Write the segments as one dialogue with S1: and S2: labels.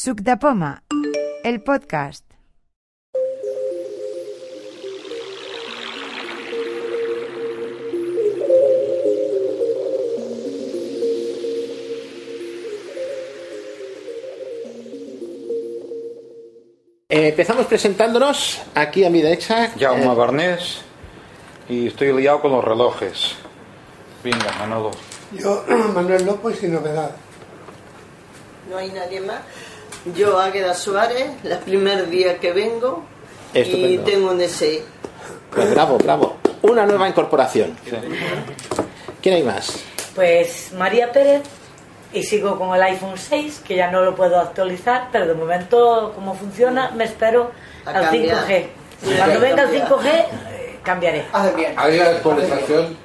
S1: Suc de Poma, el podcast.
S2: Eh, empezamos presentándonos aquí a mi derecha.
S3: Jaume
S2: eh,
S3: Barnés y estoy liado con los relojes. Venga, Manolo.
S4: Yo, Manuel López, sin novedad.
S5: No hay nadie más. Yo, Águeda Suárez, el primer día que vengo
S2: Estupendo.
S5: y tengo un E. ese
S2: pues bravo, bravo. Una nueva incorporación. ¿Quién hay más?
S6: Pues María Pérez y sigo con el iPhone 6, que ya no lo puedo actualizar, pero de momento como funciona me espero
S5: A
S6: al
S5: cambiar.
S6: 5G.
S5: Sí,
S6: Cuando
S5: a
S6: venga el
S5: cambiar.
S6: 5G eh, cambiaré.
S5: Hace bien.
S7: Hay la actualización,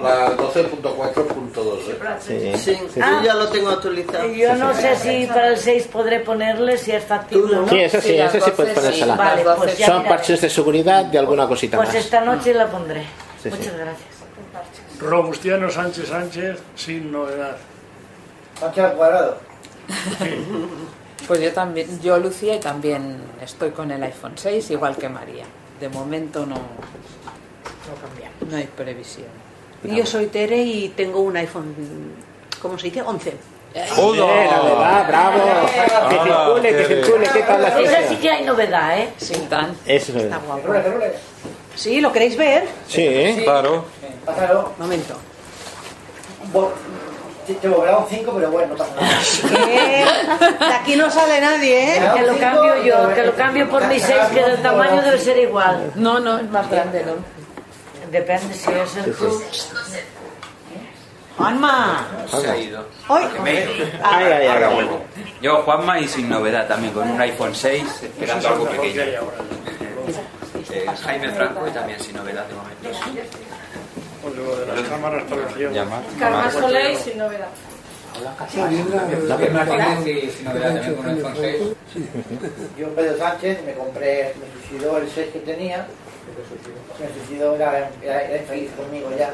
S7: la 12.4.2. ¿eh?
S2: Sí,
S5: Sí,
S2: sí, sí.
S6: Ah.
S5: yo ya lo tengo actualizado.
S6: Yo no sé si para el 6 podré ponerle, si es factible o no.
S2: Sí, eso sí, eso sí puedes ponérsela.
S6: Vale, pues ya
S2: Son
S6: miraré.
S2: parches de seguridad de alguna cosita
S6: Pues
S2: más.
S6: esta noche la pondré.
S2: Sí,
S6: Muchas
S2: sí.
S6: gracias.
S8: Robustiano Sánchez Sánchez sin novedad.
S9: Pues yo también, yo Lucía y también estoy con el iPhone 6, igual que María. De momento no, no hay previsión.
S10: Yo soy Tere y tengo un iPhone, ¿cómo se dice? 11.
S9: Eh,
S2: Bien, la verdad, bravo. Que
S10: Ah,
S3: Hola,
S2: circule, que
S3: qué bien.
S2: circule, ¿qué tal la
S6: Esa sí
S2: cosa?
S6: que hay novedad, ¿eh?
S9: Sin tan.
S2: Eso es verdad.
S10: Sí, ¿lo queréis ver?
S2: Sí, ¿eh?
S3: Claro.
S10: Momento.
S5: Te volverá un 5, pero bueno, no pasa nada.
S10: Eh, De aquí no sale nadie, ¿eh?
S6: Que lo cambio yo, que lo cambio por mi 6, que el tamaño debe ser igual.
S9: No, no, es más grande, ¿no?
S6: Depende si es el Plus.
S10: ¡Juanma!
S7: Se ha ido.
S10: ¡Hoy!
S2: Ay, ay, ay.
S11: Yo, Juanma, y sin novedad también, con un iPhone 6, esperando algo pequeño. Eh, Jaime Franco y también sin novedad de momento.
S8: Pues lo de las cámaras para los guiones.
S3: Llamar.
S9: sin novedad.
S5: Yo, Pedro Sánchez, me compré, me suicidó el 6 que tenía. Me suicidó, era, era, era infeliz conmigo ya.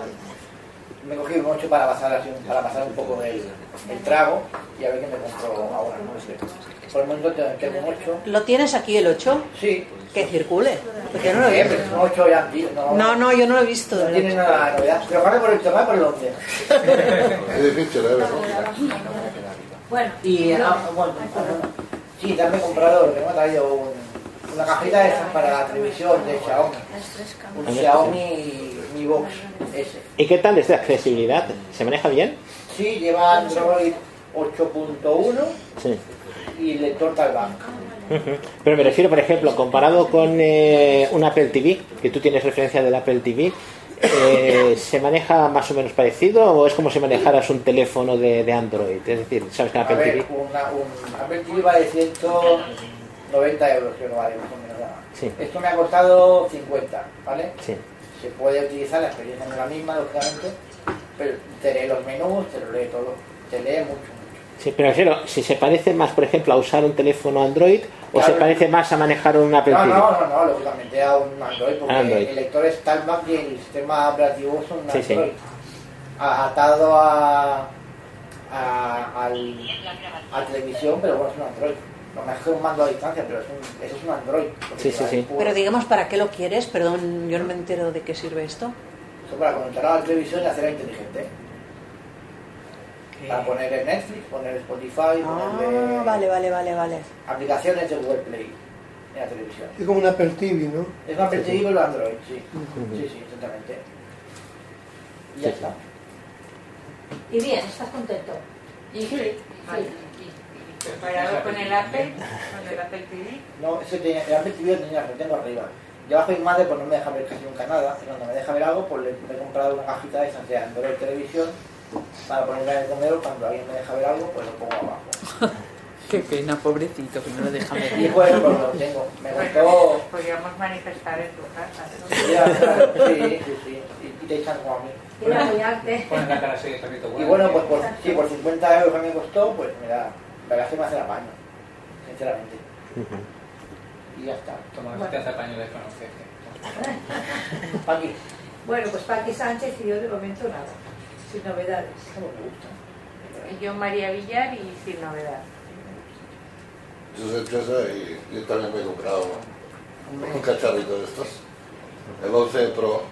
S5: Me cogí un 8 para pasar, así, para pasar un poco el, el trago y a ver qué me compro ahora. No sé. Por el momento te- tengo un 8.
S10: ¿Lo tienes aquí el 8?
S5: Sí,
S10: Que circule. Porque yo no lo he
S5: siempre,
S10: visto.
S5: un 8 ya antiguo. No,
S10: No, no, yo no lo he visto.
S5: no tiene nada de novedad. Pero aparte por el chaval, por el 11.
S7: Es difícil, ¿eh?
S5: Y, ah, bueno, ah, sí, también comprador, que me ha traído un- una cajita de esas para la televisión de Xiaomi. Un Xiaomi Mi Box S.
S2: ¿Y qué tal es de accesibilidad? ¿Se maneja bien?
S5: Sí, lleva Android 8.1
S2: Sí.
S5: y lector talbanca.
S2: Pero me refiero, por ejemplo, comparado con eh, un Apple TV, que tú tienes referencia del Apple TV, eh, ¿se maneja más o menos parecido o es como si manejaras un teléfono de, de Android? Es decir, ¿sabes que
S5: A
S2: Apple
S5: ver,
S2: TV?
S5: una, un Apple TV vale 190 euros, creo que vale, más o menos, nada.
S2: Sí.
S5: Esto me ha costado 50, ¿vale?
S2: Sí.
S5: Se puede utilizar, la experiencia no es la misma, lógicamente, pero te lee los menús, te lo lee todo, te lee mucho, mucho.
S2: Sí, pero me refiero, si se parece más, por ejemplo, a usar un teléfono Android o se
S5: Claro.
S2: parece más a manejar un Apple
S5: No,
S2: TV.
S5: no, no, no, lógicamente a un Android, porque
S2: Android.
S5: el lector es tal más que el sistema operativo es un
S2: Sí,
S5: Android.
S2: sí.
S5: A- Atado a, a, al, a televisión, pero bueno, es un Android. Lo mejor es un mando a distancia, pero es un, eso es un Android. porque
S2: Sí, sí,
S5: va
S2: sí.
S5: en puro.
S10: Pero digamos, ¿para qué lo quieres? Perdón, yo no me entero de qué sirve esto.
S5: Eso para conectarlo a la televisión y hacerla inteligente. Para ponerle Netflix, poner Spotify, ponerle
S10: Ah, vale, vale, vale, vale.
S5: aplicaciones de Google Play en la televisión.
S4: Es como un Apple TV, ¿no?
S5: Es más percibido el Android, sí. Sí, sí, exactamente. Y ya
S2: Sí, sí.
S5: está.
S6: Y bien, ¿estás contento?
S9: Y Comparado con el Apple, con el Apple TV.
S5: No, ese tenía, el Apple TV lo tenía, lo tengo arriba. Y abajo hay madre, pues no me deja ver casi nunca nada. Y cuando me deja ver algo, pues le, me he comprado una cajita de esas de Android Televisión para ponerla en el comedor. Cuando alguien me deja ver algo, pues lo pongo abajo.
S9: Qué pena, pobrecito, que no lo deja
S5: Y
S9: ver.
S5: pues, pues lo tengo. Me gustó.
S9: Podríamos manifestar en tu casa.
S5: Ya, claro, sí, sí, sí. Y, y te echan como a mí. Y bueno, pues por, sí, por 50 euros que me costó, pues me da. La verdad es que me hace la paño, sinceramente. Y ya está. Paqui.
S6: Bueno, pues Paqui Sánchez y yo de momento nada, sin novedades.
S5: Eso me gusta.
S9: Y yo María Villar y sin novedad.
S7: Yo soy empresa y yo también me he comprado un cacharrito de estos. El 11 Pro.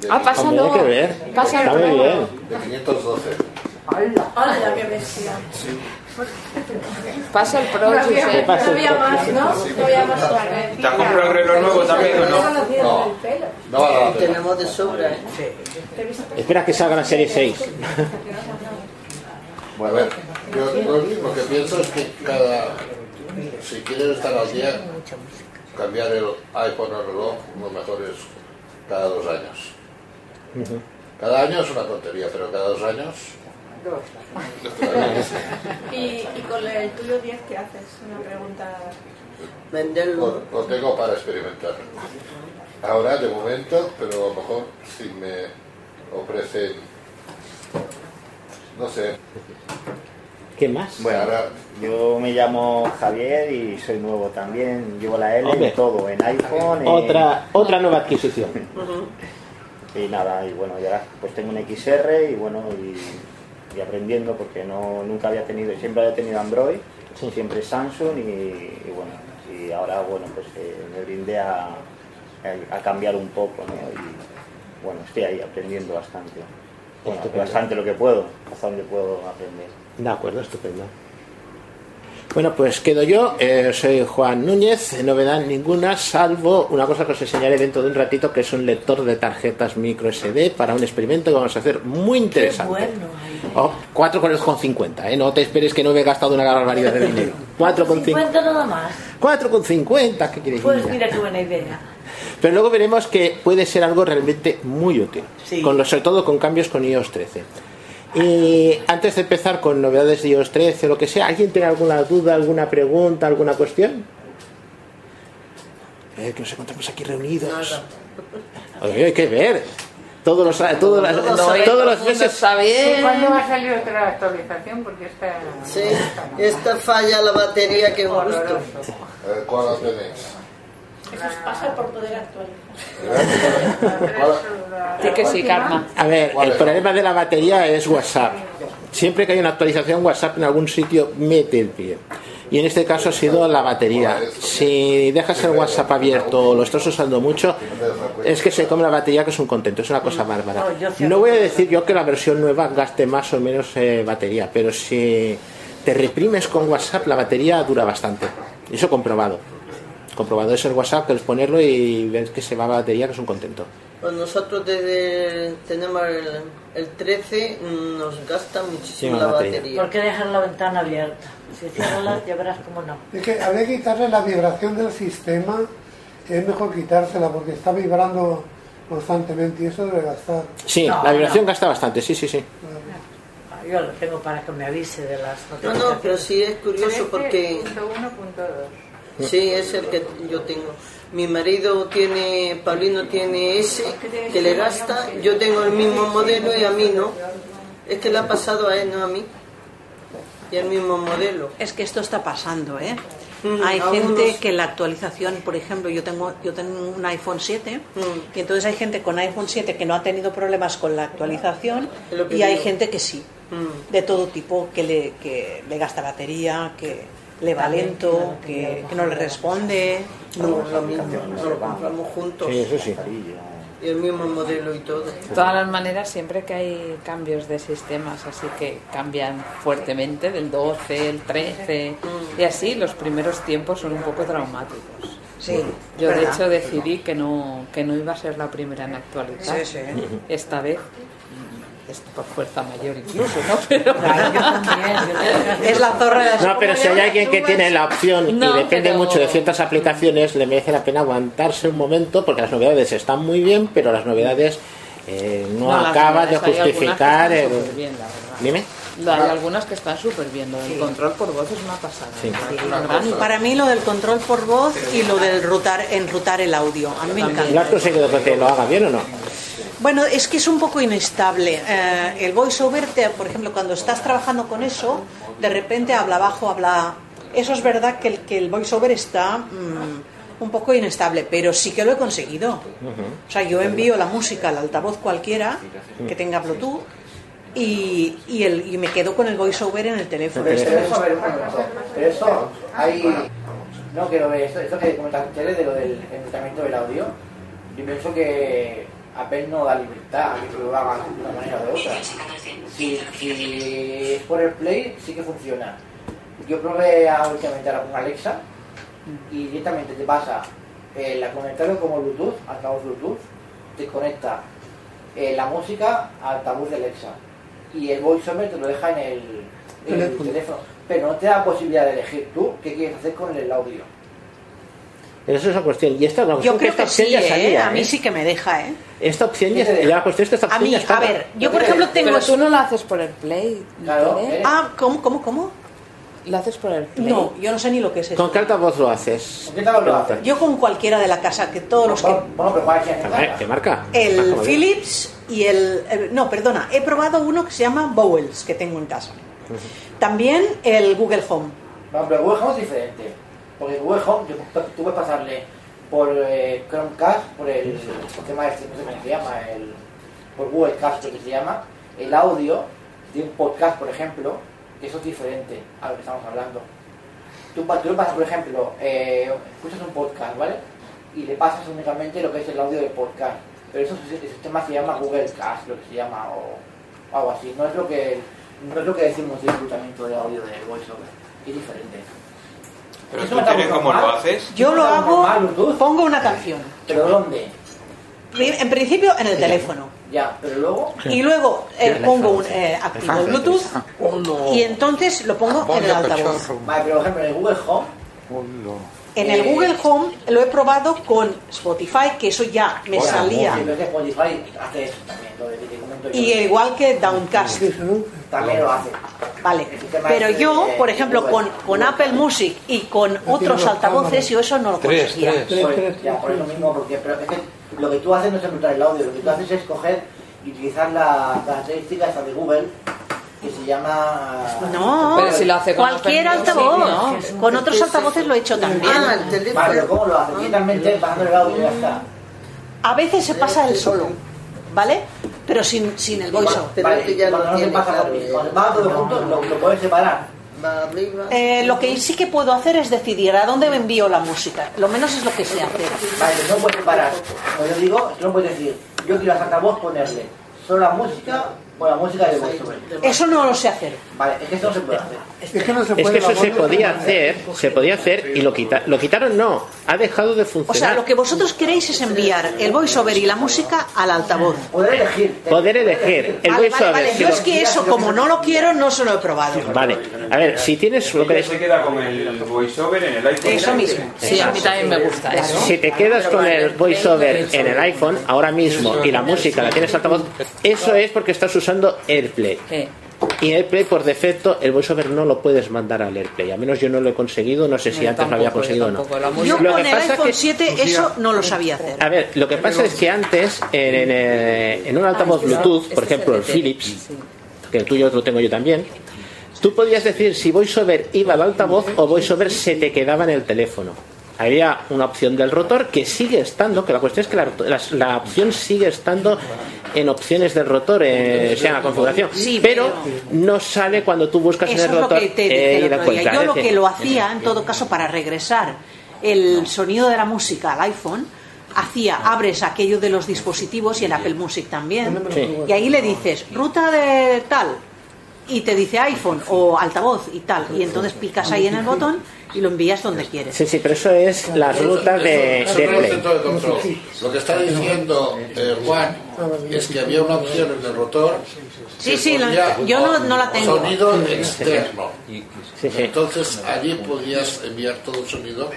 S7: de
S12: Ah,
S7: quin-
S12: pásalo. Hombre, hay que ver. Pásalo. Está muy bien.
S7: De 512.
S12: Hola, ya que
S7: Sí.
S12: Pasa el pro,
S13: No había-
S12: Josep.
S13: no había más, ¿no? No había más tarde.
S11: ¿Te has comprado el reloj nuevo también o no? Ah,
S13: No. El pelo.
S7: No vale la pena.
S14: Tenemos de sobra, ¿eh?
S2: Espera que salga la serie 6.
S7: A ver, yo lo, lo que pienso es que cada. Si quieres estar al día, cambiar el iPhone al reloj, lo mejor es cada dos años. Cada año es una tontería, pero cada dos años.
S13: Y, y con el tuyo 10, ¿qué haces? Una pregunta.
S7: Lo, lo tengo para experimentar. Ahora, de momento, pero a lo mejor si me ofrecen, no sé,
S2: ¿Qué más?
S15: Bueno,
S7: Ahora-
S15: yo me llamo Javier y soy nuevo también. Llevo la L
S2: Hombre.
S15: en todo, en iPhone. en-
S2: Otra, otra nueva adquisición.
S15: Y nada, y bueno, ya pues tengo un XR y bueno, y, y aprendiendo porque no nunca había tenido, siempre había tenido Android, siempre Samsung y, y bueno, y ahora bueno, pues eh, me brindé a, a cambiar un poco, ¿no? Y bueno, estoy ahí aprendiendo bastante. Bueno,
S2: Estupendo.
S15: bastante lo que puedo, hasta donde puedo aprender.
S2: De acuerdo, estupendo. Bueno, pues quedo yo. eh, soy Juan Núñez. Novedad ninguna, salvo una cosa que os enseñaré dentro de un ratito, que es un lector de tarjetas micro SD para un experimento que vamos a hacer muy interesante.
S6: Bueno,
S2: Oh, 4,50, ¿eh? No te esperes que no me he gastado una barbaridad de dinero. 4,50.
S6: 50 nada más.
S2: 4,50, ¿qué quieres
S6: Pues
S2: niña?
S6: mira qué buena idea.
S2: Pero luego veremos que puede ser algo realmente muy útil, con lo- sobre todo con cambios con iOS 13. Y antes de empezar con novedades de iOS 13 o lo que sea, ¿alguien tiene alguna duda, alguna pregunta, alguna cuestión? Eh, que nos encontramos aquí reunidos. Oye, hay que ver. Todos los, todos las- todos los meses.
S14: bien.
S12: ¿Y cuándo va a salir otra actualización? Porque esta...
S14: Sí, esta falla la batería que gusto.
S7: eh, ¿cuál la tenéis?
S13: Eso es pasa por poder actualizar.
S9: Sí que sí, Karma.
S2: A ver,
S9: ¿Cuál
S2: el
S9: es?
S2: problema de la batería es WhatsApp. Siempre que hay una actualización WhatsApp en algún sitio, mete el pie. Y en este caso ha sido la batería. Si dejas el WhatsApp abierto o lo estás usando mucho, es que se come la batería, que es un contento, es una cosa bárbara. No voy a decir yo que la versión nueva gaste más o menos eh, batería, pero si te reprimes con WhatsApp, la batería dura bastante. Eso comprobado. Comprobado es el WhatsApp, que es ponerlo y ver que se va la batería, que es un contento.
S14: Pues nosotros desde tenemos el, el 13 mm, nos gasta muchísimo
S2: Sí,
S14: la
S2: la batería.
S14: batería.
S6: ¿Por qué dejar la ventana abierta? Si cierras la, ya verás cómo no.
S4: Es que habría que quitarle la vibración del sistema, es mejor quitársela porque está vibrando constantemente y eso debe gastar.
S2: Sí,
S6: No,
S2: la vibración
S6: no.
S2: gasta bastante, sí, sí, sí.
S6: Ah, Yo lo tengo para que me avise de las
S14: No, no, pero sí es curioso porque
S12: 1.2.
S14: sí es el que yo tengo. Mi marido tiene, Paulino tiene ese que le gasta, yo tengo el mismo modelo y a mí no. Es que le ha pasado a él, no a mí. Y el mismo modelo.
S10: Es que esto está pasando, ¿eh?
S14: Mm,
S10: hay
S14: algunos-
S10: gente que la actualización, por ejemplo, yo tengo yo tengo un iPhone 7
S14: Mm.
S10: y entonces hay gente con iPhone 7 que no ha tenido problemas con la actualización
S14: Lo que
S10: y hay
S14: digo. Mm.
S10: gente que sí, de todo tipo, que le, que le gasta batería, que le va
S14: También,
S10: lento, que, que no le responde.
S14: No, lo mismo, no lo compramos juntos.
S2: Sí, eso sí.
S14: Y el mismo modelo y todo.
S9: De todas las maneras, siempre que hay cambios de sistemas, así que cambian fuertemente del 12, el 13, y así los primeros tiempos son un poco traumáticos.
S10: Sí,
S9: Yo de
S10: ¿verdad?
S9: hecho decidí que no, que no iba a ser la primera en actualizar.
S10: Sí, sí.
S9: Esta vez, mm, es por fuerza mayor incluso, ¿no? Pero... es la zorra de la
S2: No, pero si hay alguien que tiene la opción
S9: No,
S2: y depende
S9: pero-
S2: mucho de ciertas aplicaciones, le merece la pena aguantarse un momento porque las novedades están muy bien, pero las novedades eh, no,
S9: No, las
S2: acaban de
S9: novedades, hay
S2: justificar.
S9: algunas que
S2: el-
S9: están superbién, la verdad.
S2: Dime.
S9: No, Hay algunas que están súper bien, lo del
S10: Sí.
S9: control por voz es una pasada.
S2: Sí.
S9: Una cosa.
S10: Para mí lo del control por voz y lo del rutar, enrutar el audio, a mí me encanta.
S2: ¿Lo has conseguido que te lo haga bien o no?
S10: Bueno, es que es un poco inestable. Eh, el voiceover, te- por ejemplo, cuando estás trabajando con eso, de repente habla abajo, habla. Eso es verdad que el, que el voiceover está mm, un poco inestable, pero sí que lo he conseguido. O sea, yo envío la música al altavoz cualquiera que tenga Bluetooth y, y el, y me quedo con el voiceover en el teléfono.
S5: Pero eso, a ver, un momento. Pero eso, hay. No, que lo de esto, esto que comentaste ustedes de lo del enrutamiento del audio, yo pienso que Apple no da libertad a que lo hagan de una manera o de otra. Si, si es por el Play, sí que funciona. Yo probé a últimamente ahora con Alexa y directamente te pasa eh, la conectaron como Bluetooth, altavoz Bluetooth, te conecta eh, la música al altavoz de Alexa y el voiceover te lo deja en el, en el
S4: Teléfono.
S5: teléfono, pero no te da posibilidad de elegir tú qué quieres hacer con el audio.
S2: Eso es la cuestión. Y esta, la
S10: Yo
S2: cuestión
S10: creo
S2: esta
S10: que
S2: opción
S10: sí,
S2: ya
S10: ¿eh?
S2: salía.
S10: a mí
S2: ¿eh?
S10: sí que me deja, ¿eh?
S2: Esta opción ya la cuestión es que esta
S10: A
S2: opción
S10: mí,
S2: ya
S10: a
S2: estaba.
S10: ver, yo por ejemplo tengo...
S9: Pero tú no lo haces por el play. ni
S10: Claro,
S9: tele.
S10: ¿eh? Ah, ¿cómo, cómo, cómo?
S9: ¿Lo haces por el play?
S10: No, yo no sé ni lo que es eso.
S2: ¿Con qué altavoz lo haces?
S5: ¿Con qué altavoz lo haces?
S10: Yo con cualquiera de la casa, que todos los que...
S2: ¿Qué marca? Ah,
S10: El
S2: joder.
S10: Philips y el, el- No, perdona, he probado uno que se llama Bowels, que tengo en casa. También el Google Home.
S5: No, pero Google Home es diferente. Porque Google Home, yo, tú puedes pasarle por eh, Chromecast, por el sistema este, no sé cómo se llama, el, por Google Cast, creo que se llama, el audio de un podcast, por ejemplo, que eso es diferente a lo que estamos hablando. Tú, pa- tú le pasas, por ejemplo, eh, escuchas un podcast, ¿vale? Y le pasas únicamente lo que es el audio del podcast. Pero eso el sistema se llama Google Cast, lo que se llama, o algo así. No es lo que, no es lo que decimos de disfrutamiento de audio de VoiceOver. Es diferente.
S11: Pero
S5: Eso
S11: tú
S5: no está
S11: tienes
S5: muy
S11: cómo lo
S5: normal.
S11: haces.
S10: Yo lo hago, pongo una canción.
S5: ¿Pero dónde?
S10: Pri- En principio en el teléfono.
S5: Ya, pero luego.
S10: Y luego eh,
S5: Sí.
S10: pongo un eh, activo
S5: iPhone.
S10: Bluetooth
S14: Oh,
S10: y entonces lo pongo en el
S5: Vaya
S10: altavoz.
S5: cachorro. Vale, Ah, pero por ejemplo, en el Google Home. eh,
S10: En el Google Home lo he probado con Spotify, que eso ya me
S5: Hola,
S10: salía.
S5: móvil, es que Spotify hace eso también, lo de que te comento yo.
S10: Y igual que Downcast.
S5: También lo hace.
S10: Vale. Pero yo, por ejemplo, con, con Apple Music y con otros altavoces, yo eso no lo conseguía.
S5: Por- Pues, ya, por eso mismo, porque pero es que lo que tú haces no es encontrar el audio, lo que tú haces es coger y utilizar la característica esta de Google que se llama.
S10: No, cualquier altavoz. Con otros altavoces lo he
S2: Ah,
S10: hecho también.
S5: Vale, pero ¿cómo lo haces? Directamente bajando el audio y ya está.
S10: A veces se pasa el solo, ¿vale? Pero sin, sin el voiceover.
S5: Vale, cuando no se pasa por cuando va todo junto, lo, lo puedes separar.
S10: Eh, lo que sí que puedo hacer es decidir a dónde me envío la música. Lo menos es lo que sé hacer.
S5: Vale, no puedes separar. Como yo digo, tú no puedes decir, yo quiero a altavoz ponerle solo la música o la música de voiceover.
S10: Eso no lo sé hacer.
S5: Vale, es que eso no se puede hacer.
S10: Es que no
S2: Es que eso se podía hacer, se podía hacer y lo, quita- lo quitaron, no, ha dejado de
S10: O sea,
S2: funcionar.
S10: lo que vosotros queréis es enviar el voiceover y la música al altavoz.
S5: Poder elegir.
S2: Poder elegir, el
S10: Vale, vale,
S2: voiceover,
S10: vale.
S2: sí
S10: Yo
S2: lo-
S10: es que eso, como no lo quiero, no se lo he probado.
S2: Vale, a ver, si tienes lo que
S11: Ella se queda con el voiceover en el iPhone.
S10: Eso mismo. Sí, a mí también me gusta eso.
S2: Si te quedas con el voiceover en el iPhone ahora mismo y la música la tienes altavoz, eso es porque estás usando AirPlay.
S9: Eh,
S2: Y AirPlay por defecto, el voiceover no lo puedes mandar al AirPlay. A menos yo no lo he conseguido, no sé si
S10: Yo
S2: antes lo había
S10: tampoco,
S2: conseguido o
S10: yo
S2: no.
S10: tampoco, la Yo
S2: Lo
S10: con
S2: que
S10: el
S2: pasa es
S10: iPhone
S2: que-
S10: 7 eso no lo sabía hacer.
S2: a ver, lo que pasa es que antes en, en, eh, en un altavoz
S10: este es-
S2: Bluetooth,
S10: este
S2: por
S10: es el
S2: ejemplo el
S10: que te-
S2: Philips, que el tuyo lo tengo yo también, tú podías decir si VoiceOver iba al altavoz o VoiceOver se te quedaba en el teléfono. Había una opción del rotor que sigue estando, que la cuestión es que la, la- la opción sigue estando en opciones del rotor, eh, sea en la configuración,
S10: Sí,
S2: pero no sale cuando tú buscas en
S10: Eso
S2: el
S10: es lo
S2: rotor
S10: que te
S2: eh,
S10: dije el
S2: y la
S10: otro día.
S2: encuentras.
S10: Yo
S2: Es
S10: lo que
S2: decir,
S10: lo hacía, en todo caso, para regresar el sonido de la música al iPhone, hacía,
S2: Ah.
S10: abres aquello de los dispositivos y en Apple Music también,
S9: Sí.
S10: y ahí le dices, ruta de tal, y te dice iPhone o altavoz y tal, y entonces picas ahí en el botón y lo envías donde quieres.
S2: Sí, sí, pero eso es la ruta de,
S7: Eso
S2: de
S7: no es
S2: play.
S7: centro de control. Lo que está diciendo eh, Juan es que había una opción en el rotor.
S10: Sí,
S7: que
S10: sí, la-
S7: ponía
S10: yo no- no la tengo.
S7: Sonido
S10: Sí, sí.
S7: externo.
S2: Sí, sí.
S7: Entonces allí podías enviar todo el sonido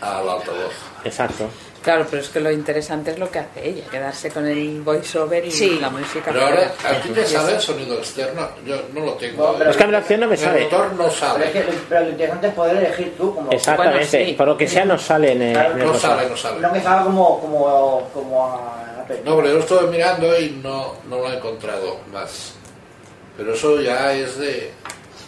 S7: al altavoz.
S2: Exacto.
S9: Claro, pero es que lo interesante es lo que hace ella, quedarse con el voiceover y
S7: Sí.
S9: la música.
S7: Pero ahora, ¿a ti
S9: Y
S7: te
S9: eso.
S7: sabe el sonido externo? Yo no lo tengo.
S2: Es que a mí la opción no me sale.
S7: El rotor no
S5: Pero,
S7: sabe.
S5: es que, pero lo interesante es poder elegir tú como.
S2: Exactamente, por lo que sea no sale en el, en el
S7: No
S2: rotor.
S7: sale, no sale.
S5: No me salga como, como, como a Apple.
S7: No, pero yo estuve mirando y no, no lo he encontrado más. Pero eso ya es de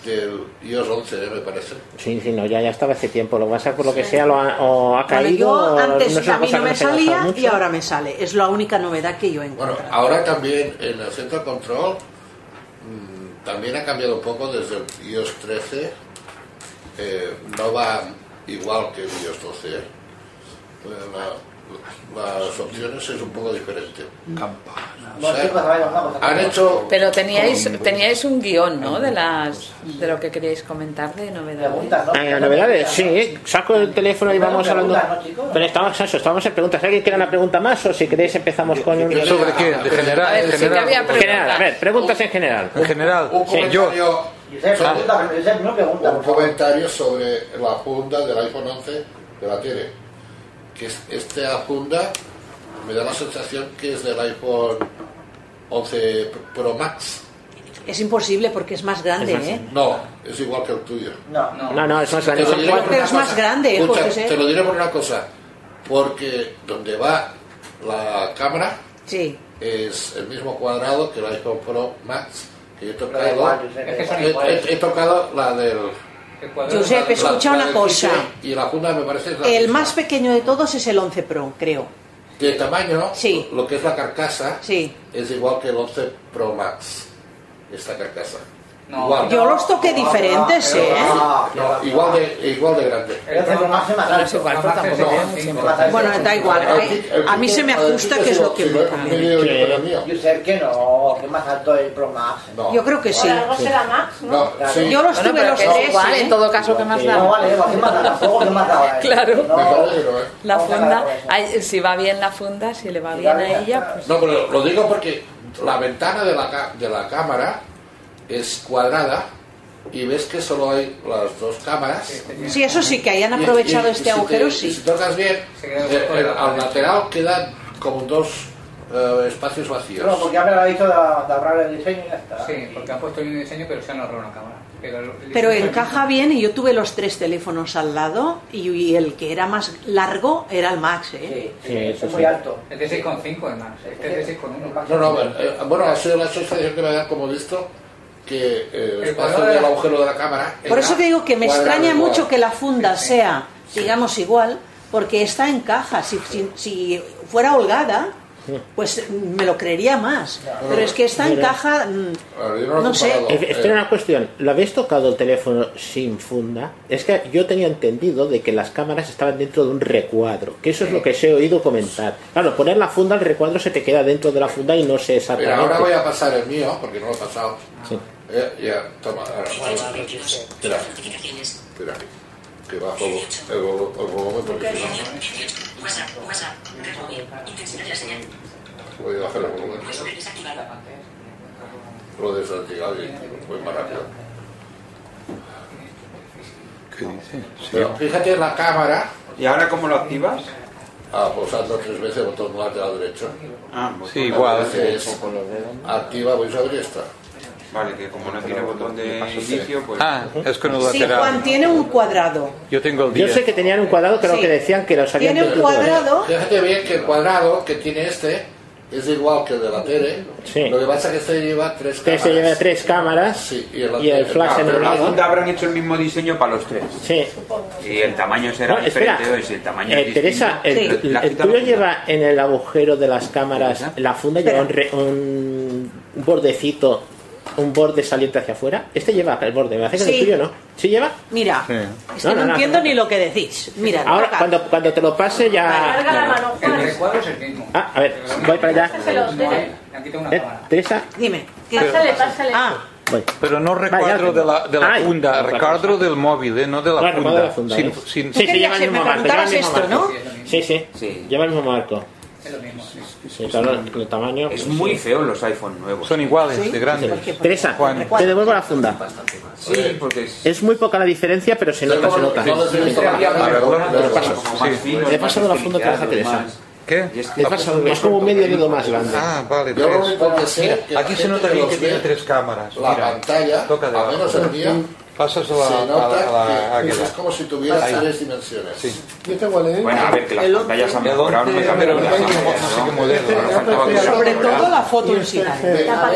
S7: del iOS 11, eh, me parece.
S2: Sí, sí, no, ya, ya estaba hace tiempo. Lo que pasa es por lo que sea lo ha, o ha
S10: Bueno,
S2: caído.
S10: yo
S2: o
S10: antes
S2: no es una
S10: a mí
S2: cosa
S10: no
S2: que
S10: me
S2: se haya
S10: salía
S2: usado mucho.
S10: y ahora me sale. Es la única novedad que yo encuentro.
S7: Ahora también en el centro de control mm, También ha cambiado un poco desde el iOS 13. eh, no va igual que el iOS 12. eh. La- las opciones es un poco diferente. O sea,
S9: pues,
S7: han hecho.
S9: Pero teníais, teníais un guión, ¿no? De, las, de lo que queríais comentar de novedades.
S2: Eh, novedades, sí. Saco el teléfono y
S9: Bueno,
S2: vamos hablando.
S9: preguntas,
S2: Pero estamos, eso, estamos en preguntas. ¿Alguien quiere una pregunta más o si queréis empezamos con un...
S3: ¿Sobre qué? ¿De general?
S2: A ver,
S3: ¿En
S2: sí que
S3: general?
S2: había preguntas. General, a ver, preguntas en general.
S3: En general.
S7: Un
S3: Sí.
S7: comentario,
S3: Yo,
S7: un comentario sobre la funda del iPhone 11 de la tele. Que es- esta funda me da la sensación que es del iPhone 11 Pro Max.
S10: Es imposible porque es más grande,
S2: Es más-
S10: ¿eh?
S7: No, es igual que el tuyo.
S5: No,
S2: No, no, es más grande.
S7: Te lo
S2: Son
S7: diré por
S2: cuatro-
S7: una
S10: Es más
S7: cosa.
S10: grande, ¿eh,
S7: Escucha,
S10: José?
S7: te lo diré por una cosa. Porque donde va la cámara
S10: Sí.
S7: es el mismo cuadrado que el iPhone Pro Max. Que yo he
S5: Da igual,
S7: tocado,
S5: Josep, Es que son
S7: he-
S5: iguales.
S7: he- he tocado la del
S10: Josep, escucha una
S7: del
S10: cosa.
S7: Quique Y la funda me parece es la
S10: El
S7: misma.
S10: más pequeño de todos es el 11 Pro, creo.
S7: de tamaño, lo que es la carcasa, es igual que el 11 Pro Max. Esta carcasa.
S10: No. Yo los toqué diferentes,
S7: no,
S10: ¿eh?
S7: no, no, igual, de, igual de grande.
S5: El 11 Pro Max es más alto.
S7: igual, pero tampoco.
S10: Bueno, da igual. ¿eh? A mí se me ajusta que es lo que me
S5: Josep, que no, que más alto el Pro Max.
S10: Yo creo que sí.
S13: Algo será Max, ¿no?
S5: sí.
S10: Yo los
S5: Bueno,
S10: tuve
S5: pero
S10: los
S5: que es
S10: tres.
S5: igual,
S10: ¿eh?
S5: en todo caso, ¿qué más da? No, vale, ¿qué más da? Tampoco, ¿qué más da?
S9: Claro.
S7: No,
S9: ¿eh? La funda, ay, si va bien la funda, si le va bien a ella, pues
S7: pero lo digo porque la ventana de la, ca- de la cámara es cuadrada y ves que solo hay las dos cámaras.
S10: Sí, eso sí, que hayan aprovechado
S7: Y- y- y
S10: este
S7: si te-
S10: agujero,
S7: y
S10: sí.
S7: Si tocas bien,
S5: queda
S7: de-
S5: fuera.
S7: al lateral quedan como dos eh, espacios vacíos.
S5: No, porque habrá visto de, de ahorrar el diseño y ya está.
S16: Sí, porque han puesto el mismo diseño, pero se han ahorrado una cámara. Pero, el-
S10: Pero encaja bien y yo tuve los tres teléfonos al lado y, y el que era más largo era el Max, ¿eh?
S7: eso
S5: muy
S7: sí.
S5: alto.
S16: El de 6,5 es más. Este es de 6,1.
S7: No, no, bueno, eh, bueno, ha sido la sensación que me da como visto que eh, el espacio
S16: cuadrado
S7: del
S16: era-
S7: agujero de la cámara.
S10: Por
S7: era
S10: eso te digo que me
S7: cuadrado
S10: extraña
S7: igual.
S10: mucho que la funda sea, digamos, igual, porque esta encaja. Si, si, si fuera holgada, pues me lo creería más. Pero es que esta
S2: Mira.
S10: encaja... mm,
S7: lo he
S10: No sé.
S7: comparado.
S2: Eh, Espera una cuestión, ¿lo habéis tocado el teléfono sin funda? Es que yo tenía entendido de que las cámaras estaban dentro de un recuadro, que eso es lo que os he oído comentar. Claro, poner la funda, el recuadro se te queda dentro de la funda y no sé
S7: Mira,
S2: exactamente.
S7: ahora voy a pasar el mío, porque no lo he pasado.
S2: Sí.
S7: Eh, ya, toma, ahora. Espera, espera, que bajo el, vol- el volumen porque si no, voy a bajar el volumen. Lo he desactivado y voy más rápido.
S3: ¿Qué dice?
S7: Pero fíjate en la cámara,
S11: ¿Y ahora cómo lo activas?
S7: ah, pulsando tres veces el botón lateral derecho.
S11: Ah,
S7: Pues
S3: Sí, igual.
S7: Entonces, activa, voy a abrir esta.
S11: Vale, que como no tiene botón
S3: Eh,
S11: de
S7: sí.
S11: inicio, pues...
S3: Ah, es con el
S10: Sí, Juan
S3: lateral.
S10: tiene un cuadrado.
S3: Yo tengo el 10.
S2: Yo sé que tenían un cuadrado, creo
S10: Sí.
S2: que decían que los habían
S10: Tiene un
S2: vendido.
S10: cuadrado.
S7: Fíjate bien que el cuadrado que tiene este es igual que el de la tele.
S2: Sí.
S7: Lo que pasa es que este lleva tres
S2: Que
S7: cámaras.
S2: se lleva tres cámaras
S7: y el,
S2: y el flash en
S11: pero
S2: el
S11: la
S2: medio.
S11: funda habrán hecho el mismo diseño para los tres.
S2: Sí.
S11: Y el tamaño será
S2: No, espera.
S11: diferente hoy, si el tamaño
S2: Eh,
S11: es
S2: Teresa,
S11: distinto,
S2: el,
S11: la
S2: el
S11: quita la
S2: tuyo
S11: funda.
S2: lleva en el agujero de las cámaras la funda, lleva un, re- un bordecito, un borde saliente hacia afuera. Este lleva el borde, me hace que
S10: Sí.
S2: el tuyo no. ¿Sí lleva?
S11: Ah.
S10: Mira, es que no, entiendo ni lo que decís. Mira,
S2: Ahora,
S10: toca.
S2: cuando, cuando te lo pase ya...
S10: Carga la mano, Juan. Este
S16: El recuadro es el mismo.
S2: Ah, a ver, voy para allá.
S16: Han quitado una
S2: Eh,
S16: cámara.
S2: Teresa,
S10: Dime.
S13: Pásale, pásale.
S10: Ah.
S3: Pero no recuadro de la, de la funda, recuadro del móvil, eh, no de la
S2: Bueno,
S3: funda.
S2: no de la funda,
S3: Sin-
S2: ¿eh?
S3: sin-
S2: Sí, sí, lleva el mismo marco. lleva el mismo marco. Sí, sí, lleva el mismo marco.
S16: Es lo mismo. sí.
S2: Sí, claro, el tamaño...
S11: Es muy feo los iPhone nuevos.
S3: Son iguales, de grandes.
S2: Teresa, te devuelvo la funda.
S11: Sí, porque es
S2: Es muy poca la diferencia, pero se nota, se nota. Le he pasado la funda que baja Teresa.
S3: ¿Qué?
S2: Le he pasado, es como medio dedo más grande.
S3: Ah, vale.
S7: Yo lo
S3: tres.
S7: único que sé
S3: Mira,
S7: que la
S3: aquí se
S7: gente
S3: nota
S7: que
S3: bien
S7: los
S3: que tiene
S7: ve,
S3: tres cámaras.
S7: la
S3: Mira,
S7: pantalla,
S3: toca de
S7: al
S3: abajo.
S7: menos el mío,
S3: Pasas a la,
S7: Se
S3: a la-
S7: nota
S3: a la-
S7: que
S3: aquella.
S7: es como si tuviera
S3: Ahí.
S7: tres dimensiones.
S4: Yo tengo el
S11: Bueno, a ver, que las
S4: El
S11: pantallas han
S4: once.
S11: mejorado, no me cambiaron las pantallas, ¿no? Ahora faltaba que se
S10: Sobre
S11: mejorara.
S10: todo la foto en
S13: La
S10: sí.
S13: pantalla en tres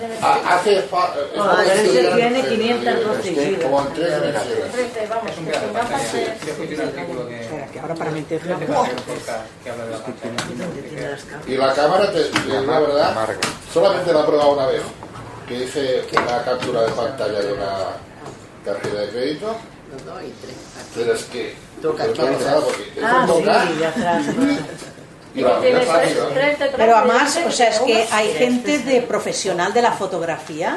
S13: dimensiones.
S7: Ah, Hace fa-
S13: Ah,
S7: eh, como
S13: ese
S7: si tuvieran-
S13: tiene
S7: eh,
S13: 512
S7: es que
S13: gigas.
S7: Como en tres dimensiones.
S13: Trece, vamos, que se va a hacer-
S10: Ahora para meterla.
S7: eh, Y la cámara, te, te digo la verdad, solamente la he probado una vez. que hice una captura de pantalla de una tarjeta de crédito, pero es que
S14: Toca
S7: pero no lo
S14: atrás.
S7: sabe porque
S10: Ah,
S7: es un tocar
S10: sí, atrás.
S7: y va muy rápido.
S10: Pero además, o sea, es que hay gente de profesional de la fotografía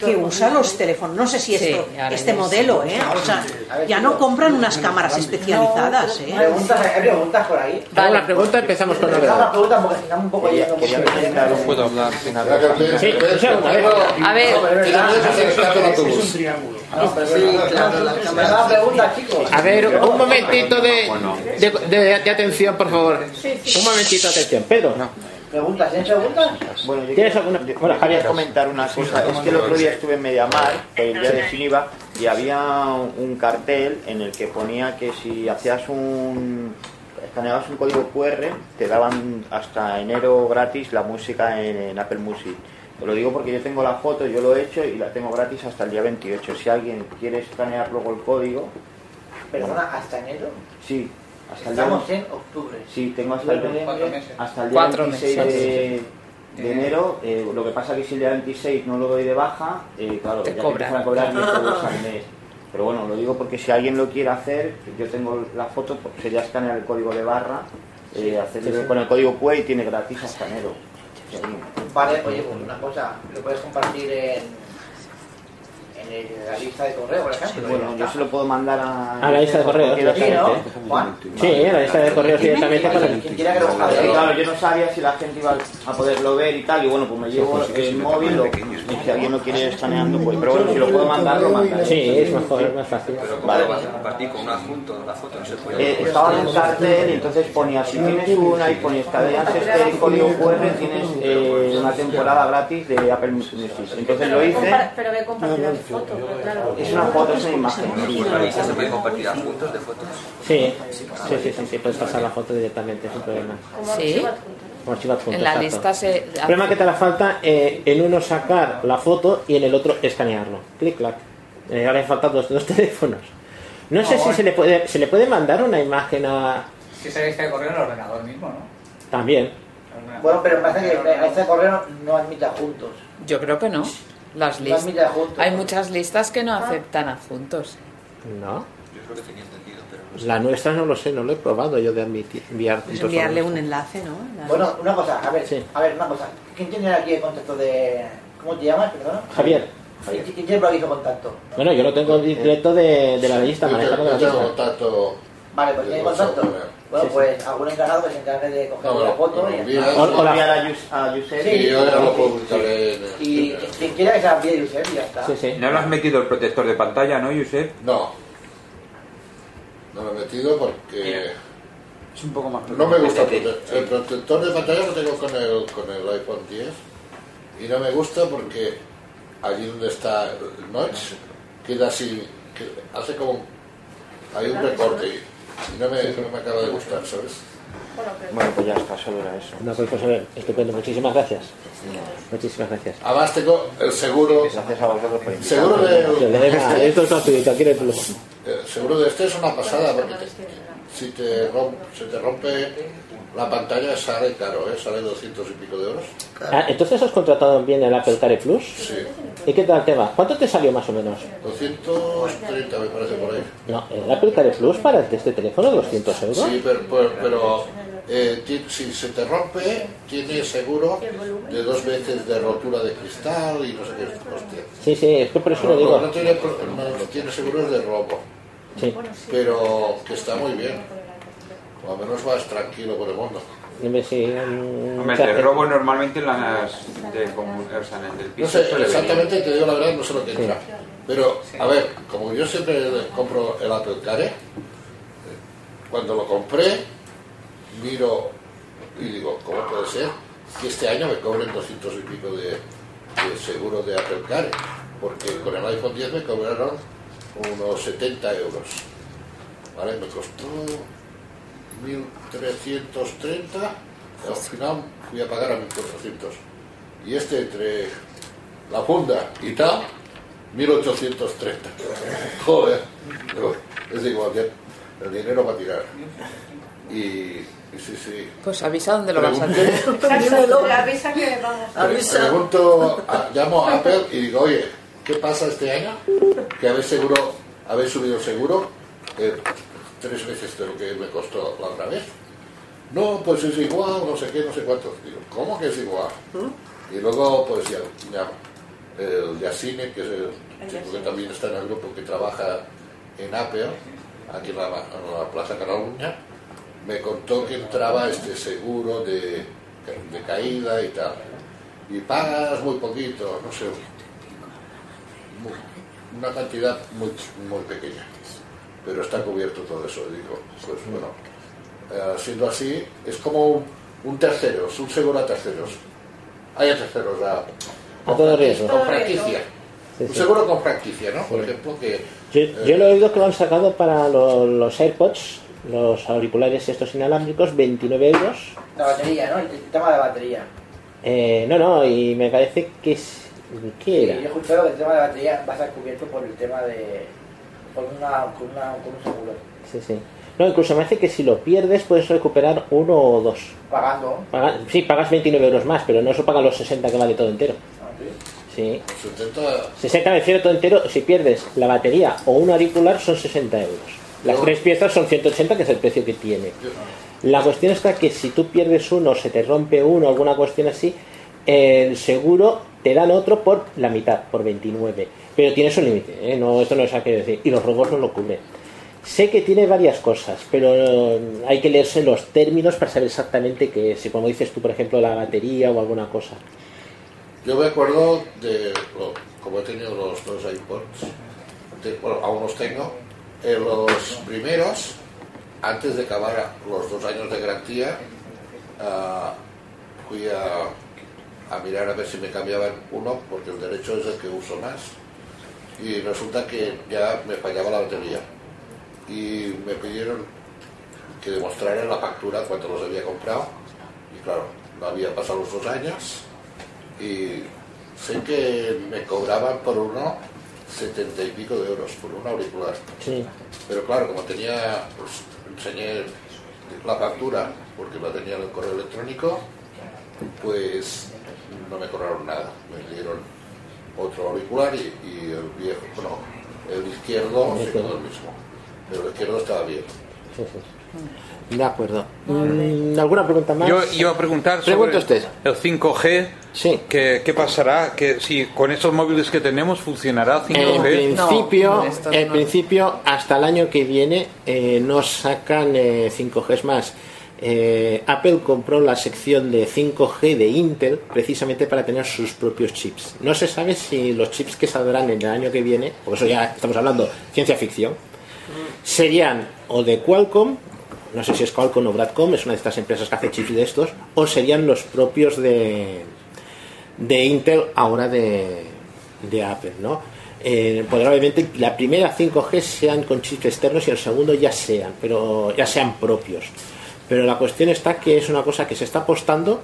S10: que usa los teléfonos. No sé si
S9: Sí,
S10: esto,
S9: ahora
S10: este
S9: ya sí.
S10: modelo, ¿eh? O sea, ya no compran unas cámaras especializadas, ¿eh?
S5: Preguntas, hay preguntas por ahí.
S2: Vale. La pregunta empezamos con
S5: Dejad las
S2: novedad.
S5: preguntas porque si estamos un poco yendo.
S2: No puedo hablar sin hablar. Sí, o sea, una vez.
S9: A ver.
S2: autobús.
S5: chicos.
S2: A ver, un momentito de, de, de- de atención, por favor. Un momentito de atención, Pedro.
S5: Preguntas, ¿tienes preguntas?
S15: Bueno, yo
S2: ¿Tienes
S15: quiero
S2: alguna?
S15: bueno, quería comentar una cosa. Es que el otro día estuve en Mediamar, por el día de Finiva, y había un cartel en el que ponía que si hacías un. escaneabas un código QR, te daban hasta enero gratis la música en, en Apple Music. Te lo digo porque yo tengo la foto, yo lo he hecho y la tengo gratis hasta el día 28. Si alguien quiere escanear luego el código,
S5: Perdona, hasta enero.
S15: sí, hasta el día
S5: Estamos en octubre.
S15: Sí, tengo hasta el,
S5: Cuatro meses.
S15: hasta el día
S5: Cuatro
S15: 26
S5: meses.
S15: de, de enero. eh, lo que pasa que si el día 26 no lo doy de baja, eh, claro,
S9: Te
S15: ya te
S9: cobran.
S15: empiezan a cobrar 10 euros al mes. Pero bueno, lo digo porque si alguien lo quiere hacer, yo tengo la foto, pues sería escanear el código de barra, eh, hacerse
S5: sí, sí.
S15: con el código QR y tiene gratis hasta enero. Sí.
S5: Vale, oye, pues una cosa, lo puedes compartir en, en el- la lista de correo, por ejemplo.
S15: Bueno, yo se lo puedo mandar a...
S2: A la lista de correos,
S15: cualquiera
S2: sí, ¿no?
S15: cliente.
S5: Juan.
S2: Sí, a la lista de correos directamente para
S15: Sí, claro, yo no sabía si la gente iba a poderlo ver y tal, y bueno, pues me llevo el móvil o- y si alguien lo quiere escaneando, pues, pero bueno, si lo puedo mandar, lo mandaré.
S2: Sí, es mejor, es más fácil.
S11: Pero como
S15: Vale.
S11: lo vas a compartir con un adjunto, la foto no se puede.
S15: Eh, estaba en un cartel y entonces ponía, si tienes un iPhone y escaneas este código QR, tienes eh, una temporada gratis de Apple Music. Entonces lo hice,
S13: Pero voy a compartir las fotos, pero claro.
S15: es una foto, es una imagen.
S11: ¿Revistas se pueden compartir adjuntos de fotos?
S2: Sí, sí, sí, sí, sí, puedes pasar la foto directamente sin problema.
S9: Sí.
S2: Como archivo adjunto,
S9: En la
S2: exacto.
S9: lista se.
S2: El problema que te hará falta eh, en uno sacar la foto y en el otro escanearlo. Clic, clac. Eh, ahora he faltado dos, dos teléfonos. No sé si se le puede se le puede mandar una imagen a
S16: Si esa lista de correo en el ordenador mismo, ¿no?
S2: también.
S5: Bueno, pero me parece que la lista de correo no admite adjuntos.
S9: Yo creo que no. Las
S5: No
S9: listas.
S5: admite adjuntos.
S9: Hay muchas listas que no aceptan adjuntos.
S2: No.
S11: Yo creo que tenía entendido, pero no sé.
S2: La nuestra no lo sé, no lo he probado yo de admitir, enviar.
S10: Pues
S2: dos
S10: enviarle
S2: fotos.
S10: un enlace, ¿no?
S5: Bueno, una cosa, a ver, a ver, una cosa. ¿Quién tiene aquí el contacto de... ¿Cómo te llamas, perdona?
S2: Javier.
S5: ¿Quién quién tiene por aquí su contacto?
S2: Bueno, yo lo tengo directo de, de la lista,
S7: Yo
S2: manejado de la
S7: tengo- yo tengo
S2: lista.
S7: contacto
S5: Vale, pues tiene contacto. Bueno, pues algún encargado que se encargue de coger la foto y...
S7: envía-
S2: O- o la-
S15: Enviar a Yus- a Yusef
S5: Sí,
S7: y yo ya lo puedo publicar
S5: Y quien quiera que se la envíe a Josep y ya está.
S11: ¿No le has metido el protector de pantalla, no, Josep?
S7: No. No lo he metido porque
S11: Es un poco más
S7: no me gusta. el prote- El protector de pantalla lo tengo con el, con el iPhone 10 y no me gusta porque allí donde está el notch queda así, que hace como un- hay un recorte y no me, no me acaba de gustar, ¿sabes?
S15: Bueno, pues ya está, solo era eso.
S2: No, pues, pues, a ver, estupendo, muchísimas gracias. Muchísimas gracias.
S7: Además tengo el seguro.
S15: Gracias a vosotros por
S7: Seguro
S2: Yo le dejo-
S7: de
S2: Esto es gratuito, aquí no hay problema.
S7: El seguro de este es una pasada porque te- si te rom- se te rompe la pantalla sale caro, ¿eh? sale 200 y pico de euros.
S2: Ah, entonces has contratado bien el Apple Care Plus.
S7: Sí.
S2: ¿Y qué tal te va? ¿Cuánto te salió más o menos?
S7: 230 me parece por ahí.
S2: No, el Apple Care Plus para este teléfono 200 euros.
S7: Sí, pero, pero- pero, eh, ti- si se te rompe, tiene seguro de dos veces de rotura de cristal y no sé qué. Hostia.
S2: Sí, sí, es que por eso
S7: No,
S2: lo digo.
S7: no tiene, pro- no tiene seguros de robo,
S2: Sí.
S7: pero que está muy bien. O al menos vas tranquilo por el mundo.
S2: Dime si mm, un
S11: Hombre, el de
S2: cartel-
S11: robo normalmente en las de, comun- o sea, en el del
S7: No
S11: piso
S7: sé,
S11: suele venir.
S7: exactamente, te digo la verdad, no sé lo que entra. Pero, a ver, como yo siempre compro el Apple Care, eh, cuando lo compré, miro y digo, ¿cómo puede ser que este año me cobren 200 y pico de, de seguro de Apple Care? Porque con el iPhone 10 me cobraron unos 70 euros. ¿Vale? Me costó 1.330, al final fui a pagar a 1.400. Y este entre la funda y tal, 1830. Joder, es igual, bien. el dinero va a tirar. Y, y sí, sí.
S9: Pues avisa dónde lo vas a
S7: Pregunto-
S9: hacer.
S13: Exacto, la avisa que vamos.
S7: Pre- Pregunto, a- llamo a Apple y digo, oye, ¿qué pasa este año? Que habéis seguro, habéis subido el seguro eh, tres veces de lo que me costó la otra vez. No, pues es igual, no sé qué, no sé cuánto. Digo, ¿cómo que es igual? Y luego, pues ya, ya el Yacine, que es el chico que también está en el grupo que trabaja en Apple, aquí en la, en la Plaza Cataluña, me contó que entraba este seguro de, de caída y tal. Y pagas muy poquito, no sé, mu- una cantidad muy, muy pequeña. Pero está cubierto todo eso, digo. Pues bueno, eh, siendo así, es como un, un terceros, un seguro a terceros. Hay a terceros, a,
S2: A todo riesgo.
S7: Con franquicia.
S2: Sí,
S7: Un
S2: sí.
S7: seguro con franquicia, ¿no? Por ejemplo, que
S2: Yo, yo lo he oído que lo han sacado para lo- los AirPods, los auriculares estos inalámbricos, 29 euros.
S5: La batería, ¿no? El tema de la batería.
S2: Eh, no, no, y me parece que es... ¿Qué
S5: Sí, yo
S2: era?
S5: he escuchado que el tema de la batería va a estar cubierto por el tema de. por una, con, una, con un seguro.
S2: Sí, sí. No, incluso me parece que si lo pierdes puedes recuperar uno o dos.
S5: Pagando.
S2: Paga- sí, pagas 29 euros más, pero no eso pagan los 60 que vale todo entero. Sí.
S7: se intenta
S2: 60 me refiero todo entero, si pierdes la batería o un auricular son 60 euros. Las tres piezas son 180, que es el precio que tiene. La cuestión está que si tú pierdes uno, se te rompe uno, alguna cuestión así, el seguro te dan otro por la mitad, por 29. Pero tiene su límite, ¿eh? no, esto no es a qué decir. Y los robots no lo cubren. Sé que tiene varias cosas, pero eh, hay que leerse los términos para saber exactamente qué es. Si como dices tú, por ejemplo, la batería o alguna cosa.
S7: Yo me acuerdo de, lo- como he tenido los dos iPods, de- bueno, aún los tengo, eh, los primeros, antes de acabar los dos años de garantía, ah, fui a, a mirar a ver si me cambiaban uno, porque el derecho es el que uso más, y resulta que ya me fallaba la batería. Y me pidieron que demostrara la factura cuando los había comprado, y claro, no había pasado los dos años y sé que me cobraban por uno setenta y pico de euros por un auricular.
S2: Sí.
S7: Pero claro, como tenía, pues, enseñé la factura porque la tenía en el correo electrónico, pues no me cobraron nada. Me dieron otro auricular y, y el viejo, no, el izquierdo se quedó el mismo. Pero el izquierdo estaba bien.
S2: Sí, sí. De acuerdo. Mm, ¿Alguna pregunta más?
S3: Yo iba a preguntar sobre
S2: Pregunta usted.
S3: el 5G. ¿Qué, qué pasará? Que si con estos móviles que tenemos funcionará 5G.
S2: En principio, en principio, hasta el año que viene eh, no sacan eh, 5G Es más. eh, Apple compró la sección de 5G de Intel precisamente para tener sus propios chips. No se sabe si los chips que saldrán en el año que viene, por eso ya estamos hablando ciencia ficción, serían o de Qualcomm, no sé si es Qualcomm o Broadcom, es una de estas empresas que hace chips de estos, o serían los propios de, de Intel ahora de, de Apple, ¿no? Eh, probablemente la primera 5G sean con chips externos y el segundo ya sean, pero ya sean propios. Pero la cuestión está que es una cosa que se está apostando,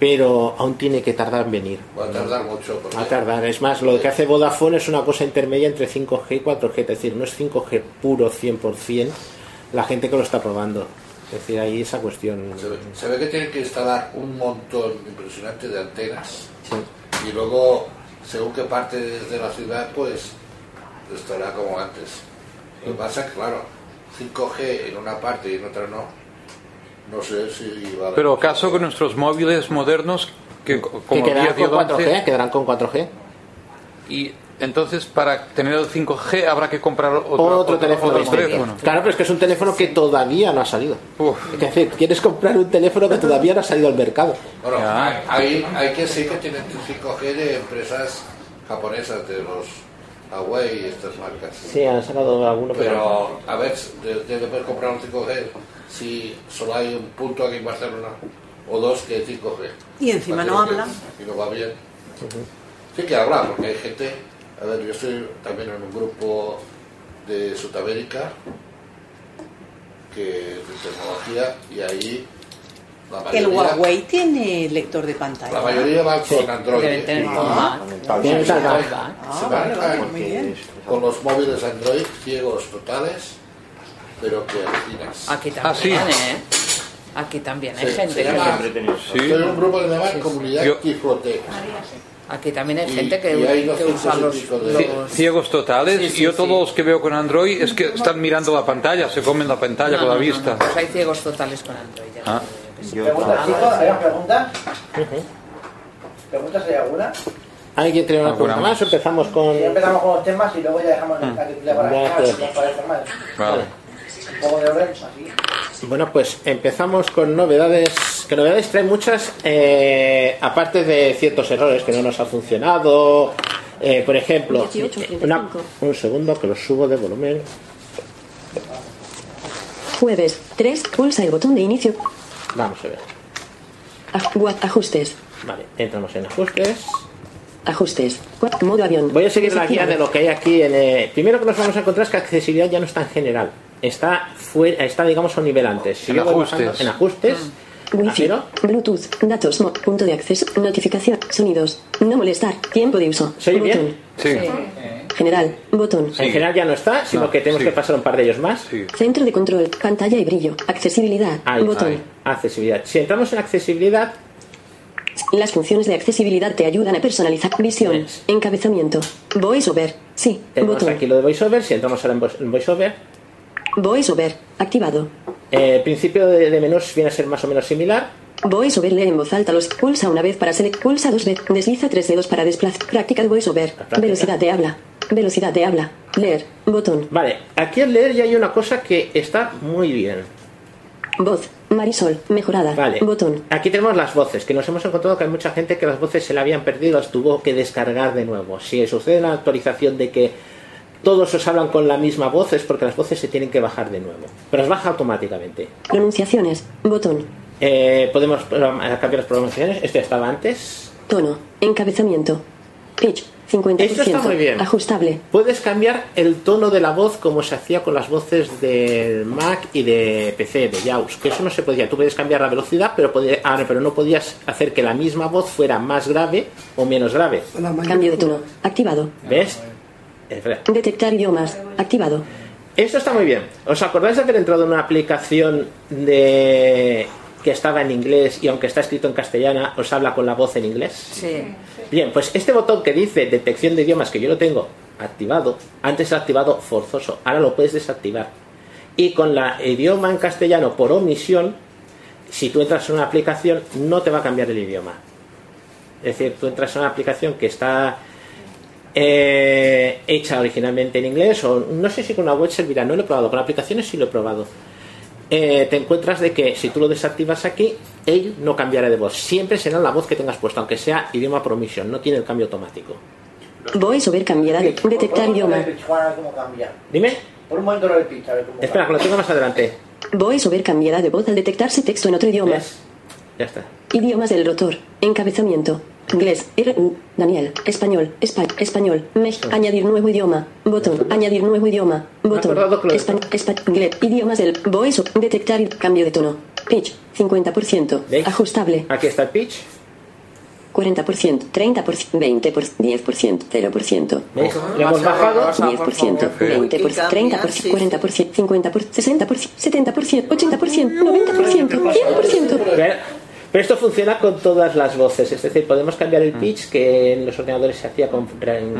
S2: pero aún tiene que tardar en venir.
S7: Va a tardar mucho. porque-
S2: Va a tardar. Es más, lo que hace Vodafone es una cosa intermedia entre 5G y 4G. Es decir, no es 5G puro 100% la gente que lo está probando. Es decir, ahí esa cuestión.
S7: Se ve, se ve que tienen que instalar un montón impresionante de antenas y luego, según qué parte de la ciudad, pues estará como antes. Lo que pasa es que, claro, 5G en una parte y en otra no. No sé si va a...
S3: Pero caso que nuestros móviles modernos, que co- como
S2: que
S3: el 10
S2: quedarán
S3: y el
S2: con 4G,
S3: 11,
S2: quedarán con 4G.
S3: y entonces para tener el 5G habrá que comprar otro,
S2: Otro,
S3: otro-
S2: teléfono.
S3: otro
S2: distinto.
S3: teléfono.
S2: Claro, pero es que es un teléfono que todavía no ha salido. Es decir, quieres comprar un teléfono que todavía no ha salido al mercado.
S7: Bueno, hay, hay que decir que tienen 5G de empresas japonesas, de los Huawei y estas marcas.
S2: Sí, han sacado alguno, pero.
S7: Pero, a ver, de, de poder comprar un 5G, si solo hay un punto aquí en Barcelona, o dos que es 5G.
S10: Y encima no
S7: Parece que-
S10: habla.
S7: Y no va bien. Sí que habla, porque hay gente, a ver, yo estoy también en un grupo de Sudamérica, que es de tecnología, y ahí la mayoría...
S10: El Huawei tiene lector de pantalla.
S7: La mayoría va con Android.
S10: Deben tener
S7: ¿eh?
S10: Ah,
S7: Sí,
S10: tienen
S7: se
S10: tablet.
S7: van-
S10: Ah,
S7: se
S10: vale,
S7: van
S10: vale,
S7: con-
S10: muy bien.
S7: con los móviles Android ciegos totales pero que alucinas.
S9: Aquí
S2: Ah,
S8: Ah,
S9: también, ¿eh? Aquí también hay
S7: Se-
S9: gente
S7: se
S9: que...
S7: llama- Esto es un grupo que se llama
S9: Sí, sí.
S7: Comunidad Quifloteca.
S9: Aquí también hay
S7: Y-
S9: gente que,
S7: y hay
S9: que
S7: doscientos
S9: usa
S7: y
S9: los...
S7: pico
S3: Cie-
S9: los-
S3: Ciegos totales.
S9: Sí, sí,
S3: Yo
S9: sí.
S3: todos los que veo con Android es que están mirando la pantalla, se comen la pantalla
S9: No,
S3: con la
S9: no, no,
S3: vista.
S9: no, pues hay ciegos totales con Android. ya.
S3: Ah.
S5: ¿Preguntas, chicos? ¿Hay más preguntas? ¿Preguntas hay alguna?
S2: ¿Alguien tiene una
S3: Alguna
S2: pregunta más o empezamos con...?
S5: Ya empezamos con los temas y luego ya dejamos la titular para
S2: Ya,
S5: acá,
S2: pues.
S5: si nos parece mal.
S2: Vale.
S5: Un poco de orden, así.
S2: Bueno, pues empezamos con novedades. Que novedades trae muchas, eh, aparte de ciertos errores que no nos ha funcionado. Eh, por ejemplo, eh,
S17: 18,
S2: una- un segundo que lo subo de volumen.
S17: Jueves 3. Pulsa el botón de inicio.
S2: Vamos a ver.
S17: Aj- gua- Ajustes.
S2: Vale, entramos en ajustes.
S17: Ajustes. Cua- Modo avión.
S2: Voy a seguir la guía de lo que hay aquí. En, eh, primero que nos vamos a encontrar es que accesibilidad ya no está en general. Está, fuera, está digamos, a un nivel antes. Si
S3: En
S2: yo voy
S3: ajustes.
S2: bajando- en ajustes. Ah,
S17: Wi-Fi. Bluetooth. Datos. mo- punto de acceso. Notificación. Sonidos. No molestar. Tiempo de uso.
S2: ¿Se oye bien? Sí.
S17: General. Botón.
S2: En general ya no está, sino que tenemos que pasar un par de ellos más.
S17: Centro de control. Pantalla y brillo. Accesibilidad.
S2: Ahí,
S17: botón.
S2: ahí. Accesibilidad. Si entramos en accesibilidad,
S17: Las funciones de accesibilidad te ayudan a personalizar visión, encabezamiento, voiceover, sí,
S2: tenemos
S17: botón,
S2: aquí lo de VoiceOver. Si entramos ahora en voice- en VoiceOver,
S17: voiceover, activado,
S2: eh, el principio de, de menús viene a ser más o menos similar.
S17: voiceover, lee en voz alta los, pulsa una vez para select, pulsa dos veces, desliza tres dedos para desplazar, práctica de voiceover, velocidad de habla, velocidad de habla, leer, botón,
S2: Vale, aquí al leer ya hay una cosa que está muy bien.
S17: voz, Marisol, mejorada,
S2: Vale.
S17: botón,
S2: Aquí tenemos las voces, que nos hemos encontrado que hay mucha gente que las voces se le habían perdido, las tuvo que descargar de nuevo. Si sucede una actualización de que todos os hablan con la misma voz, es porque las voces se tienen que bajar de nuevo. Pero las baja automáticamente.
S17: pronunciaciones, botón,
S2: Eh, podemos programa- cambiar las programaciones. Esto ya estaba antes.
S17: tono, encabezamiento, pitch, 50%,
S2: Esto está muy bien.
S17: ajustable,
S2: Puedes cambiar el tono de la voz como se hacía con las voces del Mac y de PC, de Jaws, que eso no se podía. Tú podías cambiar la velocidad, pero, podía- ah, no, pero no podías hacer que la misma voz fuera más grave o menos grave.
S17: cambio de tono, activado,
S2: ¿Ves? Es verdad.
S17: detectar idiomas, activado,
S2: Esto está muy bien. ¿Os acordáis de haber entrado en una aplicación de que estaba en inglés y aunque está escrito en castellana, os habla con la voz en inglés?
S9: Sí.
S2: Bien, pues este botón que dice detección de idiomas, que yo lo tengo activado, antes era activado forzoso, ahora lo puedes desactivar. Y con la idioma en castellano por omisión, si tú entras en una aplicación, no te va a cambiar el idioma. Es decir, tú entras en una aplicación que está eh, hecha originalmente en inglés, o no sé si con una web servirá, no lo he probado, con aplicaciones sí lo he probado. Eh, te encuentras de que si tú lo desactivas aquí, él no cambiará de voz. Siempre será la voz que tengas puesta, aunque sea idioma promisión, no tiene el cambio automático.
S17: voiceover cambiará de, detectar
S5: Por un momento lo
S17: idioma.
S5: del pitch, Pues, Juan, a ver cómo cambia.
S2: Dime,
S5: Por un momento lo del pitch, a ver cómo
S2: espera, que lo tengo más adelante.
S17: Voiceover cambiará de voz al detectarse texto en otro idioma.
S2: Ya está.
S17: Idiomas del rotor. Encabezamiento. Inglés. R. U. Daniel. Español. Espa español. Mex. Añadir nuevo idioma. Botón. Añadir nuevo idioma. Botón. Espa espa inglés. Idiomas del voice. Detectar. y- Cambio de tono. Pitch. 50%. Ajustable.
S2: Aquí está el pitch.
S17: 40%. 30%. 20%. 10%. 0%.
S2: ¿Veis? Le hemos bajado.
S17: 10%, 20%, 30%, 40%, 50%, 60%, 70%, 80%, 90%, 100%.
S2: Pero, pero esto funciona con todas las voces, es decir, podemos cambiar el pitch que en los ordenadores se hacía con.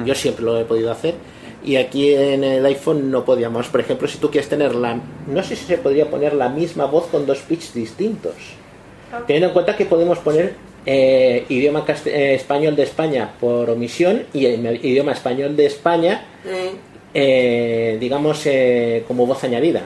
S2: Yo siempre lo he podido hacer. Y aquí en el iPhone no podíamos. Por ejemplo, si tú quieres tener la. No sé si se podría poner la misma voz con dos pitch distintos. Teniendo en cuenta que podemos poner eh, idioma cast- eh, español de España por omisión y el idioma español de España,
S14: Eh,
S2: eh, digamos, eh, como voz añadida.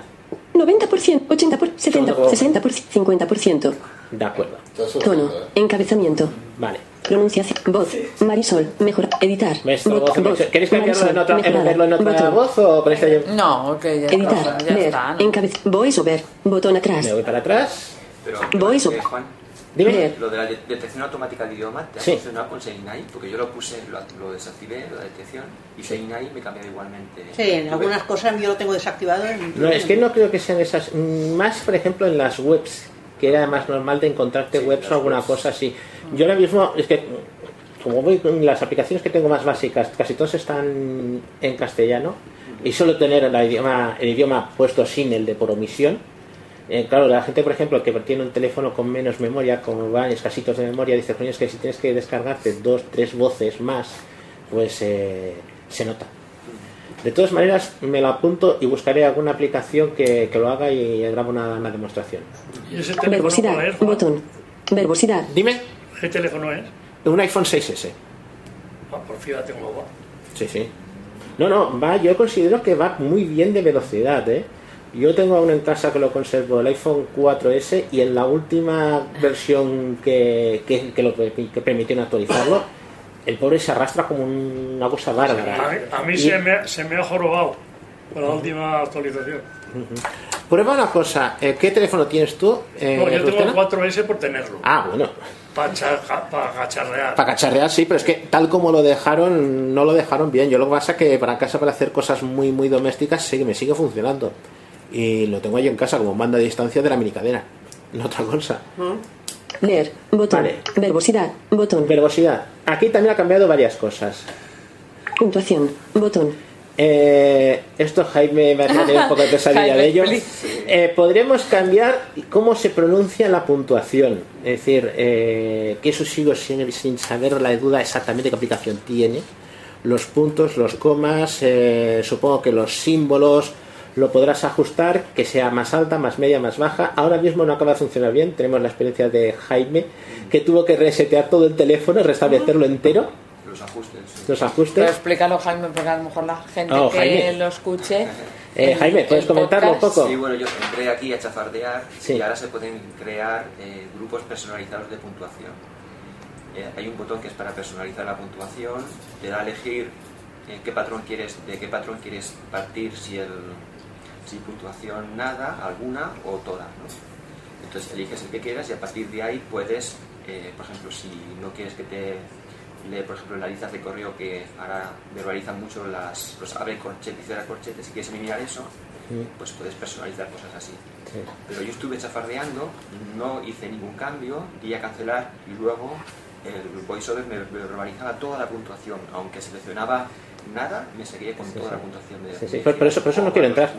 S17: 90%, 80%, 70%, 60%, 50%.
S2: De acuerdo.
S17: Tono, encabezamiento,
S2: Vale.
S17: pronunciación, voz, Marisol, mejor, editar.
S2: Esto, voz, voz. ¿Queréis cambiarlo en otra,
S17: mejorada,
S2: meterlo en otra
S17: botón,
S2: voz o con esta ya-
S9: No, que ya,
S17: Editar,
S9: ya
S17: leer,
S9: está.
S17: encabez, voice over, botón atrás,
S2: Me voy para atrás.
S11: Pero,
S17: Voice
S11: eh, Juan,
S17: Dime.
S11: lo de la de- detección automática de idioma, ¿te ha
S17: Sí.
S11: funcionado con Seignai? Porque yo lo puse, lo, lo desactivé, la detección, y Seignai me cambiaba igualmente.
S10: Sí, en
S11: Tuve-
S10: algunas cosas yo lo tengo desactivado. en-
S2: No, es que no creo que sean esas. Mm, Más, por ejemplo, en las webs, que era más normal de encontrarte webs o alguna cosa así. Yo ahora mismo, es que como voy con las aplicaciones que tengo más básicas, casi todas están en castellano. y solo tener la idioma, el idioma puesto sin el de por omisión. Eh, claro, la gente, por ejemplo, que tiene un teléfono con menos memoria, como van escasitos de memoria, dice, coño, es que si tienes que descargarte dos, tres voces más, pues eh, se nota. De todas maneras, me lo apunto y buscaré alguna aplicación que, que lo haga y grabo una, una demostración.
S8: ¿Y ese teléfono
S17: Verbosidad.
S8: cuál es?
S17: Botón. Verbosidad.
S2: Dime.
S8: ¿Qué teléfono es?
S2: Un iPhone 6S.
S8: Ah, por fin la tengo guapa.
S2: Sí, sí. No, no, va, yo considero que va muy bien de velocidad, ¿eh? Yo tengo aún en casa que lo conservo, el iPhone 4S, y en la última versión que, que, que lo, permi- que permitieron actualizarlo, el pobre se arrastra como una cosa
S8: A mí,
S2: bárbara.
S8: a mí
S2: Y-
S8: se, me, se me ha jorobado con la última actualización.
S2: Ujú. Prueba una cosa, eh, ¿qué teléfono tienes tú? eh,
S8: No, yo tengo
S2: Lucena?
S8: el 4S por tenerlo.
S2: Ah, bueno,
S8: Para cacharrear.
S2: para cacharrear sí, pero es que tal como lo dejaron, no lo dejaron bien. Yo lo que pasa es que para casa, para hacer cosas muy, muy domésticas, sí, me sigue funcionando. Y lo tengo ahí en casa como manda a distancia de la minicadena, no otra cosa.
S10: ¿Mm?
S17: Leer. Botón. Verbosidad. Botón.
S2: Verbosidad. Aquí también ha cambiado varias cosas.
S17: Puntuación. Botón.
S2: Eh, esto Jaime me ha tenido un poco de pesadilla
S17: Jaime,
S2: de ello.
S17: feliz.
S2: Eh, podremos cambiar cómo se pronuncia la puntuación. Es decir, eh, que eso sigo sin, sin saber la duda exactamente qué aplicación tiene. Los puntos, los comas, eh, supongo que los símbolos lo podrás ajustar, que sea más alta, más media, más baja. Ahora mismo no acaba de funcionar bien. Tenemos la experiencia de Jaime, que tuvo que resetear todo el teléfono, restablecerlo entero,
S11: Los ajustes.
S2: los
S9: Pero
S2: ajustes.
S9: explícalo, Jaime, porque a lo mejor la gente
S2: Oh,
S9: que
S2: Jaime.
S9: lo escuche.
S2: Eh, Jaime, ¿puedes comentarlo un poco?
S11: Sí, bueno, yo entré aquí a chafardear
S2: Sí.
S11: y ahora se pueden crear eh, grupos personalizados de puntuación. Eh, hay un botón que es para personalizar la puntuación, te da a elegir eh, qué patrón quieres, de qué patrón quieres partir, si el si puntuación nada, alguna o toda. ¿no? Entonces eliges el que quieras y a partir de ahí puedes, eh, por ejemplo, si no quieres que te lee, por ejemplo, analizas de correo que ahora verbalizan mucho las, los abre corchete y cierra corchete, si quieres eliminar eso, pues puedes personalizar cosas así. Pero yo estuve chafardeando, no hice ningún cambio, di a cancelar y luego el voiceover me me verbalizaba toda la puntuación. Aunque seleccionaba nada, me seguía con toda la puntuación. Me-
S2: Sí, sí,
S11: me
S2: por, por eso, por eso no quiero entrar.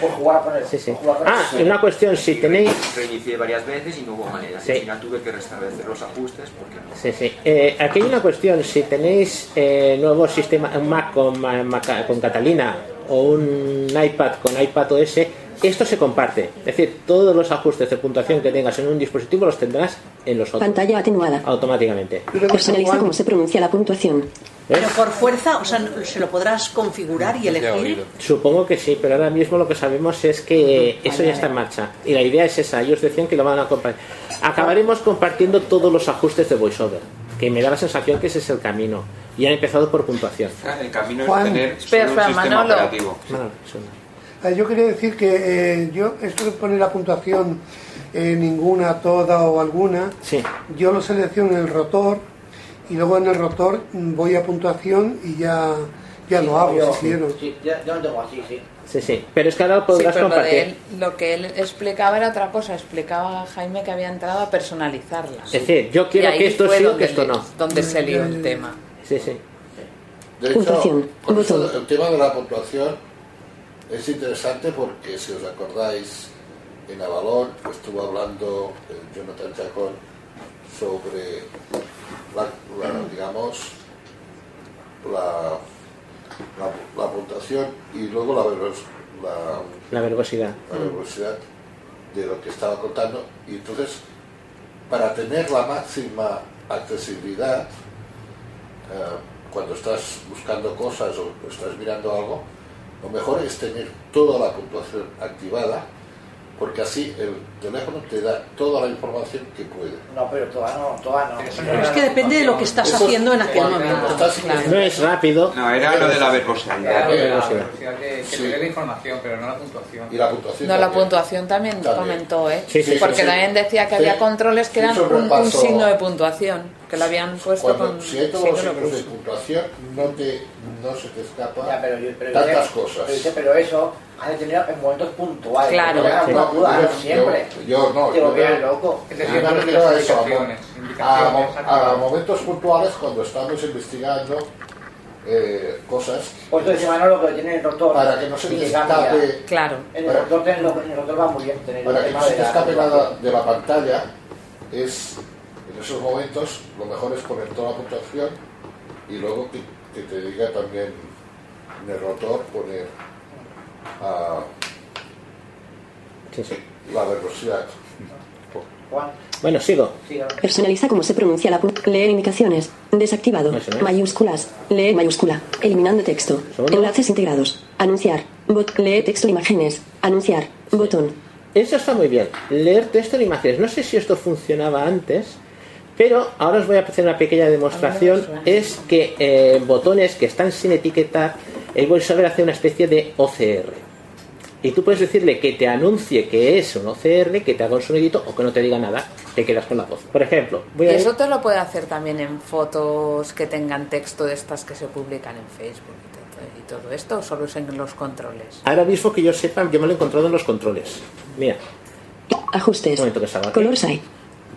S5: Por jugar con él.
S2: Sí, sí.
S5: por jugar con él.
S2: Ah, y una cuestión, si tenéis...
S11: Reinicié varias veces y no hubo manera. Al final tuve que restablecer los ajustes porque no.
S2: Sí, sí. Eh, aquí hay una cuestión, si tenéis eh, nuevo sistema un Mac con, ma- Mac- con Catalina o un iPad con iPad OS, esto se comparte. Es decir, todos los ajustes de puntuación que tengas en un dispositivo los tendrás en los otros.
S17: Pantalla atenuada.
S2: Automáticamente.
S17: Personaliza cómo se pronuncia la puntuación.
S10: Pero por fuerza, o sea, se lo podrás configurar y elegir.
S2: Supongo que sí, pero ahora mismo lo que sabemos es que eh, eso ya está en marcha. Y la idea es esa. Ellos decían que lo van a compartir. Acabaremos compartiendo todos los ajustes de VoiceOver, que me da la sensación que ese es el camino. Y han empezado por puntuación.
S11: El camino
S4: Juan.
S11: es tener
S4: Espera,
S11: solo un
S4: espera,
S11: sistema
S4: Manolo.
S11: operativo.
S2: Manolo, suena.
S4: Eh, Yo quería decir que eh, yo, esto de poner la puntuación eh, ninguna, toda o alguna,
S2: Sí.
S4: yo lo selecciono en el rotor y luego en el rotor mm, voy a puntuación y ya, ya lo hago
S5: Yo-
S4: si quiero.
S5: Sí, ya- yo lo tengo así, sí.
S2: Sí, sí. Pero es que ahora lo
S9: Sí,
S2: podrás
S9: pero lo,
S2: compartir.
S9: de él- lo que él explicaba era otra cosa. Explicaba a Jaime que había entrado a personalizarla.
S2: Es decir, yo
S9: Y
S2: quiero
S9: ahí
S2: que esto
S9: fue
S2: sí o
S9: donde
S2: que esto
S9: le-
S2: no.
S9: Donde se lió el tema.
S2: Sí, sí.
S7: De hecho,
S17: Puntuación.
S7: con esto-
S17: Botón.
S7: el tema de la puntuación es interesante porque, si os acordáis, en Avalón estuvo hablando eh, Jonathan Chacón sobre la, la, digamos, la, la, la puntuación y luego la, verbos- la,
S2: La verbosidad.
S7: la velocidad de lo que estaba contando y entonces para tener la máxima accesibilidad eh, cuando estás buscando cosas o estás mirando algo lo mejor es tener toda la puntuación activada porque así el teléfono te da toda la información que puede
S5: No, pero toda no, toda no.
S10: Es que depende de lo que estás haciendo en aquel momento.
S2: No es rápido.
S11: No, era lo de la verbosidad.
S16: Era lo de la
S2: Sí.
S16: velocidad que, que te dé la información, pero no la puntuación.
S7: y la puntuación
S9: No, la
S7: también.
S9: puntuación también,
S7: También.
S9: comentó, ¿eh?
S7: Sí, sí,
S9: Porque
S7: sí, sí.
S9: también decía que había
S7: Sí.
S9: controles que eran
S7: Hizo un
S9: un, un
S7: repaso.
S9: signo de puntuación, que lo habían puesto
S7: cuando
S9: con
S7: si hay todos
S9: signo
S7: los
S9: de
S7: signos de
S9: puntuación.
S7: puntuación no te no se te escapa
S5: Ya, pero yo- pero
S7: tantas
S5: yo-
S7: cosas
S5: Pero, dice, pero eso ha de tener en momentos puntuales.
S7: Claro.
S5: que no hagan
S7: Sí.
S5: una duda,
S7: Yo-
S5: no siempre.
S7: yo- yo no,
S5: Te
S7: yo
S5: volvieran
S7: no.
S5: loco.
S7: Es decir, no me refiero a eso, a, mo- a mo- a momentos puntuales cuando estamos investigando eh, cosas
S5: Por eso dice Pues Manolo que lo tiene en el rotor.
S7: Para que no se
S5: y
S7: le
S5: cambia.
S7: escape- Claro.
S5: En el
S7: Para-
S5: rotor, ten- lo- en el rotor va muy bien tener
S7: para
S5: el
S7: que no
S5: tema
S7: se
S5: de
S7: te escape
S5: la-
S7: nada de la pantalla es en esos momentos lo mejor es poner toda la puntuación y luego que, que te diga también en el rotor poner ah, la velocidad
S2: Bueno, sigo.
S17: Personaliza cómo se pronuncia la pu- Leer indicaciones. Desactivado.
S2: Eso es.
S17: Mayúsculas. Leer mayúscula. Eliminando texto. Enlaces integrados. Anunciar. Bot. Leer texto e imágenes. Anunciar. Botón.
S2: Eso está muy bien. Leer texto en imágenes. No sé si esto funcionaba antes, pero ahora os voy a hacer una pequeña demostración. Es que eh, botones que están sin etiquetar, el VoiceOver hace una especie de OCR. Y tú puedes decirle que te anuncie que es un OCR, que te haga un sonidito o que no te diga nada, te quedas con la voz. Por ejemplo, voy a ir-
S9: Eso te lo puede hacer también en fotos que tengan texto de estas que se publican en Facebook y todo- y todo esto, o solo es en los controles.
S2: ahora mismo que yo sepa, yo me lo he encontrado en los controles. Mira.
S17: Ajustes.
S2: Un momento que salga aquí.
S17: Color side.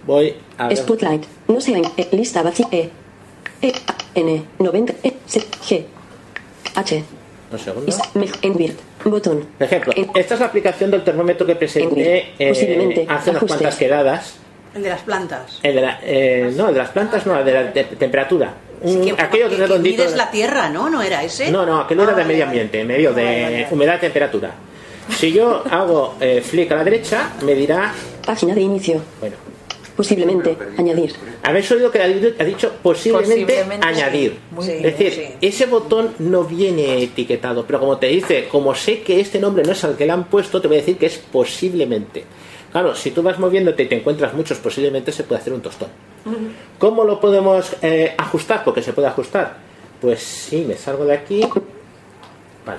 S2: Voy a ver.
S17: Spotlight. No se ven. Eh, lista vacía. E. E. A. N. 90. E. C. G. H.
S2: Un segundo.
S17: Is. Meg. Envirt. Botón.
S2: Por ejemplo, esta es la aplicación del termómetro que presenté eh,
S17: Posiblemente,
S2: hace unas
S17: ajustes.
S2: cuantas quedadas.
S10: El de las plantas.
S2: El de la- eh, no, el de las plantas no, el de la te- temperatura. Un- aquello
S10: Que- que
S2: redondito.
S10: mides la tierra, ¿no? ¿No era ese?
S2: No, no, aquello
S17: Ah,
S2: era de medio ambiente, medio de humedad, temperatura. Si yo hago eh, flick a la derecha, me dirá.
S17: Página de inicio.
S2: Bueno.
S17: Posiblemente. Añadir.
S2: Habéis oído que ha dicho- ha dicho posiblemente,
S17: Posiblemente,
S2: añadir.
S17: sí. Muy
S2: es
S17: bien,
S2: decir, ese botón no viene etiquetado, pero como te dice, como sé que este nombre no es al que le han puesto, te voy a decir que es posiblemente. Claro, si tú vas moviéndote y te encuentras muchos, posiblemente se puede hacer un tostón. ¿Cómo lo podemos eh, ajustar? Porque se puede ajustar. Pues sí, me salgo de aquí. Vale.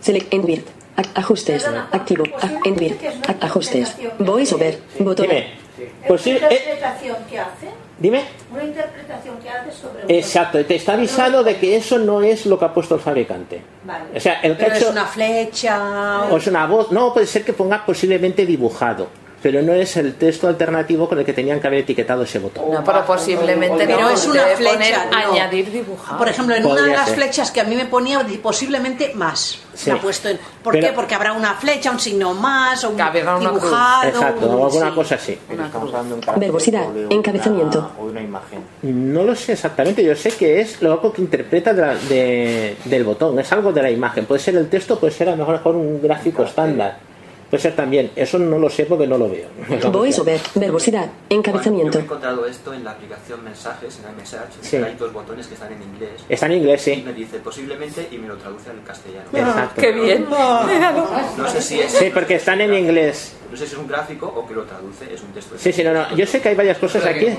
S17: Select Envirt. A- Ajustes. Activo.
S15: pues
S17: A- Envirt. A- Ajustes. Voice over. Botón.
S2: Dime.
S13: Es
S2: Posi-
S13: una
S2: eh,
S13: interpretación que hace,
S2: dime.
S13: una interpretación que hace sobre un-
S2: Exacto, te está avisando de que eso no es lo que ha puesto el fabricante.
S13: Vale.
S2: O sea, el
S10: Pero
S2: cacho-
S10: es una flecha.
S2: O es una voz. No, puede ser que ponga posiblemente dibujado. Pero no es el texto alternativo con el que tenían que haber etiquetado ese botón.
S9: No, pero posiblemente
S10: Pero
S9: no,
S10: es una
S9: debe
S10: flecha,
S9: poner
S10: no.
S9: añadir dibujado.
S10: Por ejemplo, en una
S2: Podría
S10: de las
S2: ser.
S10: flechas que a mí me ponía di- posiblemente más.
S2: Sí.
S10: La ha puesto en- ¿Por
S2: Pero-
S10: qué? Porque habrá una flecha, un signo más, o un
S9: una cruz.
S10: dibujado.
S2: Exacto,
S10: un-
S2: o alguna
S10: sí.
S2: cosa así.
S15: Estamos hablando de un carácter
S17: Verbosidad,
S15: o de una-
S17: encabezamiento.
S15: O de una imagen.
S2: No lo sé exactamente, yo sé que es lo que interpreta de la- de- del botón, es algo de la imagen. Puede ser el texto, puede ser a lo mejor mejor un
S17: Ah,
S2: gráfico estándar. Puede ser también, eso no lo sé porque no lo veo.
S17: Voice over. Verbosidad.
S11: Yo me he
S17: Encabezamiento.
S11: encontrado esto en la aplicación Mensajes, en iMessage,
S2: Sí.
S11: hay dos botones que están en inglés.
S2: Está en inglés, sí.
S11: Y me dice posiblemente y me lo traduce al castellano.
S2: Ah, Exacto.
S11: Ah,
S2: Ah.
S11: No sé si es...
S2: Sí, porque están en inglés.
S11: No sé si es un gráfico o que lo traduce, es un texto.
S2: Sí, sí, no, no. Yo sé que hay varias cosas aquí.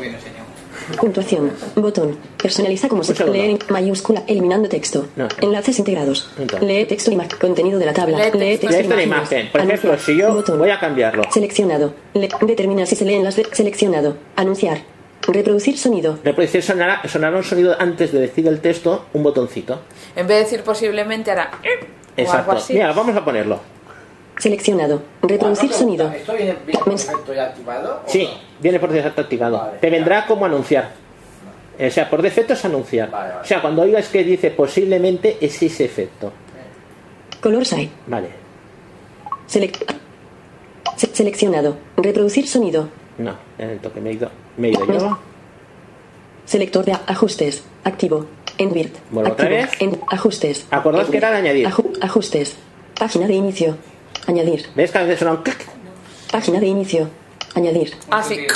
S17: Puntuación. Botón. Personaliza como se
S2: segundo.
S17: leer en mayúscula eliminando texto.
S2: No.
S17: Enlaces integrados. Lee texto y imagen. Contenido de la tabla.
S2: Lee
S17: Lee,
S2: texto
S17: texto,
S2: y
S17: y
S2: imagen.
S17: imágenes.
S2: Por ejemplo,
S17: Anunciar.
S2: si yo voy a cambiarlo.
S17: Seleccionado. Le- determina si se leen las de seleccionado. Anunciar. Reproducir sonido.
S2: Reproducir sonará, sonará un sonido antes de decir el texto, un botoncito.
S9: En vez de decir posiblemente hará o algo
S2: Exacto.
S9: así.
S2: Mira, vamos a ponerlo.
S17: Seleccionado. Reproducir sonido.
S5: ¿Esto viene bien con efecto ya activado?
S2: Sí, viene por defecto activado. Te vendrá como anunciar. O sea, por defecto es anunciar. O sea, cuando oigas que dice posiblemente es ese efecto.
S17: Color side.
S2: Vale.
S17: Selec- Se- seleccionado. Reproducir sonido.
S2: No, en el toque me he ido, me he ido yo.
S17: Selector de a- ajustes. Activo. Envirt.
S2: Vuelvo otra
S17: Activo.
S2: vez.
S17: En ajustes.
S2: Acordaos que era de añadir.
S17: Aju- ajustes. Página de inicio. Añadir.
S2: ¿Ves que a veces suena un
S17: Página de inicio. Añadir.
S9: Ah, sí.
S10: Eh,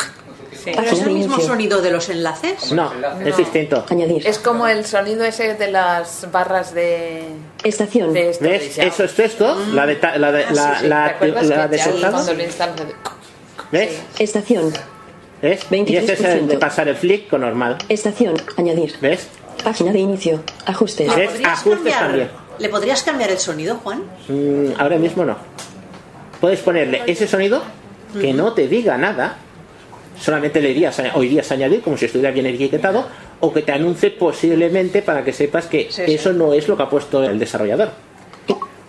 S10: ¿Pero es el mismo sonido de los enlaces?
S2: No, es distinto.
S17: Añadir.
S9: Es como el sonido ese de las barras de...
S17: Estación.
S9: De esto de
S2: ¿Ves?
S9: Xiao.
S2: Eso es texto, la de ta- la de- la-
S9: ¿Te
S2: la-
S9: acuerdas
S2: la
S9: que
S2: de
S9: Xiao,
S2: soltado.
S9: cuando lo instalas, hace-
S2: ¿Ves?
S17: Estación.
S2: ¿Ves? Y este es el de pasar el flick con normal.
S17: Estación. Añadir.
S2: ¿Ves?
S17: Página de inicio. Ajustes.
S2: ¿Ves? Ajustes también.
S10: Ah, ¿Le podrías cambiar el sonido, Juan?
S2: Mm, ahora mismo no. Puedes ponerle ese sonido que no te diga nada, solamente le irías, a- o irías a añadir como si estuviera bien etiquetado, o que te anuncie posiblemente para que sepas que
S16: Sí, sí.
S2: eso no es lo que ha puesto el desarrollador.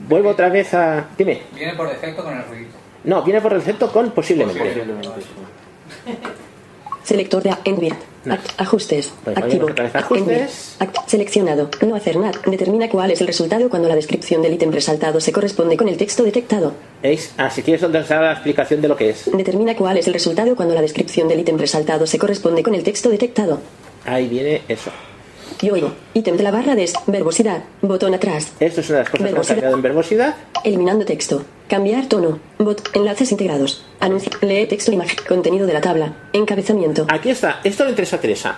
S2: Vuelvo otra vez a... Dime.
S16: Viene por defecto con el ruidito.
S2: No, viene por defecto con posiblemente.
S17: Selector de a- Envirt. Act- ajustes.
S2: Pues
S17: activo.
S2: vayamos otra vez a
S17: Act- en gris. Act- seleccionado. No hacer nada. Determina cuál es el resultado cuando la descripción del ítem resaltado se corresponde con el texto detectado.
S2: ¿Veis? Ah, si quieres soltar la explicación de lo que es.
S17: Determina cuál es el resultado cuando la descripción del ítem resaltado se corresponde con el texto detectado.
S2: Ahí viene eso.
S17: Yoigo. Ítem de la barra de es- verbosidad. Botón atrás.
S2: Esto es una de las cosas que hemos
S17: Verbosidad.
S2: cambiado en verbosidad.
S17: Eliminando texto. Cambiar tono. Bot. Enlaces integrados. Anuncio. Lee texto imagen. Contenido de la tabla. Encabezamiento.
S2: Aquí está. Esto le interesa a Teresa.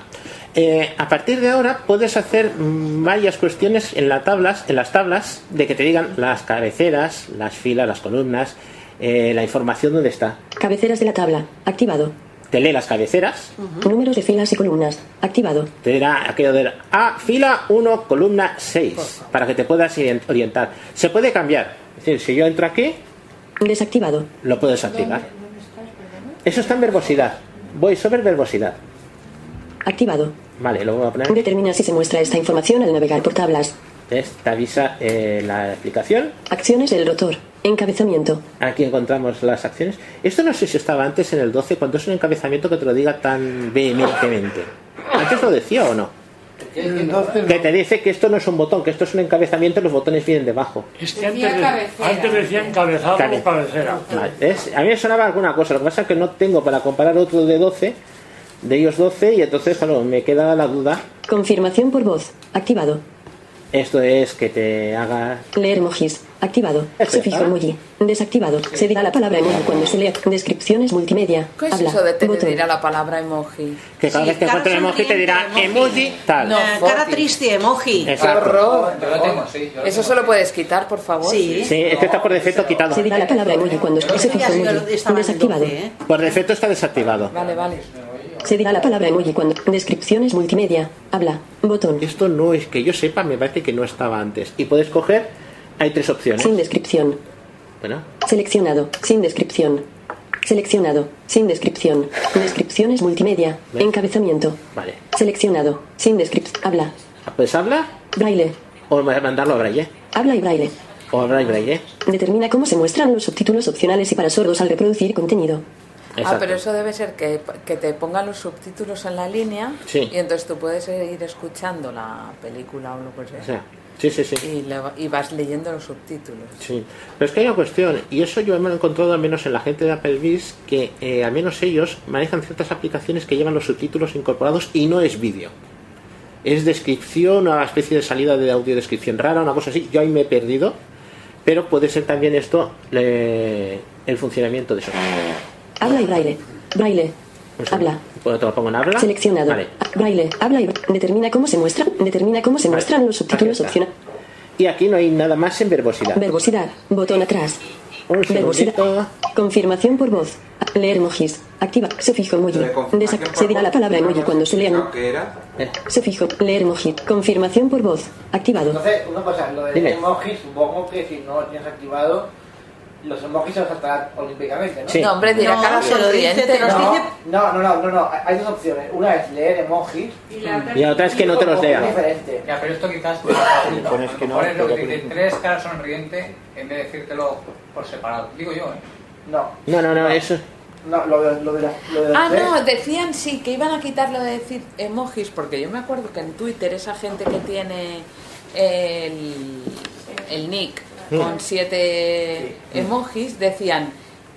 S2: Eh, a partir de ahora puedes hacer mm, varias cuestiones en, la tablas, en las tablas de que te digan las cabeceras, las filas, las columnas, eh, la información donde está.
S17: Cabeceras de la tabla. Activado.
S2: Te lee las cabeceras,
S17: Números de filas y columnas. Activado.
S2: te dirá aquello de ah, fila 1, columna 6, para que te puedas ident- orientar. Se puede cambiar. Es decir, si yo entro aquí,
S17: Desactivado.
S2: lo puedo desactivar. Eso está en verbosidad. Voy sobre verbosidad.
S17: Activado.
S2: Vale, lo voy a poner.
S17: Determina si se muestra esta información al navegar por tablas.
S2: ¿Ves? Te avisa eh, la explicación.
S17: Acciones del rotor. Encabezamiento.
S2: Aquí encontramos las acciones. Esto no sé si estaba antes en el 12, cuando es un encabezamiento que te lo diga tan vehementemente. ¿Antes lo decía o no? Que te dice que esto no es un botón, que esto es un encabezamiento y los botones vienen debajo.
S8: que antes, de-
S12: cabecera.
S8: antes decía encabezado
S2: Cabe-
S8: o cabecera.
S2: Vale, ¿ves? A mí me sonaba alguna cosa, lo que pasa es que no tengo para comparar otro de 12, de ellos 12, y entonces claro, me queda la duda.
S17: Confirmación por voz. Activado.
S2: Esto es que te haga...
S17: Leer emojis. Activado. Sufijo emoji. Desactivado. Se dirá la palabra emoji cuando se lea. Descripciones multimedia.
S9: ¿Qué es
S17: Habla.
S9: eso de te
S17: Botón.
S9: dirá la palabra emoji?
S2: Que cada vez que encuentre el emoji te dirá emoji tal.
S9: No,
S10: Eh, cara triste, emoji.
S2: Exacto.
S16: Yo lo tengo, sí. yo lo
S9: Eso
S16: tengo.
S9: se lo puedes quitar, por favor.
S2: Sí, este está por defecto quitado.
S17: Se dirá la palabra emoji cuando se fija emoji. Desactivado.
S2: Por defecto está desactivado.
S9: Vale, vale.
S17: Se dirá la palabra emoji cuando descripciones multimedia. Habla. Botón.
S2: Esto no es que yo sepa, me parece que no estaba antes. Y puedes coger, hay tres opciones.
S17: Sin descripción.
S2: Bueno,
S17: Seleccionado. Sin descripción. Seleccionado. Sin descripción. Descripciones multimedia.
S2: ¿Ves?
S17: Encabezamiento.
S2: vale.
S17: Seleccionado. Sin descripción. Habla.
S2: Pues habla
S17: Braille.
S2: o mandarlo a Braille.
S17: Habla y braille.
S2: O habla y Braille.
S17: Determina cómo se muestran los subtítulos opcionales y para sordos al reproducir contenido.
S9: Ah,
S2: Exacto.
S9: pero eso debe ser que, que te pongan los subtítulos en la línea
S2: Sí.
S9: y entonces tú puedes ir escuchando la película o lo que sea.
S2: O sea, sí, sí, sí.
S9: Y, la- y vas leyendo los subtítulos.
S2: Sí, pero es que hay una cuestión, y eso yo me lo he encontrado al menos en la gente de Applebee's, que eh, al menos ellos manejan ciertas aplicaciones que llevan los subtítulos incorporados y no es vídeo. Es descripción, una especie de salida de audiodescripción rara, una cosa así. Yo ahí me he perdido, pero puede ser también esto eh, el funcionamiento de eso.
S17: Habla y braille. Braille. Habla.
S2: Bueno, te lo pongo en habla.
S17: Seleccionado.
S2: Vale.
S17: Braille. Habla y bra- determina cómo se muestran. Determina cómo se muestran los subtítulos
S2: Ahí está.
S17: opcionales.
S2: Y aquí no hay nada más en verbosidad.
S17: Verbosidad. Botón atrás.
S2: Un
S17: Verbosidad. Confirmación por voz. Leer emojis. Activa. Sufijo emoji. Desac- se dirá la palabra emoji cuando se lean.
S11: ¿Qué era?
S17: Sufijo. Leer emoji. Confirmación por voz. Activado.
S5: Entonces, una cosa, lo del
S17: Dime.
S5: emoji, supongo que si no lo tienes activado, los emojis se los saltarán olímpicamente, ¿no?
S9: Sí. No, hombre, dirá No, cara se lo dice, sonriente, te los
S5: no,
S9: dice-
S5: no, no, no, no, no, hay dos opciones. Una es leer emojis y la
S2: otra- Y la otra es que no te los lea.
S5: Diferente.
S16: Ya, pero esto quizás
S2: pones que no,
S16: pones lo
S2: pero
S16: que
S2: ya
S16: dice
S2: pones-
S16: tres caras sonriente en vez de decírtelo por separado. Digo yo, ¿eh?
S5: No.
S2: No, no, no, eso.
S5: No, lo de, lo de, la- lo de los
S9: Ah,
S5: tres-
S9: no, decían sí, que iban a quitar lo de decir emojis, porque yo me acuerdo que en Twitter esa gente que tiene el, el nick con siete emojis decían,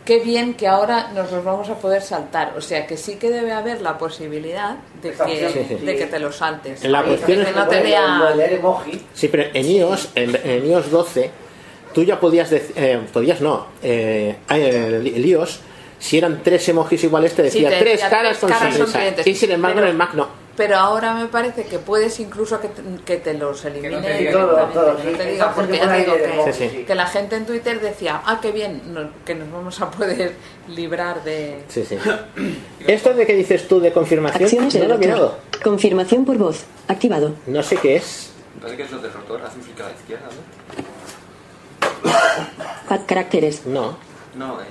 S9: qué bien que ahora nos los vamos a poder saltar. O sea, que sí que debe haber la posibilidad de
S2: Sí, sí.
S9: que, de que te lo saltes.
S2: La cuestión
S9: de
S2: es
S9: que no te
S2: poder-
S9: lea...
S2: Sí, pero en iOS, en, en iOS 12, tú ya podías decir, podías no, eh, el, el iOS, si eran tres emojis iguales te
S9: Sí,
S2: decía
S9: te
S2: tres
S9: decía
S2: caras
S9: tres
S2: con
S9: caras
S2: sonrisa.
S9: sonrientes.
S2: Y sin embargo en el Mac no.
S9: Pero ahora me parece que puedes incluso que te, que te los eliminen
S5: diga todo, todo,
S9: que no te
S5: sí,
S9: diga,
S5: esa
S9: porque
S5: función
S9: ya digo
S5: ahí de-
S9: que,
S2: Sí, sí.
S9: que la gente en Twitter decía, ah, qué bien, no- que nos vamos a poder librar de...
S2: Sí, sí. Esto de que dices tú de confirmación,
S17: Acciones
S2: no
S17: del
S2: lo he mirado.
S17: rotor. Confirmación por voz. Activado.
S2: No sé qué es.
S11: Entonces, ¿qué es lo del rotor? Hace un clic a la izquierda,
S17: Pat- caracteres.
S2: No.
S11: ¿no? No, eh,